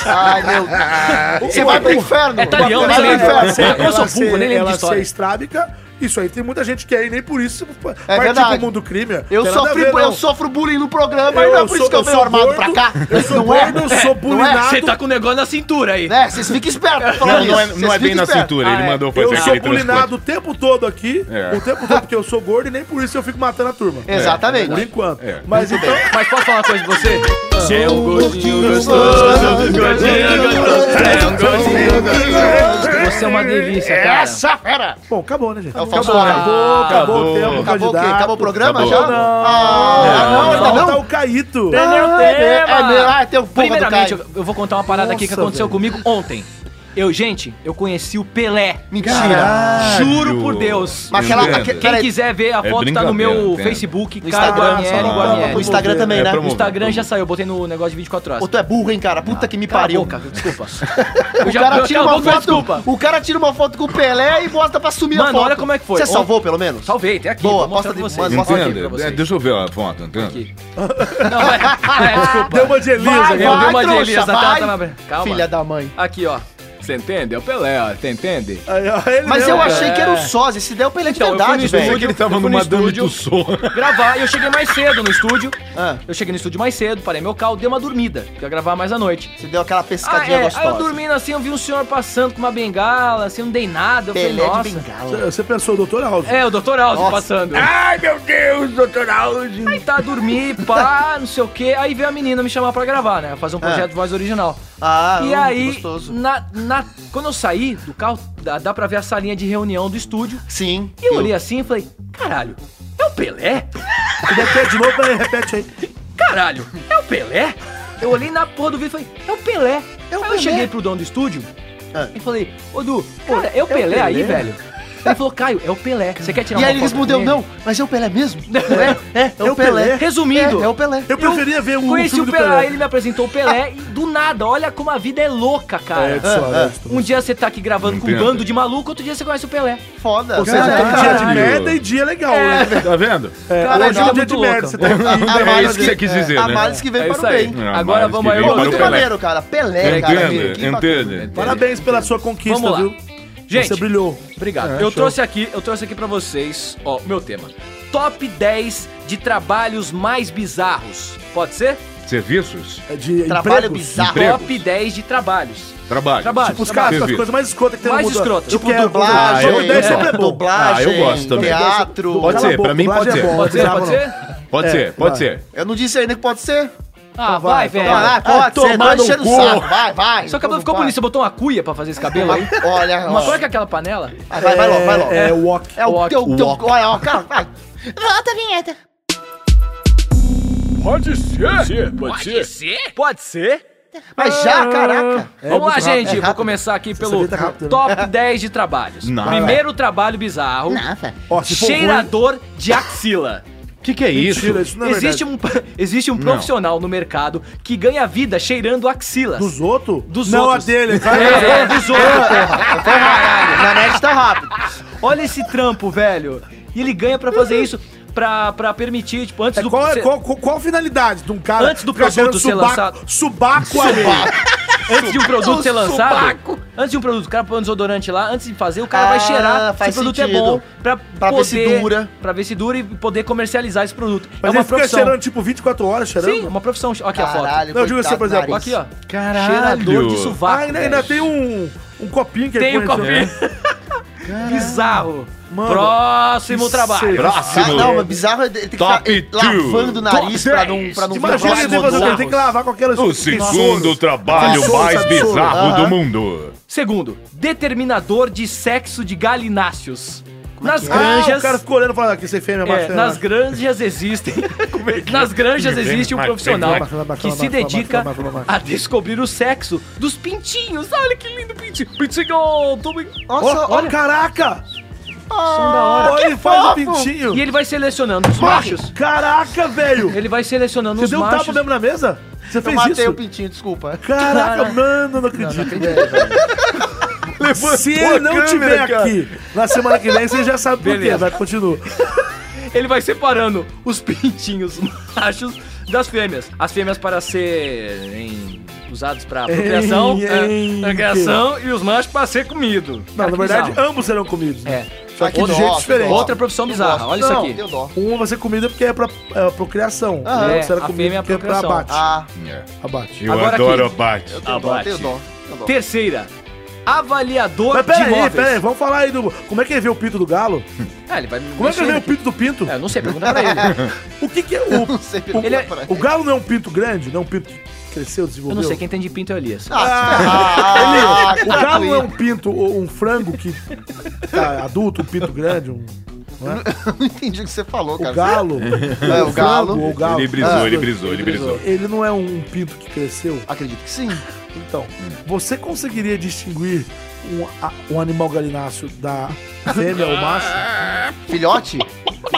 Speaker 3: Ai, meu Deus. Você vai pro inferno.
Speaker 2: É italiano,
Speaker 3: Vai
Speaker 2: né,
Speaker 4: Mas
Speaker 3: pro
Speaker 2: lembro.
Speaker 3: inferno.
Speaker 4: ela- ela ser-
Speaker 2: Eu
Speaker 4: ela
Speaker 2: sou burro,
Speaker 4: ser-
Speaker 2: nem lembro
Speaker 4: Ela
Speaker 2: de história.
Speaker 4: ser estrábica, isso aí tem muita gente que é e nem por isso
Speaker 3: É verdade.
Speaker 4: pro mundo do crime.
Speaker 3: Eu
Speaker 4: Tem nada a
Speaker 3: sofri-
Speaker 4: ver,
Speaker 3: eu
Speaker 4: não.
Speaker 3: sofro bullying no programa e não é por isso que eu venho
Speaker 4: sou
Speaker 3: armado
Speaker 4: gordo,
Speaker 3: pra cá.
Speaker 4: Eu sou
Speaker 3: Não é?
Speaker 4: gordo, eu sou
Speaker 3: não é?
Speaker 4: bulinado.
Speaker 2: Você tá com o negócio na cintura aí.
Speaker 3: Né? Vocês fiquem espertos.
Speaker 6: não, não é, não é bem na cintura,
Speaker 2: Ah,
Speaker 6: ele
Speaker 2: é.
Speaker 6: mandou fazer
Speaker 4: Eu sou
Speaker 6: aquele
Speaker 4: bulinado o tempo todo aqui,
Speaker 6: É.
Speaker 4: o tempo todo, porque eu sou gordo e nem por isso eu fico matando a turma.
Speaker 3: Exatamente.
Speaker 4: Por enquanto.
Speaker 6: É.
Speaker 4: Mas então.
Speaker 2: Mas posso falar uma coisa de você? Você é um gordinho
Speaker 6: É um
Speaker 2: Você é uma delícia, cara.
Speaker 5: Essa fera!
Speaker 4: Bom, acabou, né, gente?
Speaker 3: É o
Speaker 4: acabou,
Speaker 3: Faustão, né?
Speaker 4: acabou, acabou o
Speaker 6: Acabou.
Speaker 4: tempo.
Speaker 3: Acabou o quê?
Speaker 4: candidato.
Speaker 3: Acabou o programa
Speaker 6: Acabou.
Speaker 3: já? Ah, não, ainda
Speaker 4: Falta
Speaker 3: não?
Speaker 4: o Caíto.
Speaker 2: né?
Speaker 3: Ah, é, é, meu- ah,
Speaker 2: um
Speaker 3: tem o porra do
Speaker 2: Primeiramente,
Speaker 3: Caio.
Speaker 2: eu, eu vou contar uma parada aqui que
Speaker 4: Nossa,
Speaker 2: aconteceu
Speaker 4: velho.
Speaker 2: comigo ontem. Eu, gente, eu conheci o Pelé.
Speaker 3: Mentira.
Speaker 2: Juro por Deus.
Speaker 3: Mas aquela-
Speaker 6: Entendo.
Speaker 3: aque-
Speaker 2: Quem
Speaker 3: peraí.
Speaker 2: quiser ver
Speaker 6: É
Speaker 2: a foto, tá no
Speaker 6: brincadeira,
Speaker 2: meu
Speaker 6: entendo.
Speaker 2: Facebook,
Speaker 3: No
Speaker 2: Caio
Speaker 3: Instagram,
Speaker 2: Guarnieri
Speaker 6: só.
Speaker 2: Guarnieri.
Speaker 3: No Instagram também,
Speaker 6: É
Speaker 3: né?
Speaker 2: O
Speaker 6: promo-
Speaker 2: Instagram já saiu, eu botei no negócio de 24 horas.
Speaker 3: Ô, tu é burro, hein, cara? Puta que me
Speaker 2: Ah, Cala a
Speaker 3: pariu.
Speaker 2: boca, desculpa.
Speaker 3: O
Speaker 2: Eu já-
Speaker 3: cara
Speaker 2: eu
Speaker 3: tira
Speaker 2: já
Speaker 3: uma
Speaker 2: vou pedir
Speaker 3: foto.
Speaker 2: desculpa.
Speaker 3: O cara tira uma foto com o Pelé e mostra pra sumir a
Speaker 2: Mano,
Speaker 3: foto.
Speaker 2: olha como é que foi.
Speaker 3: Você
Speaker 2: Ontem-
Speaker 3: salvou, pelo menos?
Speaker 2: Salvei, tem aqui. vou
Speaker 3: Boa,
Speaker 2: mostrar
Speaker 3: mostra de-
Speaker 2: pra
Speaker 3: manda-
Speaker 2: vocês.
Speaker 3: mostra
Speaker 2: Mostra aqui pra
Speaker 6: Entenda, é,
Speaker 2: vocês.
Speaker 6: deixa eu ver a foto, entende?
Speaker 2: Aqui. Não, vai. É, desculpa.
Speaker 4: Deu uma de né? Elias
Speaker 3: Vai,
Speaker 4: aqui.
Speaker 2: Eu dei
Speaker 3: vai,
Speaker 2: uma de
Speaker 3: trouxa,
Speaker 2: Elias, tá-
Speaker 3: vai.
Speaker 2: tá na- Calma.
Speaker 3: Filha da mãe.
Speaker 2: Aqui, ó. Você entende? É o Pelé, ó. Você entende?
Speaker 4: Aí, ó, ele
Speaker 3: Mas
Speaker 4: mesmo.
Speaker 3: eu achei
Speaker 2: é.
Speaker 3: que era o sósia. Se der o Pelé de
Speaker 2: Então, eu fui no
Speaker 3: verdade,
Speaker 2: estúdio,
Speaker 3: velho.
Speaker 2: eu fui
Speaker 6: Tá,
Speaker 2: no estúdio
Speaker 6: Tussauds.
Speaker 2: Gravar, e eu cheguei mais cedo no estúdio.
Speaker 3: Ah,
Speaker 2: Eu cheguei no estúdio mais cedo, parei meu carro, dei uma dormida. que Eu ia gravar mais à noite.
Speaker 3: você deu aquela
Speaker 2: Ah,
Speaker 3: pescadinha
Speaker 2: é. Aí eu
Speaker 3: gostosa.
Speaker 2: dormindo assim, eu vi um senhor passando com uma bengala, assim, eu não dei nada. Eu
Speaker 3: Pelé
Speaker 2: falei,
Speaker 3: de
Speaker 2: nossa.
Speaker 3: bengala.
Speaker 4: Você pensou, doutor Alves?
Speaker 2: É, o Dr. Alves
Speaker 3: Nossa.
Speaker 2: passando.
Speaker 1: Ai, meu Deus, doutor Aldi.
Speaker 2: Aí tá, dormi, pá, não sei o quê. Aí veio a menina me chamar pra gravar, né? Fazer um projeto de voz original.
Speaker 3: Ah, hum,
Speaker 2: E
Speaker 3: que
Speaker 2: aí,
Speaker 3: gostoso.
Speaker 2: na, na- quando eu saí do carro, dá, dá pra ver a salinha de reunião do estúdio.
Speaker 3: Sim.
Speaker 2: E eu olhei assim e falei, caralho, é o Pelé?
Speaker 4: Repete é de novo, peraí, repete aí.
Speaker 2: Caralho, é o Pelé? Eu olhei na porra do vídeo e falei, é o Pelé.
Speaker 3: É o
Speaker 2: aí
Speaker 3: Pelé.
Speaker 2: eu cheguei pro dono do estúdio
Speaker 3: Ah.
Speaker 2: e falei, ô Du, cara, é o Pelé, aí, velho? Ele falou, Caio, é o Pelé. Você quer tirar
Speaker 3: E
Speaker 2: uma
Speaker 3: aí ele
Speaker 2: foto
Speaker 3: respondeu,
Speaker 2: com
Speaker 3: não, mas é o Pelé mesmo? É, é,
Speaker 4: É
Speaker 3: é
Speaker 4: o
Speaker 3: o
Speaker 4: Pelé.
Speaker 3: Pelé.
Speaker 2: Resumindo.
Speaker 3: É, é o Pelé.
Speaker 4: Eu preferia ver um
Speaker 2: Conheci
Speaker 4: filme
Speaker 2: o
Speaker 4: do
Speaker 2: Pelé, ele me apresentou o Pelé e do nada, olha como a vida é louca, cara.
Speaker 4: É, Edson,
Speaker 3: Ah, ah.
Speaker 4: Edson.
Speaker 2: Um dia você tá aqui gravando
Speaker 6: Entendo.
Speaker 2: com um bando de maluco, outro dia você conhece o Pelé.
Speaker 3: Foda. tá
Speaker 4: Ou seja,
Speaker 3: Caralho.
Speaker 4: tem dia de
Speaker 6: Caralho.
Speaker 4: merda e dia legal, né?
Speaker 6: Tá vendo?
Speaker 4: É,
Speaker 2: Caralho,
Speaker 4: hoje é
Speaker 2: tá
Speaker 4: um dia
Speaker 2: muito
Speaker 4: de
Speaker 2: louca.
Speaker 4: merda, você tá aqui,
Speaker 3: A
Speaker 4: né?
Speaker 3: males
Speaker 6: isso que você quis dizer,
Speaker 3: A
Speaker 6: né?
Speaker 3: males que vem
Speaker 2: É
Speaker 3: para
Speaker 2: isso
Speaker 3: o
Speaker 2: aí.
Speaker 3: bem.
Speaker 2: Agora
Speaker 6: Amares
Speaker 2: vamos
Speaker 6: que
Speaker 2: aí,
Speaker 6: vem
Speaker 3: Pô,
Speaker 2: Para o
Speaker 3: muito
Speaker 6: Pelé.
Speaker 3: maneiro, cara.
Speaker 2: É,
Speaker 3: Pelé, cara.
Speaker 6: Entendo,
Speaker 3: que
Speaker 2: né?
Speaker 6: entendo.
Speaker 4: Parabéns pela sua conquista,
Speaker 2: Vamos lá.
Speaker 4: viu?
Speaker 2: Gente,
Speaker 4: Você brilhou.
Speaker 2: Obrigado.
Speaker 4: É,
Speaker 2: eu
Speaker 4: show.
Speaker 2: trouxe aqui, eu trouxe aqui para vocês, ó, meu tema. Top 10 de trabalhos mais bizarros. Pode ser?
Speaker 6: Serviços?
Speaker 4: É De
Speaker 3: Trabalho
Speaker 4: empregos.
Speaker 3: bizarro.
Speaker 6: Empregos.
Speaker 2: Top 10 de trabalhos.
Speaker 6: Trabalho.
Speaker 2: Trabalho.
Speaker 4: Tipo, os caras, as
Speaker 6: Serviço.
Speaker 4: coisas mais escrotas que é tem
Speaker 2: Mais
Speaker 4: no mundo.
Speaker 2: escrotas.
Speaker 4: Eu
Speaker 3: Tipo,
Speaker 4: quero.
Speaker 3: dublagem,
Speaker 4: Jogo 10
Speaker 6: é.
Speaker 4: sempre é bom.
Speaker 3: dublagem,
Speaker 6: Ah, eu gosto também.
Speaker 3: teatro.
Speaker 6: Pode
Speaker 4: Cala
Speaker 6: ser,
Speaker 4: a boca,
Speaker 6: pra mim pode
Speaker 4: dublagem é
Speaker 6: ser.
Speaker 4: bom,
Speaker 2: Pode ser?
Speaker 4: bizarro
Speaker 2: Pode
Speaker 4: não.
Speaker 2: ser?
Speaker 6: Pode
Speaker 4: É,
Speaker 6: ser, pode
Speaker 4: vai.
Speaker 6: ser.
Speaker 3: Eu não disse ainda que pode ser?
Speaker 2: Ah, vai,
Speaker 4: Então vai,
Speaker 2: velho.
Speaker 3: Não, ah,
Speaker 4: Ah,
Speaker 3: pode ser.
Speaker 4: tomar
Speaker 3: Tá
Speaker 4: no
Speaker 3: enchendo o
Speaker 4: cu.
Speaker 3: saco. Vai, vai.
Speaker 2: Seu cabelo ficou bonito, você botou uma cuia pra fazer esse cabelo aí?
Speaker 3: Olha,
Speaker 2: Uma
Speaker 3: ó.
Speaker 2: cuia com aquela panela?
Speaker 3: Vai, vai, vai logo, vai logo.
Speaker 4: É, é walk.
Speaker 3: É o
Speaker 2: Walk,
Speaker 3: teu, teu,
Speaker 6: walk.
Speaker 3: olha, ó, cara, vai.
Speaker 5: Volta a vinheta.
Speaker 2: Pode ser. Pode ser. Pode ser? Pode ser?
Speaker 3: Mas já, caraca.
Speaker 2: Vamos lá,
Speaker 4: muito rápido.
Speaker 2: gente.
Speaker 3: É
Speaker 2: Vou
Speaker 3: rápido.
Speaker 2: começar aqui pelo
Speaker 4: sabia tá rápido,
Speaker 2: top 10 de trabalhos.
Speaker 6: Não.
Speaker 2: Primeiro trabalho bizarro.
Speaker 5: Nossa.
Speaker 4: Ó, se for Tipo, ruim-
Speaker 2: Cheirador de axila.
Speaker 6: O que, que é isso?
Speaker 4: Mentira, isso não é
Speaker 2: existe, um, existe um profissional no mercado que ganha vida cheirando axilas.
Speaker 4: Dos outros?
Speaker 2: Dos
Speaker 4: não,
Speaker 2: outros.
Speaker 4: a dele.
Speaker 2: É,
Speaker 4: Vai,
Speaker 2: é, dos outros, porra.
Speaker 3: Na net tá rápido.
Speaker 2: Olha esse trampo, velho. E ele ganha pra fazer isso, pra, pra permitir, tipo, antes
Speaker 4: É,
Speaker 2: do...
Speaker 4: qual,
Speaker 2: cê-
Speaker 4: qual, qual, qual a finalidade de um cara
Speaker 2: Antes do
Speaker 4: ficar cheirando
Speaker 2: produto ser
Speaker 4: subaco-
Speaker 2: lançado. É
Speaker 4: Subaco ali.
Speaker 2: Antes de um produto
Speaker 5: O
Speaker 2: ser lançado,
Speaker 5: subaco.
Speaker 2: antes de um produto, o cara põe um desodorante lá, antes de fazer, o cara vai
Speaker 3: Ah,
Speaker 2: cheirar se o
Speaker 3: faz
Speaker 2: produto é
Speaker 3: sentido.
Speaker 2: bom pra,
Speaker 3: Pra ver se dura.
Speaker 2: Pra ver se dura e poder comercializar esse produto.
Speaker 4: Mas
Speaker 2: é uma
Speaker 4: ele fica
Speaker 2: profissão.
Speaker 4: cheirando tipo 24 horas cheirando.
Speaker 2: Sim, é uma profissão. Olha aqui
Speaker 3: Caralho,
Speaker 4: Não, eu digo assim,
Speaker 3: coitado
Speaker 4: por exemplo,
Speaker 2: a foto.
Speaker 3: do
Speaker 2: Aqui, ó.
Speaker 3: nariz.
Speaker 6: Caralho.
Speaker 2: Cheirador de sovaco.
Speaker 4: Ah, ainda, ainda
Speaker 2: velho.
Speaker 4: tem um, um copinho que assim,
Speaker 2: Tem um
Speaker 4: conheceu.
Speaker 2: copinho. Bizarro.
Speaker 4: Mano,
Speaker 2: Próximo
Speaker 4: que
Speaker 2: trabalho.
Speaker 4: serviço.
Speaker 3: Ah,
Speaker 6: Próximo.
Speaker 3: não, mas bizarro é ele tem que
Speaker 6: Top
Speaker 3: ficar ele
Speaker 6: two.
Speaker 3: lavando o nariz
Speaker 6: Top
Speaker 3: pra não, pra não
Speaker 4: Imagina
Speaker 3: ficar
Speaker 4: ele tem que fazer o quê? Ele tem que lavar com aquelas
Speaker 6: O segundo trabalho
Speaker 4: Tesouro,
Speaker 6: mais
Speaker 4: sabe, tesouro.
Speaker 6: bizarro do
Speaker 3: Aham.
Speaker 6: mundo.
Speaker 2: Segundo, determinador de sexo de galináceos. Nas
Speaker 4: granjas. Ah, o
Speaker 2: granjas.
Speaker 4: cara ficou olhando e falando que você é fêmea,
Speaker 2: É,
Speaker 4: macho.
Speaker 2: nas granjas existem.
Speaker 4: é
Speaker 2: nas granjas
Speaker 6: Vem,
Speaker 2: existe um
Speaker 6: vai, vem,
Speaker 2: profissional
Speaker 6: vai,
Speaker 4: vai, vai,
Speaker 2: que
Speaker 4: vai,
Speaker 2: se
Speaker 4: vai, vai,
Speaker 2: dedica
Speaker 4: vai, vai, vai, vai.
Speaker 2: a descobrir o sexo dos pintinhos. Olha que lindo pintinho. Pintinho, tô bem-
Speaker 4: Nossa,
Speaker 2: Ó,
Speaker 4: ó,
Speaker 2: olha.
Speaker 4: caraca!
Speaker 2: São da hora.
Speaker 4: Olha, ele faz o pintinho.
Speaker 2: E ele vai selecionando os machos.
Speaker 4: Caraca, velho!
Speaker 2: Ele vai selecionando
Speaker 4: Você
Speaker 2: os
Speaker 4: deu um
Speaker 2: machos.
Speaker 4: tapa mesmo na mesa? Você
Speaker 3: Eu
Speaker 4: fez
Speaker 3: matei
Speaker 4: isso?
Speaker 3: o pintinho, desculpa.
Speaker 4: Caraca,
Speaker 2: Cara.
Speaker 4: mano, não acredito. Se
Speaker 6: Pô,
Speaker 4: ele não
Speaker 6: câmera,
Speaker 4: tiver
Speaker 6: cara.
Speaker 4: aqui na semana que vem, você já sabe por quê.
Speaker 2: Beleza.
Speaker 4: Vai, continua.
Speaker 2: Ele vai separando os pintinhos machos das fêmeas. As fêmeas para serem usados para procriação,
Speaker 4: Ei,
Speaker 2: é,
Speaker 4: ei,
Speaker 2: procriação e os machos para ser comido.
Speaker 4: Não,
Speaker 2: Cara,
Speaker 4: na
Speaker 2: que
Speaker 4: verdade,
Speaker 2: bizarro.
Speaker 4: ambos serão comidos. né?
Speaker 2: é.
Speaker 4: Só que
Speaker 3: Ai,
Speaker 4: de
Speaker 3: que
Speaker 4: jeito
Speaker 3: dó,
Speaker 4: diferente.
Speaker 3: que dó.
Speaker 2: Outra profissão
Speaker 3: Eu
Speaker 2: bizarra,
Speaker 3: gosto.
Speaker 2: olha isso
Speaker 3: Não,
Speaker 2: aqui.
Speaker 3: Deu dó.
Speaker 4: Um vai ser comida porque é pra é, procriação.
Speaker 3: Ah,
Speaker 4: o
Speaker 2: é,
Speaker 4: outro será
Speaker 2: a fêmea é
Speaker 4: comida porque é pra
Speaker 2: procriação.
Speaker 4: abate.
Speaker 3: Ah,
Speaker 4: Abate.
Speaker 6: Eu
Speaker 2: Agora
Speaker 6: adoro
Speaker 2: aqui.
Speaker 6: abate.
Speaker 3: eu tenho dó,
Speaker 2: Abate.
Speaker 3: tenho dó. tenho dó.
Speaker 2: Terceira, avaliador
Speaker 4: Mas
Speaker 2: de
Speaker 4: pera aí,
Speaker 2: imóveis.
Speaker 4: pera aí, vamos falar aí do. Como é que ele vê o pinto do galo?
Speaker 2: Ah, ele vai
Speaker 4: Como é que ele vê o pinto do pinto?
Speaker 2: É, eu não sei, pergunta pra ele.
Speaker 4: O que que é o.
Speaker 3: Não sei
Speaker 4: o-
Speaker 3: perguntar
Speaker 2: ele é-
Speaker 3: pra ele.
Speaker 4: O galo não é um pinto grande? Não é um pinto que cresceu,
Speaker 2: Eu
Speaker 4: desenvolveu?
Speaker 2: não sei, quem tem de pinto é o Elias. é
Speaker 3: Ah,
Speaker 4: Ele, o galo não é um pinto, ou um frango que. tá, adulto, um pinto grande, um. não é?
Speaker 3: Não entendi o que você falou,
Speaker 4: O
Speaker 3: cara.
Speaker 4: galo.
Speaker 3: É, o galo.
Speaker 4: frango ou o galo.
Speaker 6: Ele brisou,
Speaker 4: Ah,
Speaker 6: ele brisou, ele brisou.
Speaker 4: Ele não é um pinto que cresceu?
Speaker 3: Acredito que sim.
Speaker 4: Então, você conseguiria distinguir um, a- um animal galináceo da fêmea ou macho?
Speaker 3: Filhote?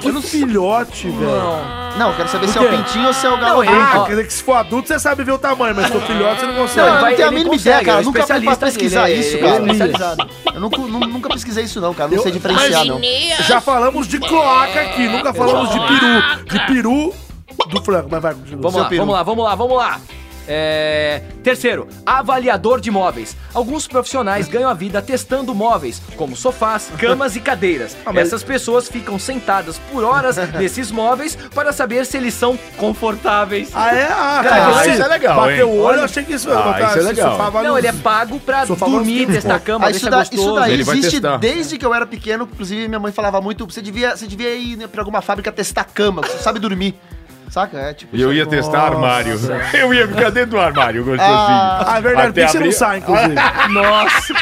Speaker 4: Que filhote, velho.
Speaker 3: Não, eu quero saber se é
Speaker 4: O
Speaker 3: o
Speaker 4: quê?
Speaker 3: pintinho ou se é o
Speaker 2: Não,
Speaker 3: galo.
Speaker 2: ele-
Speaker 4: Ah,
Speaker 2: Ó.
Speaker 4: quer dizer que se for adulto você sabe ver o tamanho, mas se for filhote você não consegue.
Speaker 2: Não,
Speaker 3: eu
Speaker 2: ele
Speaker 3: não
Speaker 2: vai-
Speaker 3: tenho a
Speaker 2: ele
Speaker 3: mínima
Speaker 2: consegue,
Speaker 3: ideia, cara.
Speaker 2: ele é
Speaker 3: Eu nunca fui
Speaker 2: especialista
Speaker 3: pra
Speaker 2: nisso,
Speaker 3: pesquisar
Speaker 2: ele é-
Speaker 3: isso,
Speaker 2: ele é
Speaker 3: cara.
Speaker 2: especializado.
Speaker 3: Eu nunca, nu- nunca pesquisei isso, não, cara. Não
Speaker 4: Eu-
Speaker 3: sei diferenciar, não.
Speaker 4: Já falamos de cloaca aqui, nunca falamos de peru. De peru do frango, mas vai, continua.
Speaker 2: Vamos
Speaker 3: Seu
Speaker 2: lá,
Speaker 3: peru.
Speaker 2: vamos lá, vamos lá, vamos lá. É... Terceiro, avaliador de móveis. Alguns profissionais ganham a vida testando móveis, como sofás, camas e cadeiras.
Speaker 3: Ah,
Speaker 2: Essas pessoas ficam sentadas por horas nesses móveis para saber se eles são confortáveis.
Speaker 4: Ah, é? Ah,
Speaker 6: Cara,
Speaker 4: você
Speaker 6: isso é legal,
Speaker 4: Bateu
Speaker 6: hein?
Speaker 4: o olho,
Speaker 6: Olha.
Speaker 4: eu achei que isso
Speaker 6: Ah,
Speaker 4: botar
Speaker 6: isso é
Speaker 4: esse
Speaker 6: legal.
Speaker 4: sofá vale
Speaker 2: Não,
Speaker 4: uns-
Speaker 2: ele é pago pra
Speaker 4: Sofá
Speaker 2: dormir,
Speaker 4: vamos-
Speaker 2: testar a cama,
Speaker 3: Ah,
Speaker 2: ver se
Speaker 3: isso,
Speaker 2: é
Speaker 3: da-
Speaker 2: gostoso.
Speaker 3: isso daí
Speaker 6: Ele vai
Speaker 3: existe
Speaker 6: testar.
Speaker 3: desde que eu era pequeno. Inclusive, minha mãe falava muito: você devia, você devia ir né, pra alguma fábrica testar cama, você sabe dormir. Saca? É tipo.
Speaker 6: E eu ia testar armário. Eu ia ficar dentro do armário, gostosinho.
Speaker 3: Ah,
Speaker 4: Ah, é verdade,
Speaker 6: Até
Speaker 4: porque você não
Speaker 6: abrir-
Speaker 4: sai, inclusive.
Speaker 2: Nossa!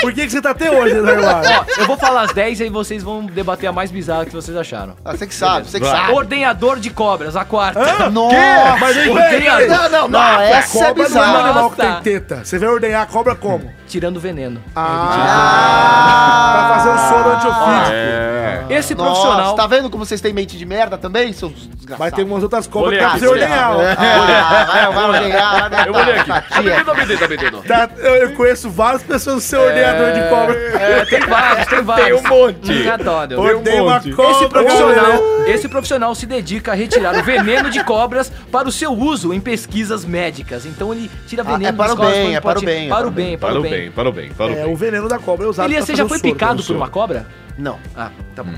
Speaker 4: Por que, que você tá até hoje, né, Eduardo?
Speaker 2: Ó, eu vou falar as 10 e aí vocês vão debater a mais bizarra que vocês acharam.
Speaker 3: Ah, você que sabe, você que
Speaker 6: Vai.
Speaker 3: sabe.
Speaker 2: Ordenhador de cobras, a quarta.
Speaker 3: Nossa!
Speaker 4: Mas aí,
Speaker 2: Odeia-
Speaker 4: peraí, peraí.
Speaker 3: Não, não, não, essa é
Speaker 4: Cobra não é um
Speaker 3: bizarra.
Speaker 4: animal que tem teta. Você vai ordenhar a cobra como?
Speaker 2: Tirando veneno.
Speaker 4: Pra fazer um soro antiofídico.
Speaker 6: É.
Speaker 2: Esse profissional.
Speaker 3: Ah, Nossa, tá vendo como vocês têm mente de merda também, seus
Speaker 4: Mas
Speaker 3: desgraçados?
Speaker 4: tem um umas outras cobras que
Speaker 2: Olhar,
Speaker 4: dá pra você
Speaker 2: olhar.
Speaker 4: ordenhar. ó.
Speaker 3: Ah, vai, vai olhar, vai
Speaker 2: Eu olhei aqui.
Speaker 3: Tatia.
Speaker 2: Tá vendendo, tá vendendo.
Speaker 4: Tá, eu, eu conheço várias pessoas que são ordenhador de cobra.
Speaker 2: É, tem vários, tem vários. Hum,
Speaker 6: um monte.
Speaker 2: Obrigado.
Speaker 4: Ordenha uma
Speaker 6: um monte.
Speaker 4: cobra.
Speaker 2: Esse
Speaker 4: né?
Speaker 2: profissional, esse profissional se dedica a retirar o veneno de cobras para o seu uso em pesquisas médicas. Então ele tira
Speaker 3: Ah,
Speaker 2: veneno
Speaker 3: é para
Speaker 2: das
Speaker 3: o
Speaker 2: cobras
Speaker 3: bem,
Speaker 2: quando
Speaker 3: é para o
Speaker 2: pode-
Speaker 3: bem, Tá é
Speaker 2: para o bem, para o bem.
Speaker 6: para o bem, para
Speaker 4: É, o veneno da cobra é usado
Speaker 2: Elias, você
Speaker 4: fazer
Speaker 2: já
Speaker 4: o
Speaker 2: foi
Speaker 4: soro. né?
Speaker 2: picado por uma cobra?
Speaker 3: Não.
Speaker 2: Ah, tá bom.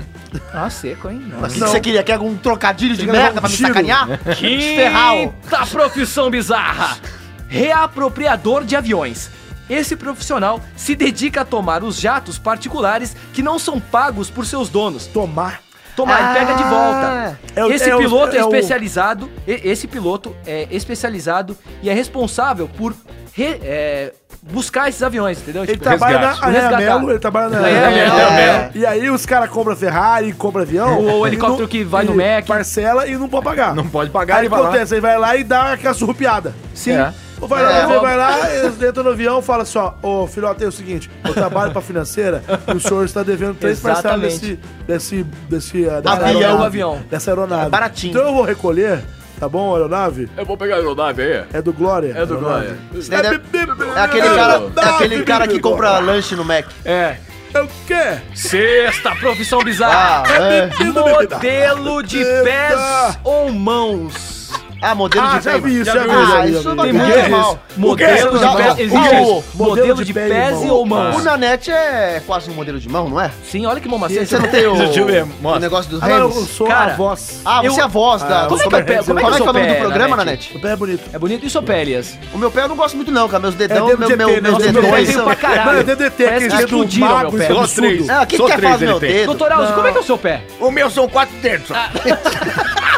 Speaker 2: Ah, seco, hein?
Speaker 3: Mas o que, que você queria? Quer algum trocadilho de
Speaker 4: Você quer
Speaker 3: merda
Speaker 4: levar um
Speaker 3: pra me
Speaker 4: tiro?
Speaker 3: sacanear? Ferral.
Speaker 2: Quinta profissão bizarra! Reapropriador de aviões. Esse profissional se dedica a tomar os jatos particulares que não são pagos por seus donos.
Speaker 4: Tomar.
Speaker 2: Tomar
Speaker 3: Ah.
Speaker 2: e pega de volta.
Speaker 4: É o-
Speaker 2: esse
Speaker 4: é o-
Speaker 2: piloto é,
Speaker 4: é o-
Speaker 2: especializado. e- Esse piloto é especializado e é responsável por re- é, buscar esses aviões, entendeu?
Speaker 4: Ele
Speaker 2: Tipo,
Speaker 4: trabalha
Speaker 6: resgate.
Speaker 4: na Arena
Speaker 2: Resgatar.
Speaker 4: Melo, ele trabalha na
Speaker 2: É,
Speaker 4: Arena
Speaker 2: é,
Speaker 4: Melo. E aí os caras compram Ferrari, compram avião.
Speaker 2: O- o
Speaker 4: e
Speaker 2: helicóptero que vai no
Speaker 4: e
Speaker 2: Mac.
Speaker 4: Parcela e não pode pagar.
Speaker 6: Não pode pagar
Speaker 4: Aí
Speaker 6: e
Speaker 4: o que
Speaker 6: vai lá.
Speaker 4: acontece? Ele vai lá e dá aquela surrupiada.
Speaker 2: Sim.
Speaker 4: Vai lá,
Speaker 3: É.
Speaker 4: ele vai lá, eles entram no avião e falam assim, ó, ô filhote, é o seguinte, eu trabalho pra financeira e o senhor está devendo três parcelas desse,
Speaker 2: Exatamente.
Speaker 4: desse, desse, eh, dessa
Speaker 3: Avião,
Speaker 4: aeronave,
Speaker 2: avião.
Speaker 4: Dessa aeronave.
Speaker 3: É baratinho.
Speaker 4: Então eu vou recolher, tá bom, aeronave?
Speaker 2: Eu vou pegar a aeronave aí.
Speaker 4: É do Glória.
Speaker 2: É do Glória.
Speaker 3: Isso daí É é aquele cara, é aquele cara que compra lanche no Mac.
Speaker 2: É.
Speaker 4: É o quê?
Speaker 2: Sexta profissão bizarra.
Speaker 3: Ah, é.
Speaker 2: Modelo de
Speaker 4: Eita.
Speaker 2: pés ou mãos.
Speaker 3: ah modelo
Speaker 4: Ah,
Speaker 3: de
Speaker 4: já vi
Speaker 3: venda.
Speaker 4: isso, já
Speaker 2: Já
Speaker 4: vi
Speaker 2: viu,
Speaker 4: isso.
Speaker 3: já
Speaker 4: já
Speaker 3: vi,
Speaker 4: vi,
Speaker 3: isso
Speaker 4: já
Speaker 3: é
Speaker 4: vi.
Speaker 3: uma
Speaker 4: O
Speaker 3: coisa
Speaker 4: que
Speaker 3: normal.
Speaker 4: é isso?
Speaker 2: Modelo de
Speaker 3: Não,
Speaker 2: pés.
Speaker 3: não.
Speaker 2: Existe
Speaker 3: Ah, o-
Speaker 2: isso. Modelo de pés e ou mãos.
Speaker 3: O Nanete é quase um modelo de mão, não é?
Speaker 2: Ah. Sim, olha que mão
Speaker 3: Você
Speaker 2: macete.
Speaker 3: não tem o,
Speaker 6: Deixa eu ver, mostra.
Speaker 3: o negócio dos
Speaker 4: Ah, não, eu
Speaker 3: Rams?
Speaker 4: sou
Speaker 2: Cara,
Speaker 4: a voz.
Speaker 3: Ah, você
Speaker 2: eu-
Speaker 3: é a voz da...
Speaker 2: Como é que eu pego- como é que
Speaker 3: Qual é
Speaker 2: eu
Speaker 3: que é o
Speaker 2: sou
Speaker 3: nome do
Speaker 2: pé,
Speaker 3: programa,
Speaker 2: Nanete?
Speaker 3: Nanete?
Speaker 4: O pé é bonito.
Speaker 2: É bonito isso, Pélias?
Speaker 3: O meu pé eu não gosto muito não, cara. Meus dedão,
Speaker 4: dedo
Speaker 3: meu,
Speaker 4: de
Speaker 3: meu,
Speaker 4: ET, né?
Speaker 3: meus
Speaker 4: Nossa,
Speaker 2: Meu
Speaker 4: Dois
Speaker 2: pé
Speaker 3: dedões
Speaker 2: veio
Speaker 3: são...
Speaker 2: pra caralho.
Speaker 4: Não, é
Speaker 2: Parece
Speaker 4: DDT, aquele
Speaker 2: que
Speaker 4: dedo
Speaker 2: explodiram
Speaker 4: magro,
Speaker 2: meu pé.
Speaker 4: só
Speaker 6: Só três.
Speaker 3: Ah, quem
Speaker 6: Só
Speaker 3: quer
Speaker 6: três
Speaker 3: falar do
Speaker 6: ele
Speaker 3: meu
Speaker 6: tem.
Speaker 3: dedo?
Speaker 2: Doutor Alves, como é que é o seu pé?
Speaker 1: O meu são quatro dedos. só.
Speaker 2: Ah,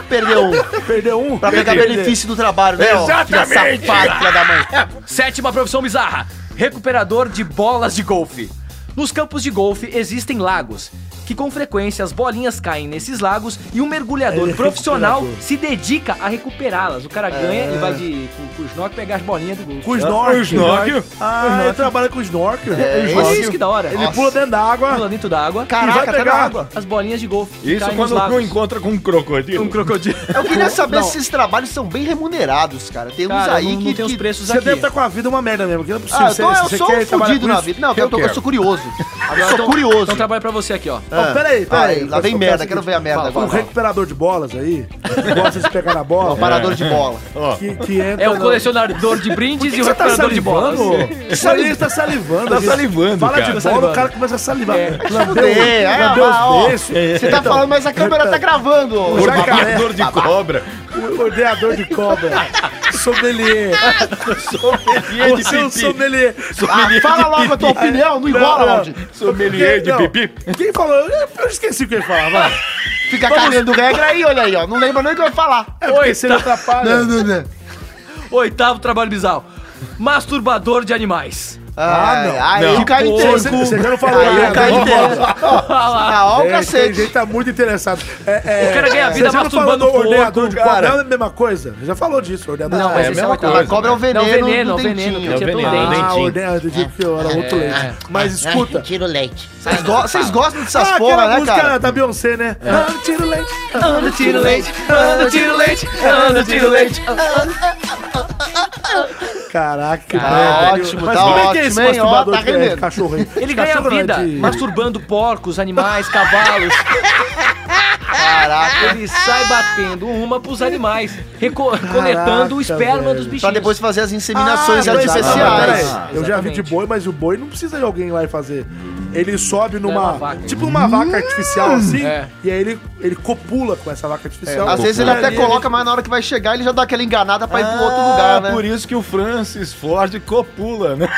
Speaker 3: Perdeu um.
Speaker 4: Perdeu um.
Speaker 3: Pra pegar
Speaker 4: Perdeu.
Speaker 3: benefício do trabalho, né? ó?
Speaker 1: Exatamente.
Speaker 3: Filha safada, filha da mãe.
Speaker 2: Sétima profissão bizarra: recuperador de bolas de golfe. Nos campos de golfe existem lagos, que com frequência as bolinhas caem nesses lagos e um mergulhador
Speaker 4: Ele é
Speaker 2: profissional
Speaker 4: recuperador.
Speaker 2: se dedica a recuperá-las. O cara ganha, ele vai de com- com o snorkel pegar as bolinhas do golfe.
Speaker 4: Com snorkel.
Speaker 6: O snorkel.
Speaker 4: Ah, ele trabalha com snorkel.
Speaker 3: É,
Speaker 4: Ele
Speaker 2: Olha
Speaker 3: Nossa.
Speaker 2: isso que da hora.
Speaker 4: Ele
Speaker 3: Nossa.
Speaker 4: pula dentro da água.
Speaker 2: Pula dentro da água.
Speaker 4: vai
Speaker 3: Caraca, tá
Speaker 4: pegar
Speaker 3: na
Speaker 4: água.
Speaker 3: água.
Speaker 2: As bolinhas de golfe que
Speaker 6: Isso
Speaker 2: caem
Speaker 6: quando
Speaker 2: nos lagos.
Speaker 6: não encontra com um crocodilo.
Speaker 2: Um crocodilo.
Speaker 3: Eu queria saber se esses trabalhos são bem remunerados, cara. Tem uns
Speaker 2: Cara,
Speaker 3: aí
Speaker 2: não,
Speaker 3: que...
Speaker 2: não tem os
Speaker 3: que-
Speaker 2: preços
Speaker 4: Você
Speaker 2: aqui.
Speaker 4: deve tá estar com a vida uma merda mesmo, que não é possível.
Speaker 3: Ah, eu, tô,
Speaker 4: Você-
Speaker 3: eu
Speaker 4: você
Speaker 3: sou
Speaker 4: quer
Speaker 3: um
Speaker 4: trabalhar
Speaker 3: fudido
Speaker 4: com
Speaker 3: na
Speaker 4: isso?
Speaker 3: vida. Não, eu, tô,
Speaker 6: quero.
Speaker 3: eu sou curioso.
Speaker 2: Agora,
Speaker 3: eu sou
Speaker 2: então-
Speaker 3: curioso.
Speaker 2: Então trabalho pra você aqui, ó.
Speaker 4: Ó, peraí, peraí.
Speaker 3: Ai, lá vem
Speaker 4: Eu
Speaker 3: merda,
Speaker 4: quero
Speaker 3: quero ver a merda
Speaker 4: Um
Speaker 3: agora.
Speaker 4: recuperador de bolas aí, que gosta de pegar na bola,
Speaker 3: Parador de bola.
Speaker 6: Ó,
Speaker 4: que, que entra...
Speaker 2: É o
Speaker 4: no-
Speaker 2: colecionador de brindes e o
Speaker 4: Você tá
Speaker 2: um recuperador
Speaker 4: salivando?
Speaker 2: de bolas.
Speaker 4: Isso aí, você tá salivando.
Speaker 6: Tá
Speaker 4: gente.
Speaker 6: salivando,
Speaker 4: Fala
Speaker 6: cara.
Speaker 4: de bola,
Speaker 2: Salivando.
Speaker 4: o cara começa a salivar.
Speaker 2: É.
Speaker 4: Lambeu,
Speaker 3: Fuder, é,
Speaker 4: lambeu
Speaker 3: ah, ó.
Speaker 4: os beiços.
Speaker 3: Você tá falando, mas a câmera tá gravando. ô.
Speaker 4: Então, Por- jacaré.
Speaker 6: Ordenador de cobra.
Speaker 4: O ordenador de cobra. Sommelier.
Speaker 6: Sommelier de
Speaker 4: Você é um
Speaker 6: pipi.
Speaker 4: sommelier.
Speaker 3: Ah, fala logo a tua opinião, não enrola, Aldi.
Speaker 6: Sommelier é de
Speaker 4: Não.
Speaker 6: pipi.
Speaker 4: Quem falou? Eu eu esqueci o que ele falava. vai.
Speaker 3: Fica cagando regra aí, olha aí, ó. Não lembra nem o que eu ia falar.
Speaker 4: É porque você me atrapalha.
Speaker 3: não, não.
Speaker 2: Oitavo trabalho bizarro. Masturbador de animais.
Speaker 3: Ah,
Speaker 4: não.
Speaker 3: não. Aí
Speaker 6: Não.
Speaker 3: o cara
Speaker 4: Você,
Speaker 3: entende.
Speaker 4: você já não falou
Speaker 3: Aí o
Speaker 4: nada.
Speaker 3: cara
Speaker 4: né?
Speaker 3: entende.
Speaker 2: Olha lá.
Speaker 3: Ah, ó o
Speaker 4: É, Tem gente
Speaker 3: cacete.
Speaker 4: que tá muito interessado. É, é,
Speaker 2: O cara ganha vida
Speaker 4: você já não
Speaker 2: masturbando
Speaker 4: falou do
Speaker 2: o porco,
Speaker 4: ordenador de
Speaker 6: cara.
Speaker 4: cobra. Não é a mesma coisa? Você já falou disso, ordenador
Speaker 2: Não,
Speaker 4: de
Speaker 2: mas
Speaker 6: é a
Speaker 2: esse é
Speaker 6: mesma
Speaker 2: uma
Speaker 3: A
Speaker 6: coisa.
Speaker 2: coisa.
Speaker 3: cobra é o veneno,
Speaker 2: Não, veneno,
Speaker 3: do
Speaker 2: é o veneno,
Speaker 3: dentinho.
Speaker 2: que tira
Speaker 6: É o
Speaker 2: pelo
Speaker 6: veneno,
Speaker 2: dente.
Speaker 4: Ah,
Speaker 6: dentinho.
Speaker 4: ordenador de que eu era outro leite. Mas escuta.
Speaker 5: Tira o leite.
Speaker 3: Vocês go- Vocês gostam
Speaker 4: Ah,
Speaker 3: dessas
Speaker 4: aquela
Speaker 3: porra, né,
Speaker 4: música
Speaker 3: cara?
Speaker 4: da Beyoncé, né? Ah, tira o leite.
Speaker 2: Anda, tira o leite, anda, tira o leite, anda, tira o leite.
Speaker 4: Caraca, que
Speaker 3: Tá
Speaker 4: merda.
Speaker 3: ótimo,
Speaker 4: Mas
Speaker 3: tá
Speaker 4: como é que é esse
Speaker 3: ótimo, hein? Ó,
Speaker 4: masturbador
Speaker 3: tá
Speaker 4: que é
Speaker 3: rendendo.
Speaker 4: cachorro aí?
Speaker 2: Ele ganha
Speaker 4: Cachorro não, é
Speaker 2: vida
Speaker 4: de-
Speaker 2: masturbando porcos, animais, cavalos.
Speaker 3: Caraca.
Speaker 2: Ele sai batendo uma pros animais, reco- coletando o esperma
Speaker 4: velho.
Speaker 2: dos bichinhos.
Speaker 3: Pra depois fazer as inseminações
Speaker 4: Ah, mas- não, mas
Speaker 3: artificiais.
Speaker 4: peraí, Eu já vi de
Speaker 2: Exatamente.
Speaker 4: boi, mas o boi não precisa de alguém lá e fazer. Ele sobe numa.
Speaker 2: é uma vaca.
Speaker 4: tipo uma vaca artificial assim.
Speaker 2: É.
Speaker 4: E aí ele, ele copula com essa vaca artificial.
Speaker 3: É, Às vezes ele
Speaker 4: E
Speaker 3: até
Speaker 4: ali
Speaker 3: coloca, mas na hora que vai chegar ele já dá aquela enganada pra ir pro outro lugar, né?
Speaker 6: Ah, Por isso que o Francis Ford copula, né?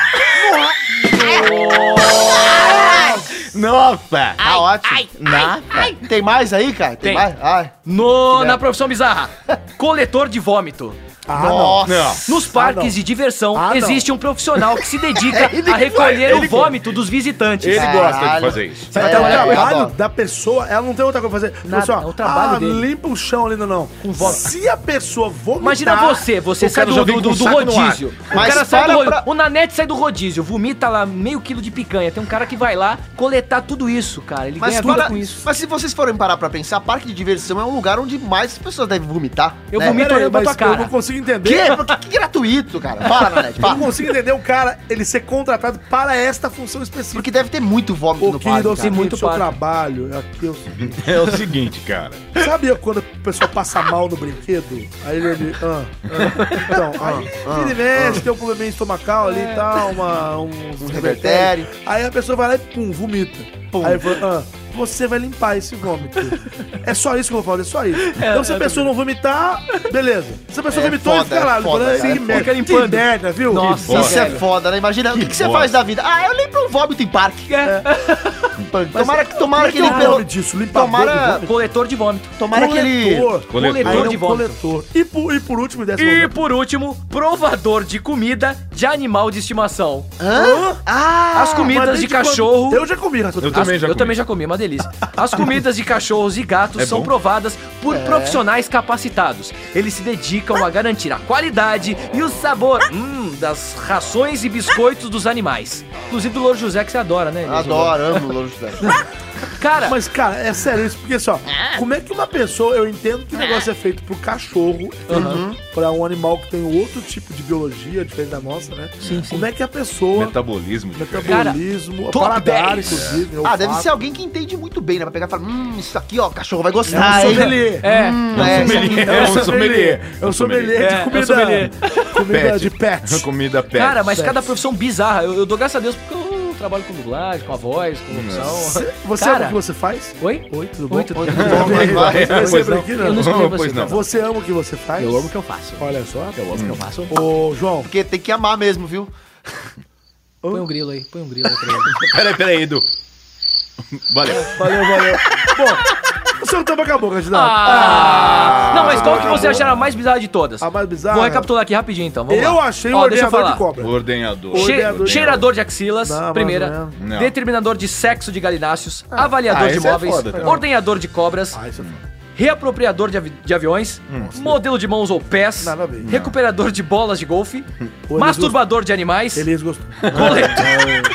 Speaker 6: Nossa!
Speaker 3: Ah, ótimo.
Speaker 6: Nada.
Speaker 3: Tem mais aí, cara?
Speaker 2: Tem.
Speaker 3: Tem, mais? Ai.
Speaker 2: No, na profissão bizarra, coletor de vômito.
Speaker 4: Ah,
Speaker 3: Nossa.
Speaker 2: Nos parques de diversão
Speaker 4: Ah, não.
Speaker 2: existe um profissional que se dedica a recolher o vômito dos visitantes.
Speaker 6: Ele gosta de
Speaker 3: Caralho.
Speaker 6: fazer isso.
Speaker 4: Sabe,
Speaker 3: É,
Speaker 4: até o
Speaker 3: é,
Speaker 4: um trabalho
Speaker 3: adoro.
Speaker 4: da pessoa, ela não tem outra coisa pra fazer.
Speaker 2: Nada,
Speaker 4: Pessoal,
Speaker 2: é o trabalho
Speaker 4: ah,
Speaker 2: dele.
Speaker 4: limpa o chão ali, não, não.
Speaker 2: vômito.
Speaker 4: Se a pessoa vomitar...
Speaker 2: Imagina você, você
Speaker 6: o
Speaker 2: sai
Speaker 6: cara
Speaker 2: do,
Speaker 6: já
Speaker 2: do,
Speaker 6: vem com
Speaker 2: do
Speaker 6: o saco no ar.
Speaker 2: rodízio. O
Speaker 3: Mas
Speaker 2: cara sai do
Speaker 3: para
Speaker 2: rodízio.
Speaker 3: pra-
Speaker 2: O Nanete sai do rodízio, vomita lá meio quilo de picanha. Tem um cara que vai lá coletar tudo isso, cara. Ele
Speaker 3: Mas,
Speaker 2: ganha
Speaker 3: para-
Speaker 2: vida com isso.
Speaker 3: mas se vocês forem parar pra pensar, parque de diversão é um lugar onde mais pessoas devem vomitar.
Speaker 2: Eu
Speaker 3: né?
Speaker 2: vomito
Speaker 4: Pera aí,
Speaker 2: olhando pra
Speaker 4: É, mas
Speaker 2: tua cara.
Speaker 4: eu não consigo entender.
Speaker 3: Quê? Por Que, que gratuito, cara. Para, Nanete,
Speaker 4: Eu não
Speaker 3: para.
Speaker 4: consigo entender o cara, ele ser contratado para esta função específica.
Speaker 3: Porque deve ter muito vômito
Speaker 4: Ô,
Speaker 3: no parque,
Speaker 4: querido, eu
Speaker 3: cara.
Speaker 4: sei muito
Speaker 2: muito
Speaker 4: o seu
Speaker 2: padre.
Speaker 4: trabalho. Eu,
Speaker 6: É o seguinte, cara.
Speaker 4: eu- sabia quando a pessoa passa mal no brinquedo? Aí ele, ele ah, ah, então, ah, ele mexe, tem um probleminha estomacal ali e tal, uma, um, um
Speaker 3: É. revertério.
Speaker 4: Aí a pessoa vai lá e pum, vomita.
Speaker 3: Pum.
Speaker 4: Aí ele fala, ah, você vai limpar esse vômito. É só isso que eu vou fazer, é só isso. então se a pessoa não vomitar, beleza. Se a pessoa
Speaker 3: É
Speaker 4: vomitou,
Speaker 3: foda,
Speaker 4: ele fica lá.
Speaker 3: é foda,
Speaker 4: limpando,
Speaker 3: cara, é
Speaker 4: que merda,
Speaker 2: foda.
Speaker 4: que merda, viu?
Speaker 2: Nossa,
Speaker 6: bosta.
Speaker 3: Isso é foda, né? Imagina, o que, que você
Speaker 6: bosta.
Speaker 3: faz da vida? Ah, eu limpo um vômito em parque.
Speaker 2: É,
Speaker 3: Punk. Tomara que,
Speaker 4: Como
Speaker 3: tomara
Speaker 4: é
Speaker 3: que
Speaker 4: que é
Speaker 3: ele
Speaker 4: o
Speaker 3: pelo...
Speaker 4: nome disso? Limpador de
Speaker 2: É,
Speaker 3: Tomara,
Speaker 2: Coletor de vômito.
Speaker 3: tomara que ele...
Speaker 4: Coletor.
Speaker 6: Coletor.
Speaker 4: Aí
Speaker 2: Coletor
Speaker 4: não,
Speaker 2: de vômito.
Speaker 4: coletor. E por, e por último, e décimo
Speaker 2: E
Speaker 4: lugar.
Speaker 2: por último, provador de comida de animal de estimação.
Speaker 3: Hã? Ah!
Speaker 2: As comidas
Speaker 4: Mas
Speaker 2: de
Speaker 4: desde quando-
Speaker 2: cachorro.
Speaker 4: Eu já comi, Rato.
Speaker 6: Eu também
Speaker 2: As-
Speaker 6: já
Speaker 2: eu
Speaker 6: comi.
Speaker 2: também já comi, é uma delícia. As comidas de cachorros e gatos
Speaker 6: É
Speaker 2: são
Speaker 6: bom?
Speaker 2: provadas por profissionais capacitados. Eles se dedicam a garantir a qualidade e o sabor hum, das rações e biscoitos dos animais. Inclusive do Louro José, que você adora, né? Elias?
Speaker 3: Adoro, amo o Louro José.
Speaker 2: Cara,
Speaker 4: Mas, cara, é sério isso, porque só,
Speaker 5: Ah.
Speaker 4: como é que uma pessoa. Eu entendo que o negócio é feito pro cachorro,
Speaker 2: Aham.
Speaker 4: pra um animal que tem outro tipo de biologia diferente da nossa, né?
Speaker 2: Sim, sim.
Speaker 4: Como é que a pessoa.
Speaker 6: Metabolismo. diferente.
Speaker 4: Metabolismo,
Speaker 2: Top
Speaker 4: paladar,
Speaker 2: 10.
Speaker 4: inclusive. né,
Speaker 3: Ah,
Speaker 4: olfato.
Speaker 3: deve ser alguém que entende muito bem, né? Pra pegar e falar, hum, isso aqui, ó, cachorro vai
Speaker 4: É um
Speaker 3: gostar, hein?
Speaker 4: sommelier.
Speaker 2: é.
Speaker 3: Hum, é, isso aqui-
Speaker 6: sommelier.
Speaker 4: É um
Speaker 6: É um
Speaker 4: sommelier. É um sommelier
Speaker 2: É, é
Speaker 4: de
Speaker 2: um
Speaker 4: comida.
Speaker 2: sommelier.
Speaker 4: Comida
Speaker 6: Pet.
Speaker 4: de pets.
Speaker 6: Comida pet.
Speaker 2: Cara, mas
Speaker 4: Sério.
Speaker 2: cada profissão bizarra. Eu, eu dou graças a Deus porque eu trabalho com dublagem, com a voz, com locução.
Speaker 4: Você
Speaker 2: Cara.
Speaker 4: ama o que você faz?
Speaker 2: Oi?
Speaker 4: Oi, tudo
Speaker 2: Oi,
Speaker 4: bom?
Speaker 2: tudo bem?
Speaker 3: Vai, vai.
Speaker 4: Você
Speaker 6: Pois
Speaker 4: lembra
Speaker 6: não.
Speaker 4: aqui,
Speaker 2: Eu não
Speaker 4: não?
Speaker 2: escutei
Speaker 6: Não,
Speaker 2: você,
Speaker 6: pois não.
Speaker 2: cara.
Speaker 4: Você ama o que você faz?
Speaker 2: Eu amo o que eu faço.
Speaker 4: Olha só. Hum.
Speaker 2: Eu amo o que eu faço.
Speaker 4: Ô, João,
Speaker 3: Porque tem que amar mesmo, viu?
Speaker 2: Põe um grilo aí, põe um grilo aí pra ele.
Speaker 6: Peraí, peraí, Edu. Valeu.
Speaker 4: Valeu, valeu. Bom, o seu tempo acabou, candidato.
Speaker 2: Ah! Não, mas qual que você achou a mais bizarra de todas?
Speaker 4: A mais bizarra?
Speaker 2: Vou recapitular aqui rapidinho, então. é vamos
Speaker 4: Tá. eu né,
Speaker 2: lá.
Speaker 4: achei o
Speaker 2: Ó, deixa eu
Speaker 4: ordenador de
Speaker 2: falar.
Speaker 4: cobra.
Speaker 6: Ordenhador.
Speaker 2: Che-
Speaker 4: Ordenador de-
Speaker 2: cheirador de axilas,
Speaker 4: Não, mas
Speaker 2: primeira.
Speaker 4: não
Speaker 6: é. Não.
Speaker 2: Determinador de sexo de galináceos. avaliador
Speaker 6: Ah,
Speaker 2: de
Speaker 6: esse é
Speaker 2: móveis.
Speaker 6: foda também.
Speaker 2: ordenhador de cobras.
Speaker 4: Ah, isso é foda.
Speaker 2: Reapropriador de, avi- de aviões. modelo de mãos ou pés.
Speaker 4: Nada a ver.
Speaker 2: Recuperador de bolas de golfe.
Speaker 4: Pô,
Speaker 2: masturbador de animais.
Speaker 4: Elias gostou.
Speaker 2: Coletor...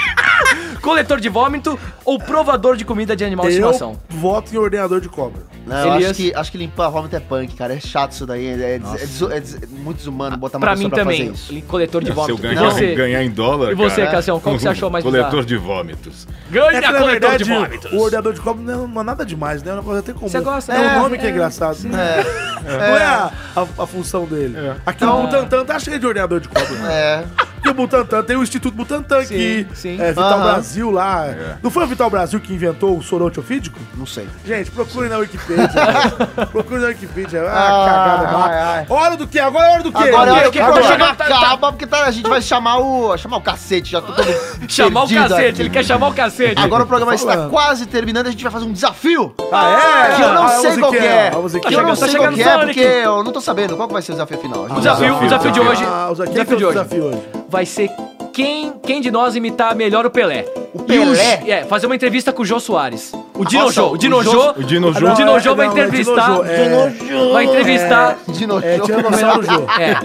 Speaker 2: coletor de vômito. Ou provador de comida de animal de
Speaker 4: Eu Tá,
Speaker 2: estimação.
Speaker 4: voto em ordenador de cobra.
Speaker 3: Não, eu
Speaker 2: Elias?
Speaker 3: acho que, acho que limpar vômito é punk, cara. É chato isso daí. É, des- é des- é des- é muito desumano botar uma
Speaker 2: Pra
Speaker 3: pessoa
Speaker 2: mim também,
Speaker 3: fazer isso.
Speaker 2: coletor de
Speaker 6: É, Se eu
Speaker 2: vômito. E
Speaker 6: ganhar,
Speaker 2: você?
Speaker 6: ganhar em dólar,
Speaker 2: E você,
Speaker 6: cara,
Speaker 2: Cassião, qual que você achou mais
Speaker 6: Coletor
Speaker 2: bizarro?
Speaker 6: de vômitos.
Speaker 2: Ganha
Speaker 4: É que, na
Speaker 2: coletor
Speaker 4: verdade,
Speaker 2: de vômitos.
Speaker 4: o ordenador de cobra não é uma- nada demais, né? É uma coisa até comum.
Speaker 2: Você gosta,
Speaker 4: É
Speaker 2: né?
Speaker 4: um nome que é engraçado.
Speaker 3: É,
Speaker 4: Não é a, a- a função dele.
Speaker 2: É.
Speaker 4: Aqui o
Speaker 2: Então-
Speaker 4: Butantan tá cheio de ordenador de cobra. né?
Speaker 3: é.
Speaker 4: Porque o Butantan tem o Instituto Butantan
Speaker 2: Sim,
Speaker 4: que
Speaker 2: sim.
Speaker 4: é Vital
Speaker 3: Aham.
Speaker 4: Brasil lá. Não foi o Vital Brasil que inventou o sorote ofídico?
Speaker 3: Não sei.
Speaker 4: Gente, procure na Wikipedia. né? procure na Wikipedia. Ah,
Speaker 3: Ai,
Speaker 4: cagada. mata.
Speaker 3: ai.
Speaker 4: Hora do quê? Agora é hora do quê?
Speaker 3: Agora,
Speaker 4: Porque-
Speaker 3: olha que o
Speaker 2: agora.
Speaker 3: programa
Speaker 2: Tá- tá-
Speaker 3: acaba, porque tá- a gente vai chamar o... Chamar o cacete, já tô todo
Speaker 2: Chamar o
Speaker 3: perdido
Speaker 2: cacete,
Speaker 3: aqui.
Speaker 2: ele quer chamar o cacete.
Speaker 3: Agora o programa está
Speaker 4: falando.
Speaker 3: quase terminando, a gente vai fazer um desafio.
Speaker 4: Ah, é?
Speaker 3: Que eu não
Speaker 4: Ah, a
Speaker 3: sei qual que
Speaker 4: musiquinha,
Speaker 3: é.
Speaker 4: a musiquinha.
Speaker 3: Que eu não
Speaker 2: Tá
Speaker 3: sei
Speaker 2: chegando
Speaker 3: qual que é,
Speaker 2: Sonic.
Speaker 3: porque eu não tô sabendo qual que vai ser o desafio final.
Speaker 2: O desafio, é o desafio de hoje.
Speaker 4: Ah,
Speaker 2: O
Speaker 4: o desafio,
Speaker 2: desafio de hoje
Speaker 4: desafio hoje.
Speaker 2: vai ser quem, quem de nós imitar melhor o Pelé. O
Speaker 3: Pelé?
Speaker 2: é, fazer uma entrevista com o Jô Soares. O
Speaker 3: Nossa,
Speaker 2: Dinojô,
Speaker 3: o
Speaker 2: o Dinojô.
Speaker 6: O Dino
Speaker 4: Ah,
Speaker 6: Jô.
Speaker 4: não,
Speaker 2: O Dinojô
Speaker 4: é,
Speaker 2: vai
Speaker 4: não, é
Speaker 2: entrevistar.
Speaker 4: Dinojo, é-
Speaker 2: Vai entrevistar.
Speaker 3: De novo.
Speaker 4: É, Tiranossauro Jô.
Speaker 2: É.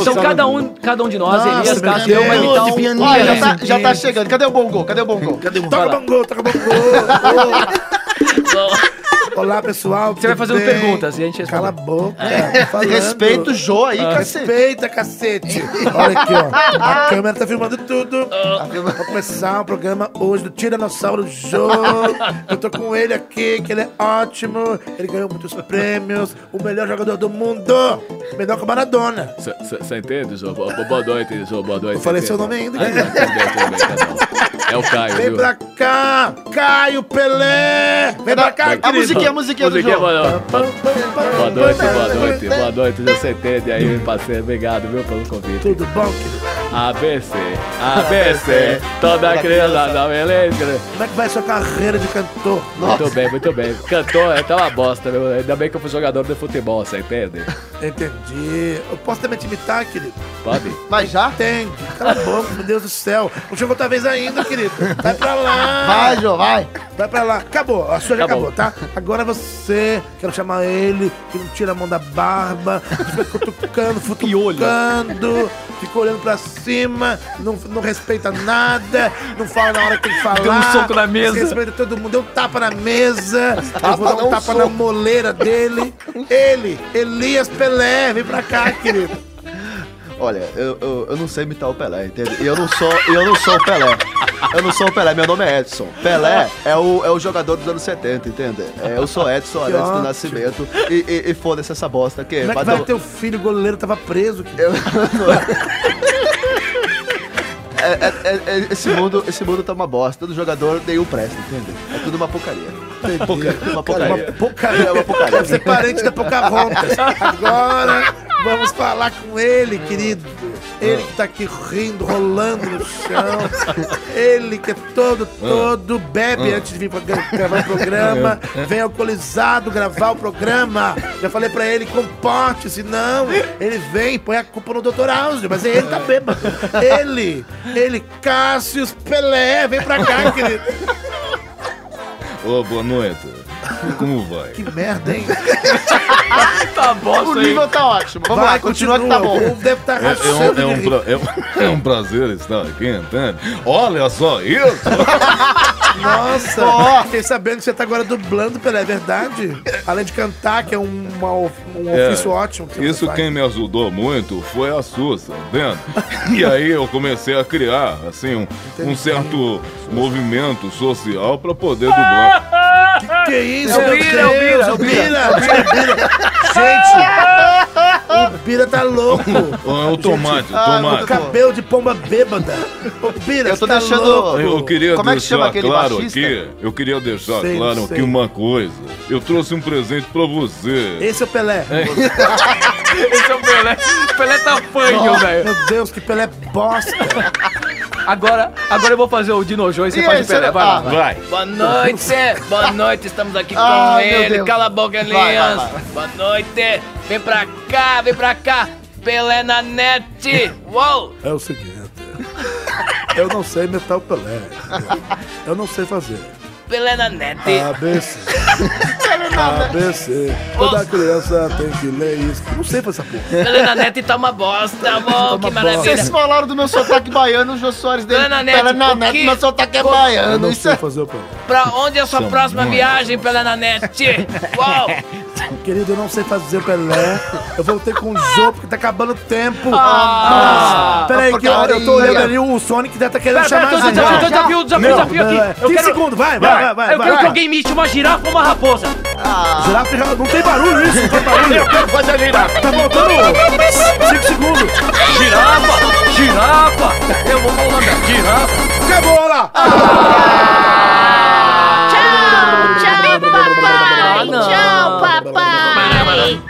Speaker 2: Então cada um, cada um de nós, Elias,
Speaker 4: meu
Speaker 2: Cassião, vai
Speaker 4: Deus.
Speaker 2: imitar um.
Speaker 3: Olha,
Speaker 4: né?
Speaker 3: já tá, já tá chegando. Cadê o Bongo? Cadê o Bongo? Cadê o
Speaker 4: Toca
Speaker 2: Vai lá.
Speaker 4: bangô, toca bangô. Ô. Olá, pessoal.
Speaker 2: Você vai fazendo
Speaker 4: tudo bem?
Speaker 2: perguntas e a gente
Speaker 4: Cala a
Speaker 2: responde.
Speaker 4: boca. tô Tá falando. Ah,
Speaker 3: Respeita É, o Jô aí, cacete.
Speaker 4: Respeita, cacete. Olha aqui, ó. A câmera tá filmando tudo. Vou começar o programa hoje do Tiranossauro Jô. Eu tô com ele aqui, que ele é ótimo. Ele ganhou muitos prêmios. O melhor jogador do mundo. Melhor que o Maradona.
Speaker 2: Você entende, Jô? Boa noite, Jô. Boa noite. Ah, tá
Speaker 4: Eu falei seu nome ainda. cara.
Speaker 2: É o Caio,
Speaker 4: Vem pra cá, Caio Pelé. Vem pra cá,
Speaker 3: A musiquinha, a
Speaker 4: querido.
Speaker 3: musiquinha do Jô.
Speaker 4: Boa
Speaker 2: noite, boa noite, você entende aí, parceiro. Obrigado, viu, pelo convite.
Speaker 4: Tudo bom, querido?
Speaker 2: ABC, ABC, toda criança da beleza.
Speaker 4: Como é que vai sua carreira de cantor?
Speaker 2: Muito bem, muito bem. Cantor é tá uma bosta, meu. Ainda bem que eu fui jogador de futebol, você entende?
Speaker 4: Entendi. Eu posso também te imitar, querido?
Speaker 2: Pode?
Speaker 3: Mas já?
Speaker 4: Entende. Cala a boca, meu Deus do céu. Não chegou outra vez ainda, querido. Vai pra lá.
Speaker 3: Vai, Jô, vai.
Speaker 4: Vai pra lá. Acabou. A sua já
Speaker 2: Acabou.
Speaker 4: acabou, tá? Agora você. Quero chamar ele, que não tira a mão da barba. Fica cutucando, futucando. Fica olhando pra cima. Não, não respeita nada. Não fala na hora que tem que falar.
Speaker 2: Deu um soco na mesa.
Speaker 4: Respeita todo mundo. Deu um tapa na mesa. Eu vou dar
Speaker 6: não, um
Speaker 4: um tapa na
Speaker 6: soco.
Speaker 4: moleira dele. Ele, Elias Pelé. Vem pra cá, querido.
Speaker 7: Olha, eu, eu, eu não sei imitar o Pelé, entende? E eu não sou, e eu não sou o Pelé. Eu não sou o Pelé, meu nome é Edson. Pelé é o, é o jogador dos anos 70, entende? É, eu sou Edson Arantes do
Speaker 4: ótimo.
Speaker 7: Nascimento. E, e, e foda-se essa bosta aqui.
Speaker 4: Como é que
Speaker 7: bateu-
Speaker 4: vai teu filho goleiro tava preso? querido?
Speaker 7: É- é- é- é- esse, mundo, esse mundo tá uma bosta. Todo jogador nenhum presta, entende? É tudo uma porcaria. Porca- Uma
Speaker 4: Uma
Speaker 7: porcaria.
Speaker 4: porcaria.
Speaker 7: É uma porcaria.
Speaker 4: Deve ser parente da Pocahontas. Agora vamos falar com ele, querido. Ele que tá aqui rindo, rolando no chão. Ele que é todo, todo, bebe antes de vir pra gra- gravar o programa. Vem alcoolizado gravar o programa. Já falei pra ele, comporte-se, não. Ele vem, põe a culpa no Dr. Áudio, mas ele tá bêbado. Ele, ele, Cássio Pelé, vem pra cá, querido.
Speaker 6: Ô, boa noite. Como vai?
Speaker 4: Que merda, hein?
Speaker 2: Tá
Speaker 3: O
Speaker 2: bosta aí.
Speaker 3: nível tá ótimo. Vamos lá, continua que tá bom.
Speaker 4: O povo deve estar
Speaker 6: É, é um,
Speaker 4: rachando
Speaker 6: é um
Speaker 4: de rir.
Speaker 6: pra- é um- é um prazer estar aqui, entende? Olha só isso!
Speaker 4: Nossa,
Speaker 3: Ó.
Speaker 4: fiquei sabendo que você tá agora dublando, Pelé, é verdade? Além de cantar, que é um, uma of- um
Speaker 6: É,
Speaker 4: ofício ótimo. que você
Speaker 6: Isso
Speaker 4: faz.
Speaker 6: quem me ajudou muito foi a Sussa, entende? E aí eu comecei a criar, assim, um, um certo movimento social pra poder
Speaker 7: Ah!
Speaker 6: dublar.
Speaker 4: Que isso, meu
Speaker 2: Elvira, Elvira,
Speaker 4: Deus, o Bira, o Bira, Gente, o Bira tá louco.
Speaker 6: Ah, O tomate, o
Speaker 7: ah,
Speaker 4: O
Speaker 6: tomate.
Speaker 4: cabelo de pomba bêbada. O Bira,
Speaker 7: Eu tô
Speaker 4: você tá
Speaker 7: deixando-
Speaker 4: louco.
Speaker 6: Eu queria
Speaker 7: Como é que
Speaker 6: deixar
Speaker 7: chama aquele
Speaker 6: claro
Speaker 7: baixista?
Speaker 6: aqui, eu queria deixar
Speaker 4: Sei,
Speaker 6: claro
Speaker 4: sei.
Speaker 6: aqui uma coisa. Eu trouxe um presente pra você.
Speaker 4: Esse é o Pelé.
Speaker 2: Esse é o Pelé. O Pelé tá fanho, velho.
Speaker 4: Meu Deus, que Pelé bosta.
Speaker 2: Agora, agora eu vou fazer o Dinojo e você tá?
Speaker 7: E aí,
Speaker 2: faz o Pelé.
Speaker 7: será-
Speaker 2: Vai lá.
Speaker 7: Ah,
Speaker 2: vai.
Speaker 6: Vai.
Speaker 8: Boa noite, boa noite, estamos aqui com
Speaker 3: Ah, meu
Speaker 8: ele.
Speaker 3: Deus.
Speaker 8: Cala a boca,
Speaker 3: vai,
Speaker 8: Elias. Boa noite, vem pra cá, vem pra cá. Pelé na net. Uou!
Speaker 4: É o seguinte. Eu não sei imitar o Pelé. Eu não sei fazer.
Speaker 8: Pelé na net.
Speaker 4: ABC. ABC. Toda criança tem que ler isso. Eu Não sei fazer essa porra.
Speaker 8: Pelé na net tá uma bosta, uou, que
Speaker 4: bosta.
Speaker 8: maravilha.
Speaker 3: Vocês falaram do meu sotaque baiano, o Jô Soares dele.
Speaker 8: Nanete,
Speaker 3: Pela
Speaker 8: por
Speaker 3: Nanete,
Speaker 8: quê?
Speaker 3: meu sotaque é
Speaker 8: Por-
Speaker 4: Eu
Speaker 3: baiano.
Speaker 4: não
Speaker 3: Isso
Speaker 4: sei tá
Speaker 3: é...
Speaker 4: fazer o Pelé.
Speaker 8: Pra onde é a sua próxima viagem, Pelé na net? Uou!
Speaker 4: Querido, eu não sei fazer o Pelé. Eu voltei com o Jô porque tá acabando o tempo.
Speaker 2: Ah,
Speaker 4: Nossa. Peraí, que eu, eu tô olhando ali o Sonic deve tá
Speaker 2: Pera,
Speaker 4: querendo chamar
Speaker 2: pera,
Speaker 4: a gente.
Speaker 2: desafio, desafio, desafio, desafio
Speaker 4: Vai.
Speaker 2: aqui. Eu
Speaker 4: 15
Speaker 2: quero,
Speaker 4: segundos, vai, é. vai, vai, vai.
Speaker 2: eu quero que alguém me enche uma girafa ou uma raposa.
Speaker 4: Girafa, já- não tem barulho isso, não tem barulho. Eu quero fazer a girafa. Tá voltando 5 segundos.
Speaker 2: Girafa, girafa. Eu vou falando girafa.
Speaker 4: Acabou, olha lá.
Speaker 5: Tchau, papai! Tchau, papai!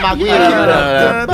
Speaker 3: maguinha
Speaker 4: né?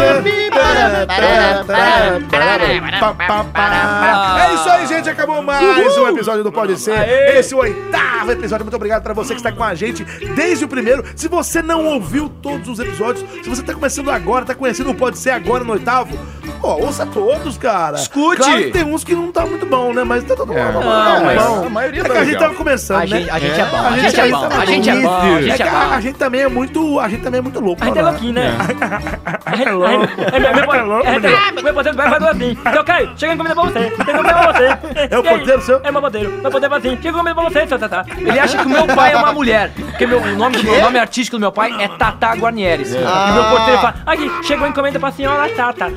Speaker 3: aqui.
Speaker 4: É isso aí, gente. Acabou mais um episódio do Pode Ser. Esse é o oitavo episódio. Muito obrigado pra você que está com a gente desde o primeiro. Se você não ouviu todos os episódios, se você tá começando agora, tá conhecendo o Pode Ser agora no oitavo, pô, ouça todos, cara.
Speaker 2: Escute.
Speaker 4: Claro que tem uns que não tá muito bom, né? Mas tá todo mundo. Não,
Speaker 2: mas
Speaker 6: a maioria
Speaker 4: é que
Speaker 6: tá
Speaker 4: a gente
Speaker 6: legal.
Speaker 4: tava começando,
Speaker 3: A
Speaker 4: né?
Speaker 3: gente, a gente é bom, a
Speaker 4: A
Speaker 3: gente é bom.
Speaker 8: A gente é bom, a
Speaker 4: É
Speaker 8: gente
Speaker 4: que
Speaker 8: é
Speaker 4: a, a
Speaker 8: bom.
Speaker 4: gente também é muito. A gente também é muito louco,
Speaker 2: A gente é
Speaker 4: né?
Speaker 2: louquinho, né? A gente- a gente- é meu- meu-
Speaker 4: louco,
Speaker 2: a gente-
Speaker 4: menino.
Speaker 2: Meu poder vai fazer assim. Seu Caio, chega encomenda pra você. Chega encomenda pra você.
Speaker 4: É o
Speaker 2: E aí?
Speaker 4: porteiro seu?
Speaker 2: É meu poder. Meu poder vai assim. Chega encomenda pra você, seu Tatá. Ele acha que o meu pai é uma mulher. Porque meu, o nome, meu nome artístico do meu pai é Tatá Guarnieres.
Speaker 4: Ah.
Speaker 2: E meu porteiro fala, aqui, chegou encomenda pra senhora Tata.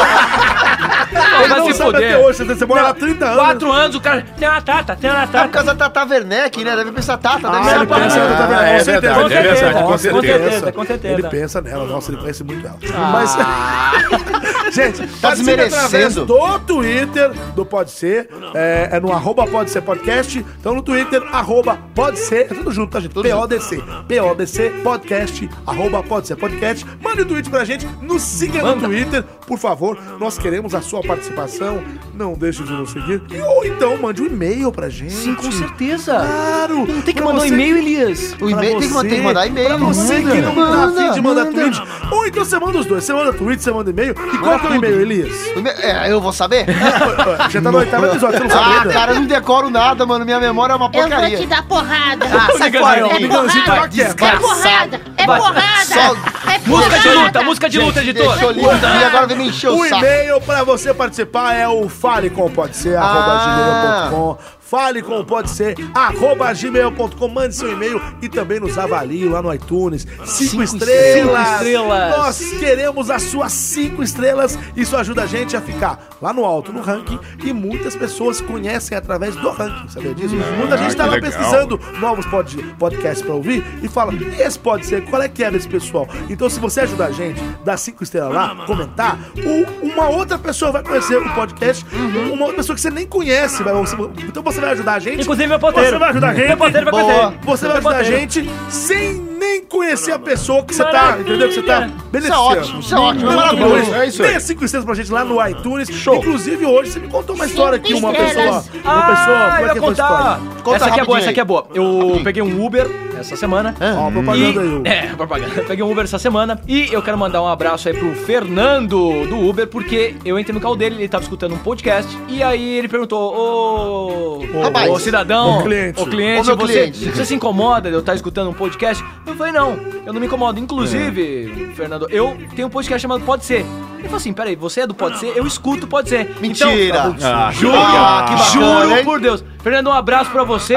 Speaker 2: Ele
Speaker 4: Ah, Não sabe até hoje, você mora lá há 30 anos.
Speaker 2: Quatro anos, o cara. Senhora Tata, senhora
Speaker 3: É por
Speaker 2: Tata.
Speaker 3: causa da Tata Werneck, né? Deve pensar Tata, deve
Speaker 4: Ah, ele
Speaker 3: ser pra
Speaker 4: pensa, tá vendo?
Speaker 6: Ah,
Speaker 4: Com
Speaker 6: é
Speaker 4: certeza.
Speaker 6: verdade, é verdade, com
Speaker 4: Nossa,
Speaker 2: certeza.
Speaker 4: Com certeza, com certeza. Ele pensa nela, nossa, ele conhece muito ela. Mas Gente,
Speaker 3: Ah. Tá
Speaker 4: participe
Speaker 3: desmerecendo.
Speaker 4: através do Twitter do Pode Ser. É, é no arroba Pode Ser Podcast. Então no Twitter, arroba Pode Ser. É tudo junto, tá, gente? PODC. PODC Podcast, arroba Pode Ser Podcast. Mande um tweet pra gente. Nos siga no Twitter, por favor. Nós queremos a sua participação. Não deixe de nos seguir. E, ou então mande um e-mail pra gente.
Speaker 2: Sim, com certeza.
Speaker 4: Claro!
Speaker 2: Não tem que
Speaker 4: pra
Speaker 2: mandar um
Speaker 4: você
Speaker 2: e-mail, Elias.
Speaker 3: O e-mail tem que mandar- tem que mandar e-mail.
Speaker 4: Pra você
Speaker 3: Manda.
Speaker 4: que não tá afim de mandar
Speaker 3: Manda.
Speaker 4: tweet. Ou então você manda os dois. Você manda tweet, você manda e-mail. E qual que é o e-mail, Elias?
Speaker 3: É, eu vou saber?
Speaker 4: Já tá no oitavo episódio, você não né? sabe
Speaker 3: Ah,
Speaker 4: ainda?
Speaker 3: cara, eu não decoro nada, mano. Minha memória é uma
Speaker 5: Eu vou
Speaker 3: porcaria.
Speaker 5: te dar porrada.
Speaker 3: Ah, sai
Speaker 2: Liga,
Speaker 3: fora.
Speaker 2: Zaião.
Speaker 5: É
Speaker 4: Liga, Zaião,
Speaker 5: porrada.
Speaker 4: vai,
Speaker 5: É
Speaker 4: vai.
Speaker 5: porrada. É
Speaker 2: tá Vai.
Speaker 5: porrada.
Speaker 3: Só-
Speaker 5: É
Speaker 2: Música de
Speaker 5: porrada.
Speaker 2: luta, música de luta, editor.
Speaker 3: Deixa eu livre, e agora vem me encher o
Speaker 4: O
Speaker 3: saco.
Speaker 4: e-mail pra você participar é o falecompodser,
Speaker 3: Ah.
Speaker 4: arroba gmail.com. Fale com pode ser, arroba gmail.com, mande seu e-mail e também nos avalie lá no iTunes. Cinco, estrelas.
Speaker 2: cinco estrelas.
Speaker 4: Nós queremos as suas cinco estrelas. Isso ajuda a gente a ficar lá no alto no ranking e muitas pessoas conhecem através do ranking, sabia disso? Muita
Speaker 2: Ah,
Speaker 4: gente tá
Speaker 6: que
Speaker 4: lá
Speaker 6: legal.
Speaker 4: pesquisando novos pod podcasts pra ouvir e fala, "E esse pode ser, qual é que é desse pessoal? Então se você ajudar a gente, dar cinco estrelas lá, comentar, o- uma outra pessoa vai conhecer o podcast,
Speaker 2: Uhum.
Speaker 4: uma outra pessoa que você nem conhece, vai, você- então você vai ajudar a gente.
Speaker 2: Inclusive, meu porteiro.
Speaker 4: Você vai ajudar a gente.
Speaker 2: Meu porteiro vai
Speaker 4: Boa.
Speaker 2: conhecer.
Speaker 4: Você
Speaker 2: Meu
Speaker 4: vai ajudar a
Speaker 2: porteiro.
Speaker 4: gente sem nem conhecer a pessoa que você tá, entendeu? Que você tá
Speaker 3: Isso é ótimo, isso é ótimo. é
Speaker 4: Maravilhoso.
Speaker 3: maravilhoso.
Speaker 6: É isso aí.
Speaker 4: Dê cinco estrelas pra gente lá no iTunes. Inclusive, hoje você me contou uma história aqui, uma pessoa.
Speaker 5: estrelas.
Speaker 2: Ah,
Speaker 4: Uma pessoa. Como
Speaker 2: eu
Speaker 4: é
Speaker 2: ia
Speaker 4: que foi a
Speaker 2: contar.
Speaker 4: história?
Speaker 3: Conta
Speaker 2: essa aqui é boa,
Speaker 3: rapidinho É?
Speaker 2: essa
Speaker 3: aí.
Speaker 2: aqui é boa. Eu peguei um Uber essa semana.
Speaker 4: Ó, a
Speaker 2: E,
Speaker 4: propaganda aí. o-
Speaker 2: é, propaganda. Peguei um Uber essa semana e eu quero mandar um abraço aí pro Fernando do Uber, porque eu entrei no carro dele, ele tava escutando um podcast, e aí ele perguntou, ô, ô,
Speaker 3: Rapaz.
Speaker 2: ô cidadão,
Speaker 4: Ô, cliente.
Speaker 2: ô, cliente,
Speaker 3: Ô, meu
Speaker 2: você,
Speaker 3: cliente."
Speaker 2: você se incomoda de eu estar escutando um podcast? Eu falei, não, eu não me incomodo. Inclusive, Fernando, eu tenho um podcast chamado Pode Ser. Ele falou assim, peraí, você é do Pode Ser? Eu escuto Pode Ser. Então,
Speaker 3: Mentira.
Speaker 6: Ah,
Speaker 2: Juro,
Speaker 3: Ah, que bacana,
Speaker 2: juro
Speaker 3: hein?
Speaker 2: por Deus. Fernando, um abraço pra você.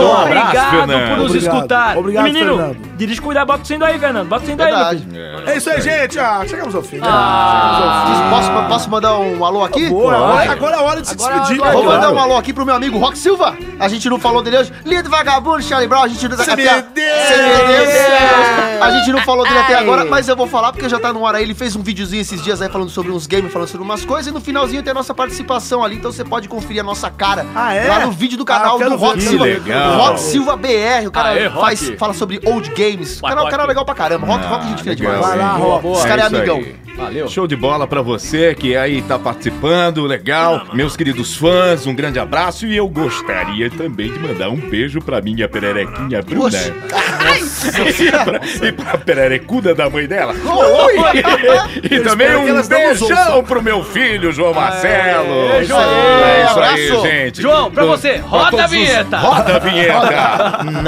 Speaker 2: Obrigado
Speaker 6: Um abraço, Fernando.
Speaker 2: por nos
Speaker 4: Obrigado.
Speaker 2: escutar.
Speaker 4: Obrigado,
Speaker 2: E, menino,
Speaker 4: Fernando.
Speaker 2: dirige cuidado, bota o cinto aí, Fernando. Bota o cinto aí, meu
Speaker 3: Verdade.
Speaker 2: filho.
Speaker 4: É isso aí, gente. Ah, chegamos ao fim. né?
Speaker 2: Ah.
Speaker 3: Diz, Posso, posso mandar um alô aqui?
Speaker 4: Boa, agora, agora é a hora de se
Speaker 2: Agora é a
Speaker 4: despedir.
Speaker 2: hora.
Speaker 4: né,
Speaker 3: Vou mandar
Speaker 4: claro.
Speaker 3: um alô aqui pro meu amigo Rock Silva. A gente não falou dele hoje. Lido Vagabundo, Charlie Brown, a gente não... tá
Speaker 4: Você me
Speaker 3: até-
Speaker 4: deu!
Speaker 3: Você me deu! A gente não falou dele até agora, mas eu vou falar porque já tá no ar aí. Ele fez um videozinho esses dias aí falando sobre uns games, falando sobre umas coisas. E no finalzinho tem a nossa participação ali, então você pode conferir a nossa cara.
Speaker 4: Ah, é?
Speaker 3: Lá no vídeo do canal
Speaker 4: Ah, quero
Speaker 3: do Rock
Speaker 4: ver.
Speaker 6: Que
Speaker 3: Silva.
Speaker 6: legal.
Speaker 3: Rock Silva BR, o cara
Speaker 2: Aê, Rock.
Speaker 3: faz, fala sobre old games. O
Speaker 2: Vai,
Speaker 3: canal, o
Speaker 2: Rock.
Speaker 3: canal é legal pra caramba. Rock,
Speaker 6: Ah,
Speaker 3: rock a gente fina
Speaker 6: legal,
Speaker 3: demais.
Speaker 4: Vai lá,
Speaker 6: hein?
Speaker 4: Rock.
Speaker 3: Esse cara é
Speaker 6: isso
Speaker 3: amigão.
Speaker 6: aí.
Speaker 2: Valeu.
Speaker 6: Show de bola pra você que aí tá participando, legal. Meus queridos fãs, um grande abraço e eu gostaria também de mandar um beijo pra minha pererequinha Bruna.
Speaker 3: Oxe.
Speaker 6: e, pra, e pra pererecuda da mãe dela. e
Speaker 4: Eu
Speaker 6: também
Speaker 4: espero que
Speaker 6: um
Speaker 4: elas não nos
Speaker 6: beijão pro meu filho, João Marcelo.
Speaker 2: Aê, João.
Speaker 6: É isso
Speaker 3: Abraço.
Speaker 6: aí, gente.
Speaker 2: João, pra
Speaker 6: Do-
Speaker 2: você, roda
Speaker 6: todos
Speaker 2: a
Speaker 6: os-
Speaker 2: vinheta.
Speaker 6: Roda a vinheta.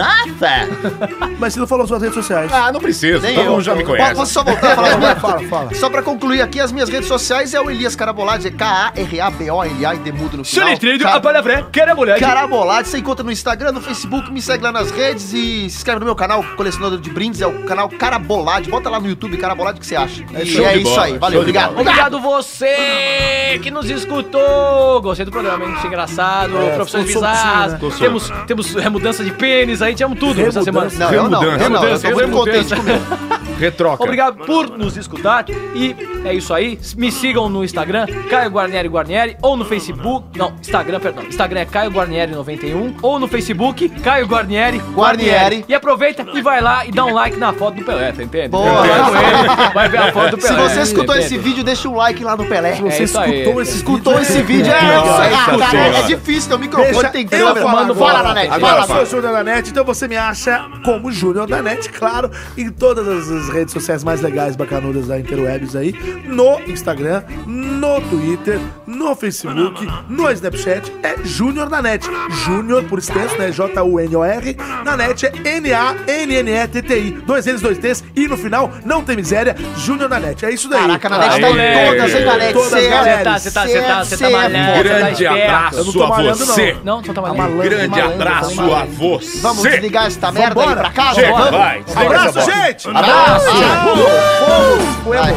Speaker 4: Mas você não falou suas redes
Speaker 2: É
Speaker 4: sociais.
Speaker 6: ah, não preciso,
Speaker 3: Nem
Speaker 6: todo
Speaker 3: eu.
Speaker 6: mundo já me conhece.
Speaker 3: Posso só voltar a falar?
Speaker 4: Vai, fala, fala.
Speaker 3: Só pra concluir aqui, as minhas redes sociais é o Elias Carabolade, é K-A-R-A-B-O-L-A e demudo no final.
Speaker 2: Soletrilho,
Speaker 3: Ca-
Speaker 2: a palavré, quer a mulher.
Speaker 3: Carabolade, você encontra no Instagram, no Facebook, me segue lá nas redes e se inscreve no meu canal, colecionador de brindes, é o canal Carabolade. Bota lá no YouTube Carabolade o que você acha. e
Speaker 6: show
Speaker 3: é
Speaker 6: de
Speaker 3: isso
Speaker 6: bola,
Speaker 3: aí,
Speaker 6: show de
Speaker 3: valeu, obrigado.
Speaker 6: bola.
Speaker 2: Obrigado você que nos escutou. Gostei do programa, hein? Achei engraçado.
Speaker 3: É,
Speaker 2: Profissões
Speaker 4: ficou soltinho,
Speaker 2: bizarras.
Speaker 4: né?
Speaker 6: Ficou solto.
Speaker 2: Temos, temos é, mudança de pênis aí, te amo um tudo essa semana.
Speaker 4: Remudança.
Speaker 3: Não, eu não, eu não, eu
Speaker 6: Remudança,
Speaker 3: tô muito contente
Speaker 2: remudança.
Speaker 3: comigo.
Speaker 6: Retroca.
Speaker 2: Obrigado por nos escutar e é isso aí. Me sigam no Instagram, Caio Guarnieri Guarnieri, ou no Facebook. Não, Instagram, perdão. Instagram é Caio Guarnieri91, ou no Facebook, Caio Guarnieri
Speaker 3: Guarnieri.
Speaker 2: E aproveita e vai lá e dá um like na foto do Pelé, tá entende?
Speaker 3: Boa.
Speaker 2: Vai, com ele, vai ver a foto do
Speaker 3: Se
Speaker 2: Pelé.
Speaker 3: você escutou
Speaker 2: entende?
Speaker 3: esse vídeo, deixa um like lá no Pelé.
Speaker 2: É
Speaker 4: Você
Speaker 2: isso aí.
Speaker 4: escutou esse
Speaker 3: Escutou esse vídeo, é,
Speaker 6: Nossa
Speaker 3: é,
Speaker 6: Senhora.
Speaker 3: cara, é difícil, teu microfone
Speaker 4: Deixa
Speaker 3: tem
Speaker 4: eu
Speaker 3: câmera.
Speaker 4: falar
Speaker 3: Mano,
Speaker 4: agora.
Speaker 3: fala na net,
Speaker 6: Agora
Speaker 3: fala
Speaker 4: Fala,
Speaker 3: na
Speaker 6: fala.
Speaker 4: sou o Júnior da Net, então você me acha como Júnior da Net, claro, em todas as redes sociais mais legais, bacanudas da Interwebs aí, no Instagram, no Twitter, no Facebook, no Snapchat, é Júnior da Net. Júnior, por extenso, né? J-U-N-O-R. Na net é N-A-N-N-E-T-T-I. Dois N's, dois T's e no final, não tem miséria, Júnior da Net. É isso daí.
Speaker 3: Caraca, na net
Speaker 6: Aê.
Speaker 3: tá em todas, hein, na net?
Speaker 4: Todas
Speaker 3: Cê é-
Speaker 4: as
Speaker 2: Você tá, você tá, você tá, você tá malhando, você tá
Speaker 6: Grande
Speaker 2: esperto.
Speaker 4: Eu não
Speaker 6: abraço
Speaker 4: tô
Speaker 6: a
Speaker 4: malhando, não.
Speaker 6: você.
Speaker 2: Não, só tá
Speaker 4: Tá
Speaker 2: malhando.
Speaker 4: malandro,
Speaker 6: Um Grande
Speaker 4: malandro,
Speaker 6: abraço
Speaker 4: tá malandro.
Speaker 6: a você.
Speaker 3: Vamos desligar essa merda aí
Speaker 4: Vambora.
Speaker 3: pra casa?
Speaker 6: Chega,
Speaker 3: vamos?
Speaker 6: vai.
Speaker 4: Abraço, gente!
Speaker 3: Abraço!
Speaker 4: Abraço.
Speaker 3: Vai.
Speaker 6: Ai,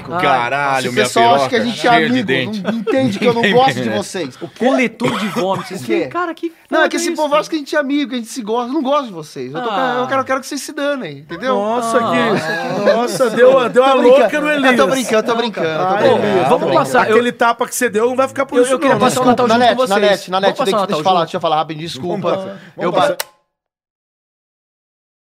Speaker 3: saco.
Speaker 6: caralho,
Speaker 3: o
Speaker 6: minha
Speaker 3: pessoal acha que a
Speaker 6: piroca
Speaker 3: gente é
Speaker 6: cheia de
Speaker 3: amigo,
Speaker 6: dente.
Speaker 3: não entende que eu não gosto de vocês.
Speaker 2: Coletor de vômito. Vocês
Speaker 3: O quê?
Speaker 2: falam, cara, que.
Speaker 3: Não,
Speaker 2: foda
Speaker 3: é que esse
Speaker 2: isso,
Speaker 3: povo acha que a gente é amigo, que a gente se gosta. Eu não gosto de vocês. Eu, tô-
Speaker 2: Ah.
Speaker 3: eu quero, eu quero que vocês se danem, entendeu?
Speaker 4: Nossa,
Speaker 2: Ah.
Speaker 4: que. Nossa, deu, deu a
Speaker 3: Tô Tá
Speaker 4: louca no Elias.
Speaker 3: Eu tô brincando, tô brincando.
Speaker 4: Ah,
Speaker 3: tô
Speaker 4: Elias,
Speaker 3: brincando.
Speaker 2: vamos
Speaker 4: tá bom.
Speaker 2: passar, eu-
Speaker 4: Aquele tapa que você deu não vai ficar por
Speaker 2: Eu-
Speaker 4: isso,
Speaker 2: eu queria
Speaker 4: não, né?
Speaker 2: passar o Natal
Speaker 3: Desculpa,
Speaker 2: junto
Speaker 3: Nanete,
Speaker 2: com vocês.
Speaker 3: Nanete, Nanete,
Speaker 2: Vamos
Speaker 3: deixa,
Speaker 2: passar o
Speaker 3: deixa eu
Speaker 2: Natal
Speaker 3: falar,
Speaker 2: junto?
Speaker 3: deixa eu falar rapidinho, desculpa.
Speaker 6: Vamos
Speaker 3: eu
Speaker 6: passar.
Speaker 3: ba-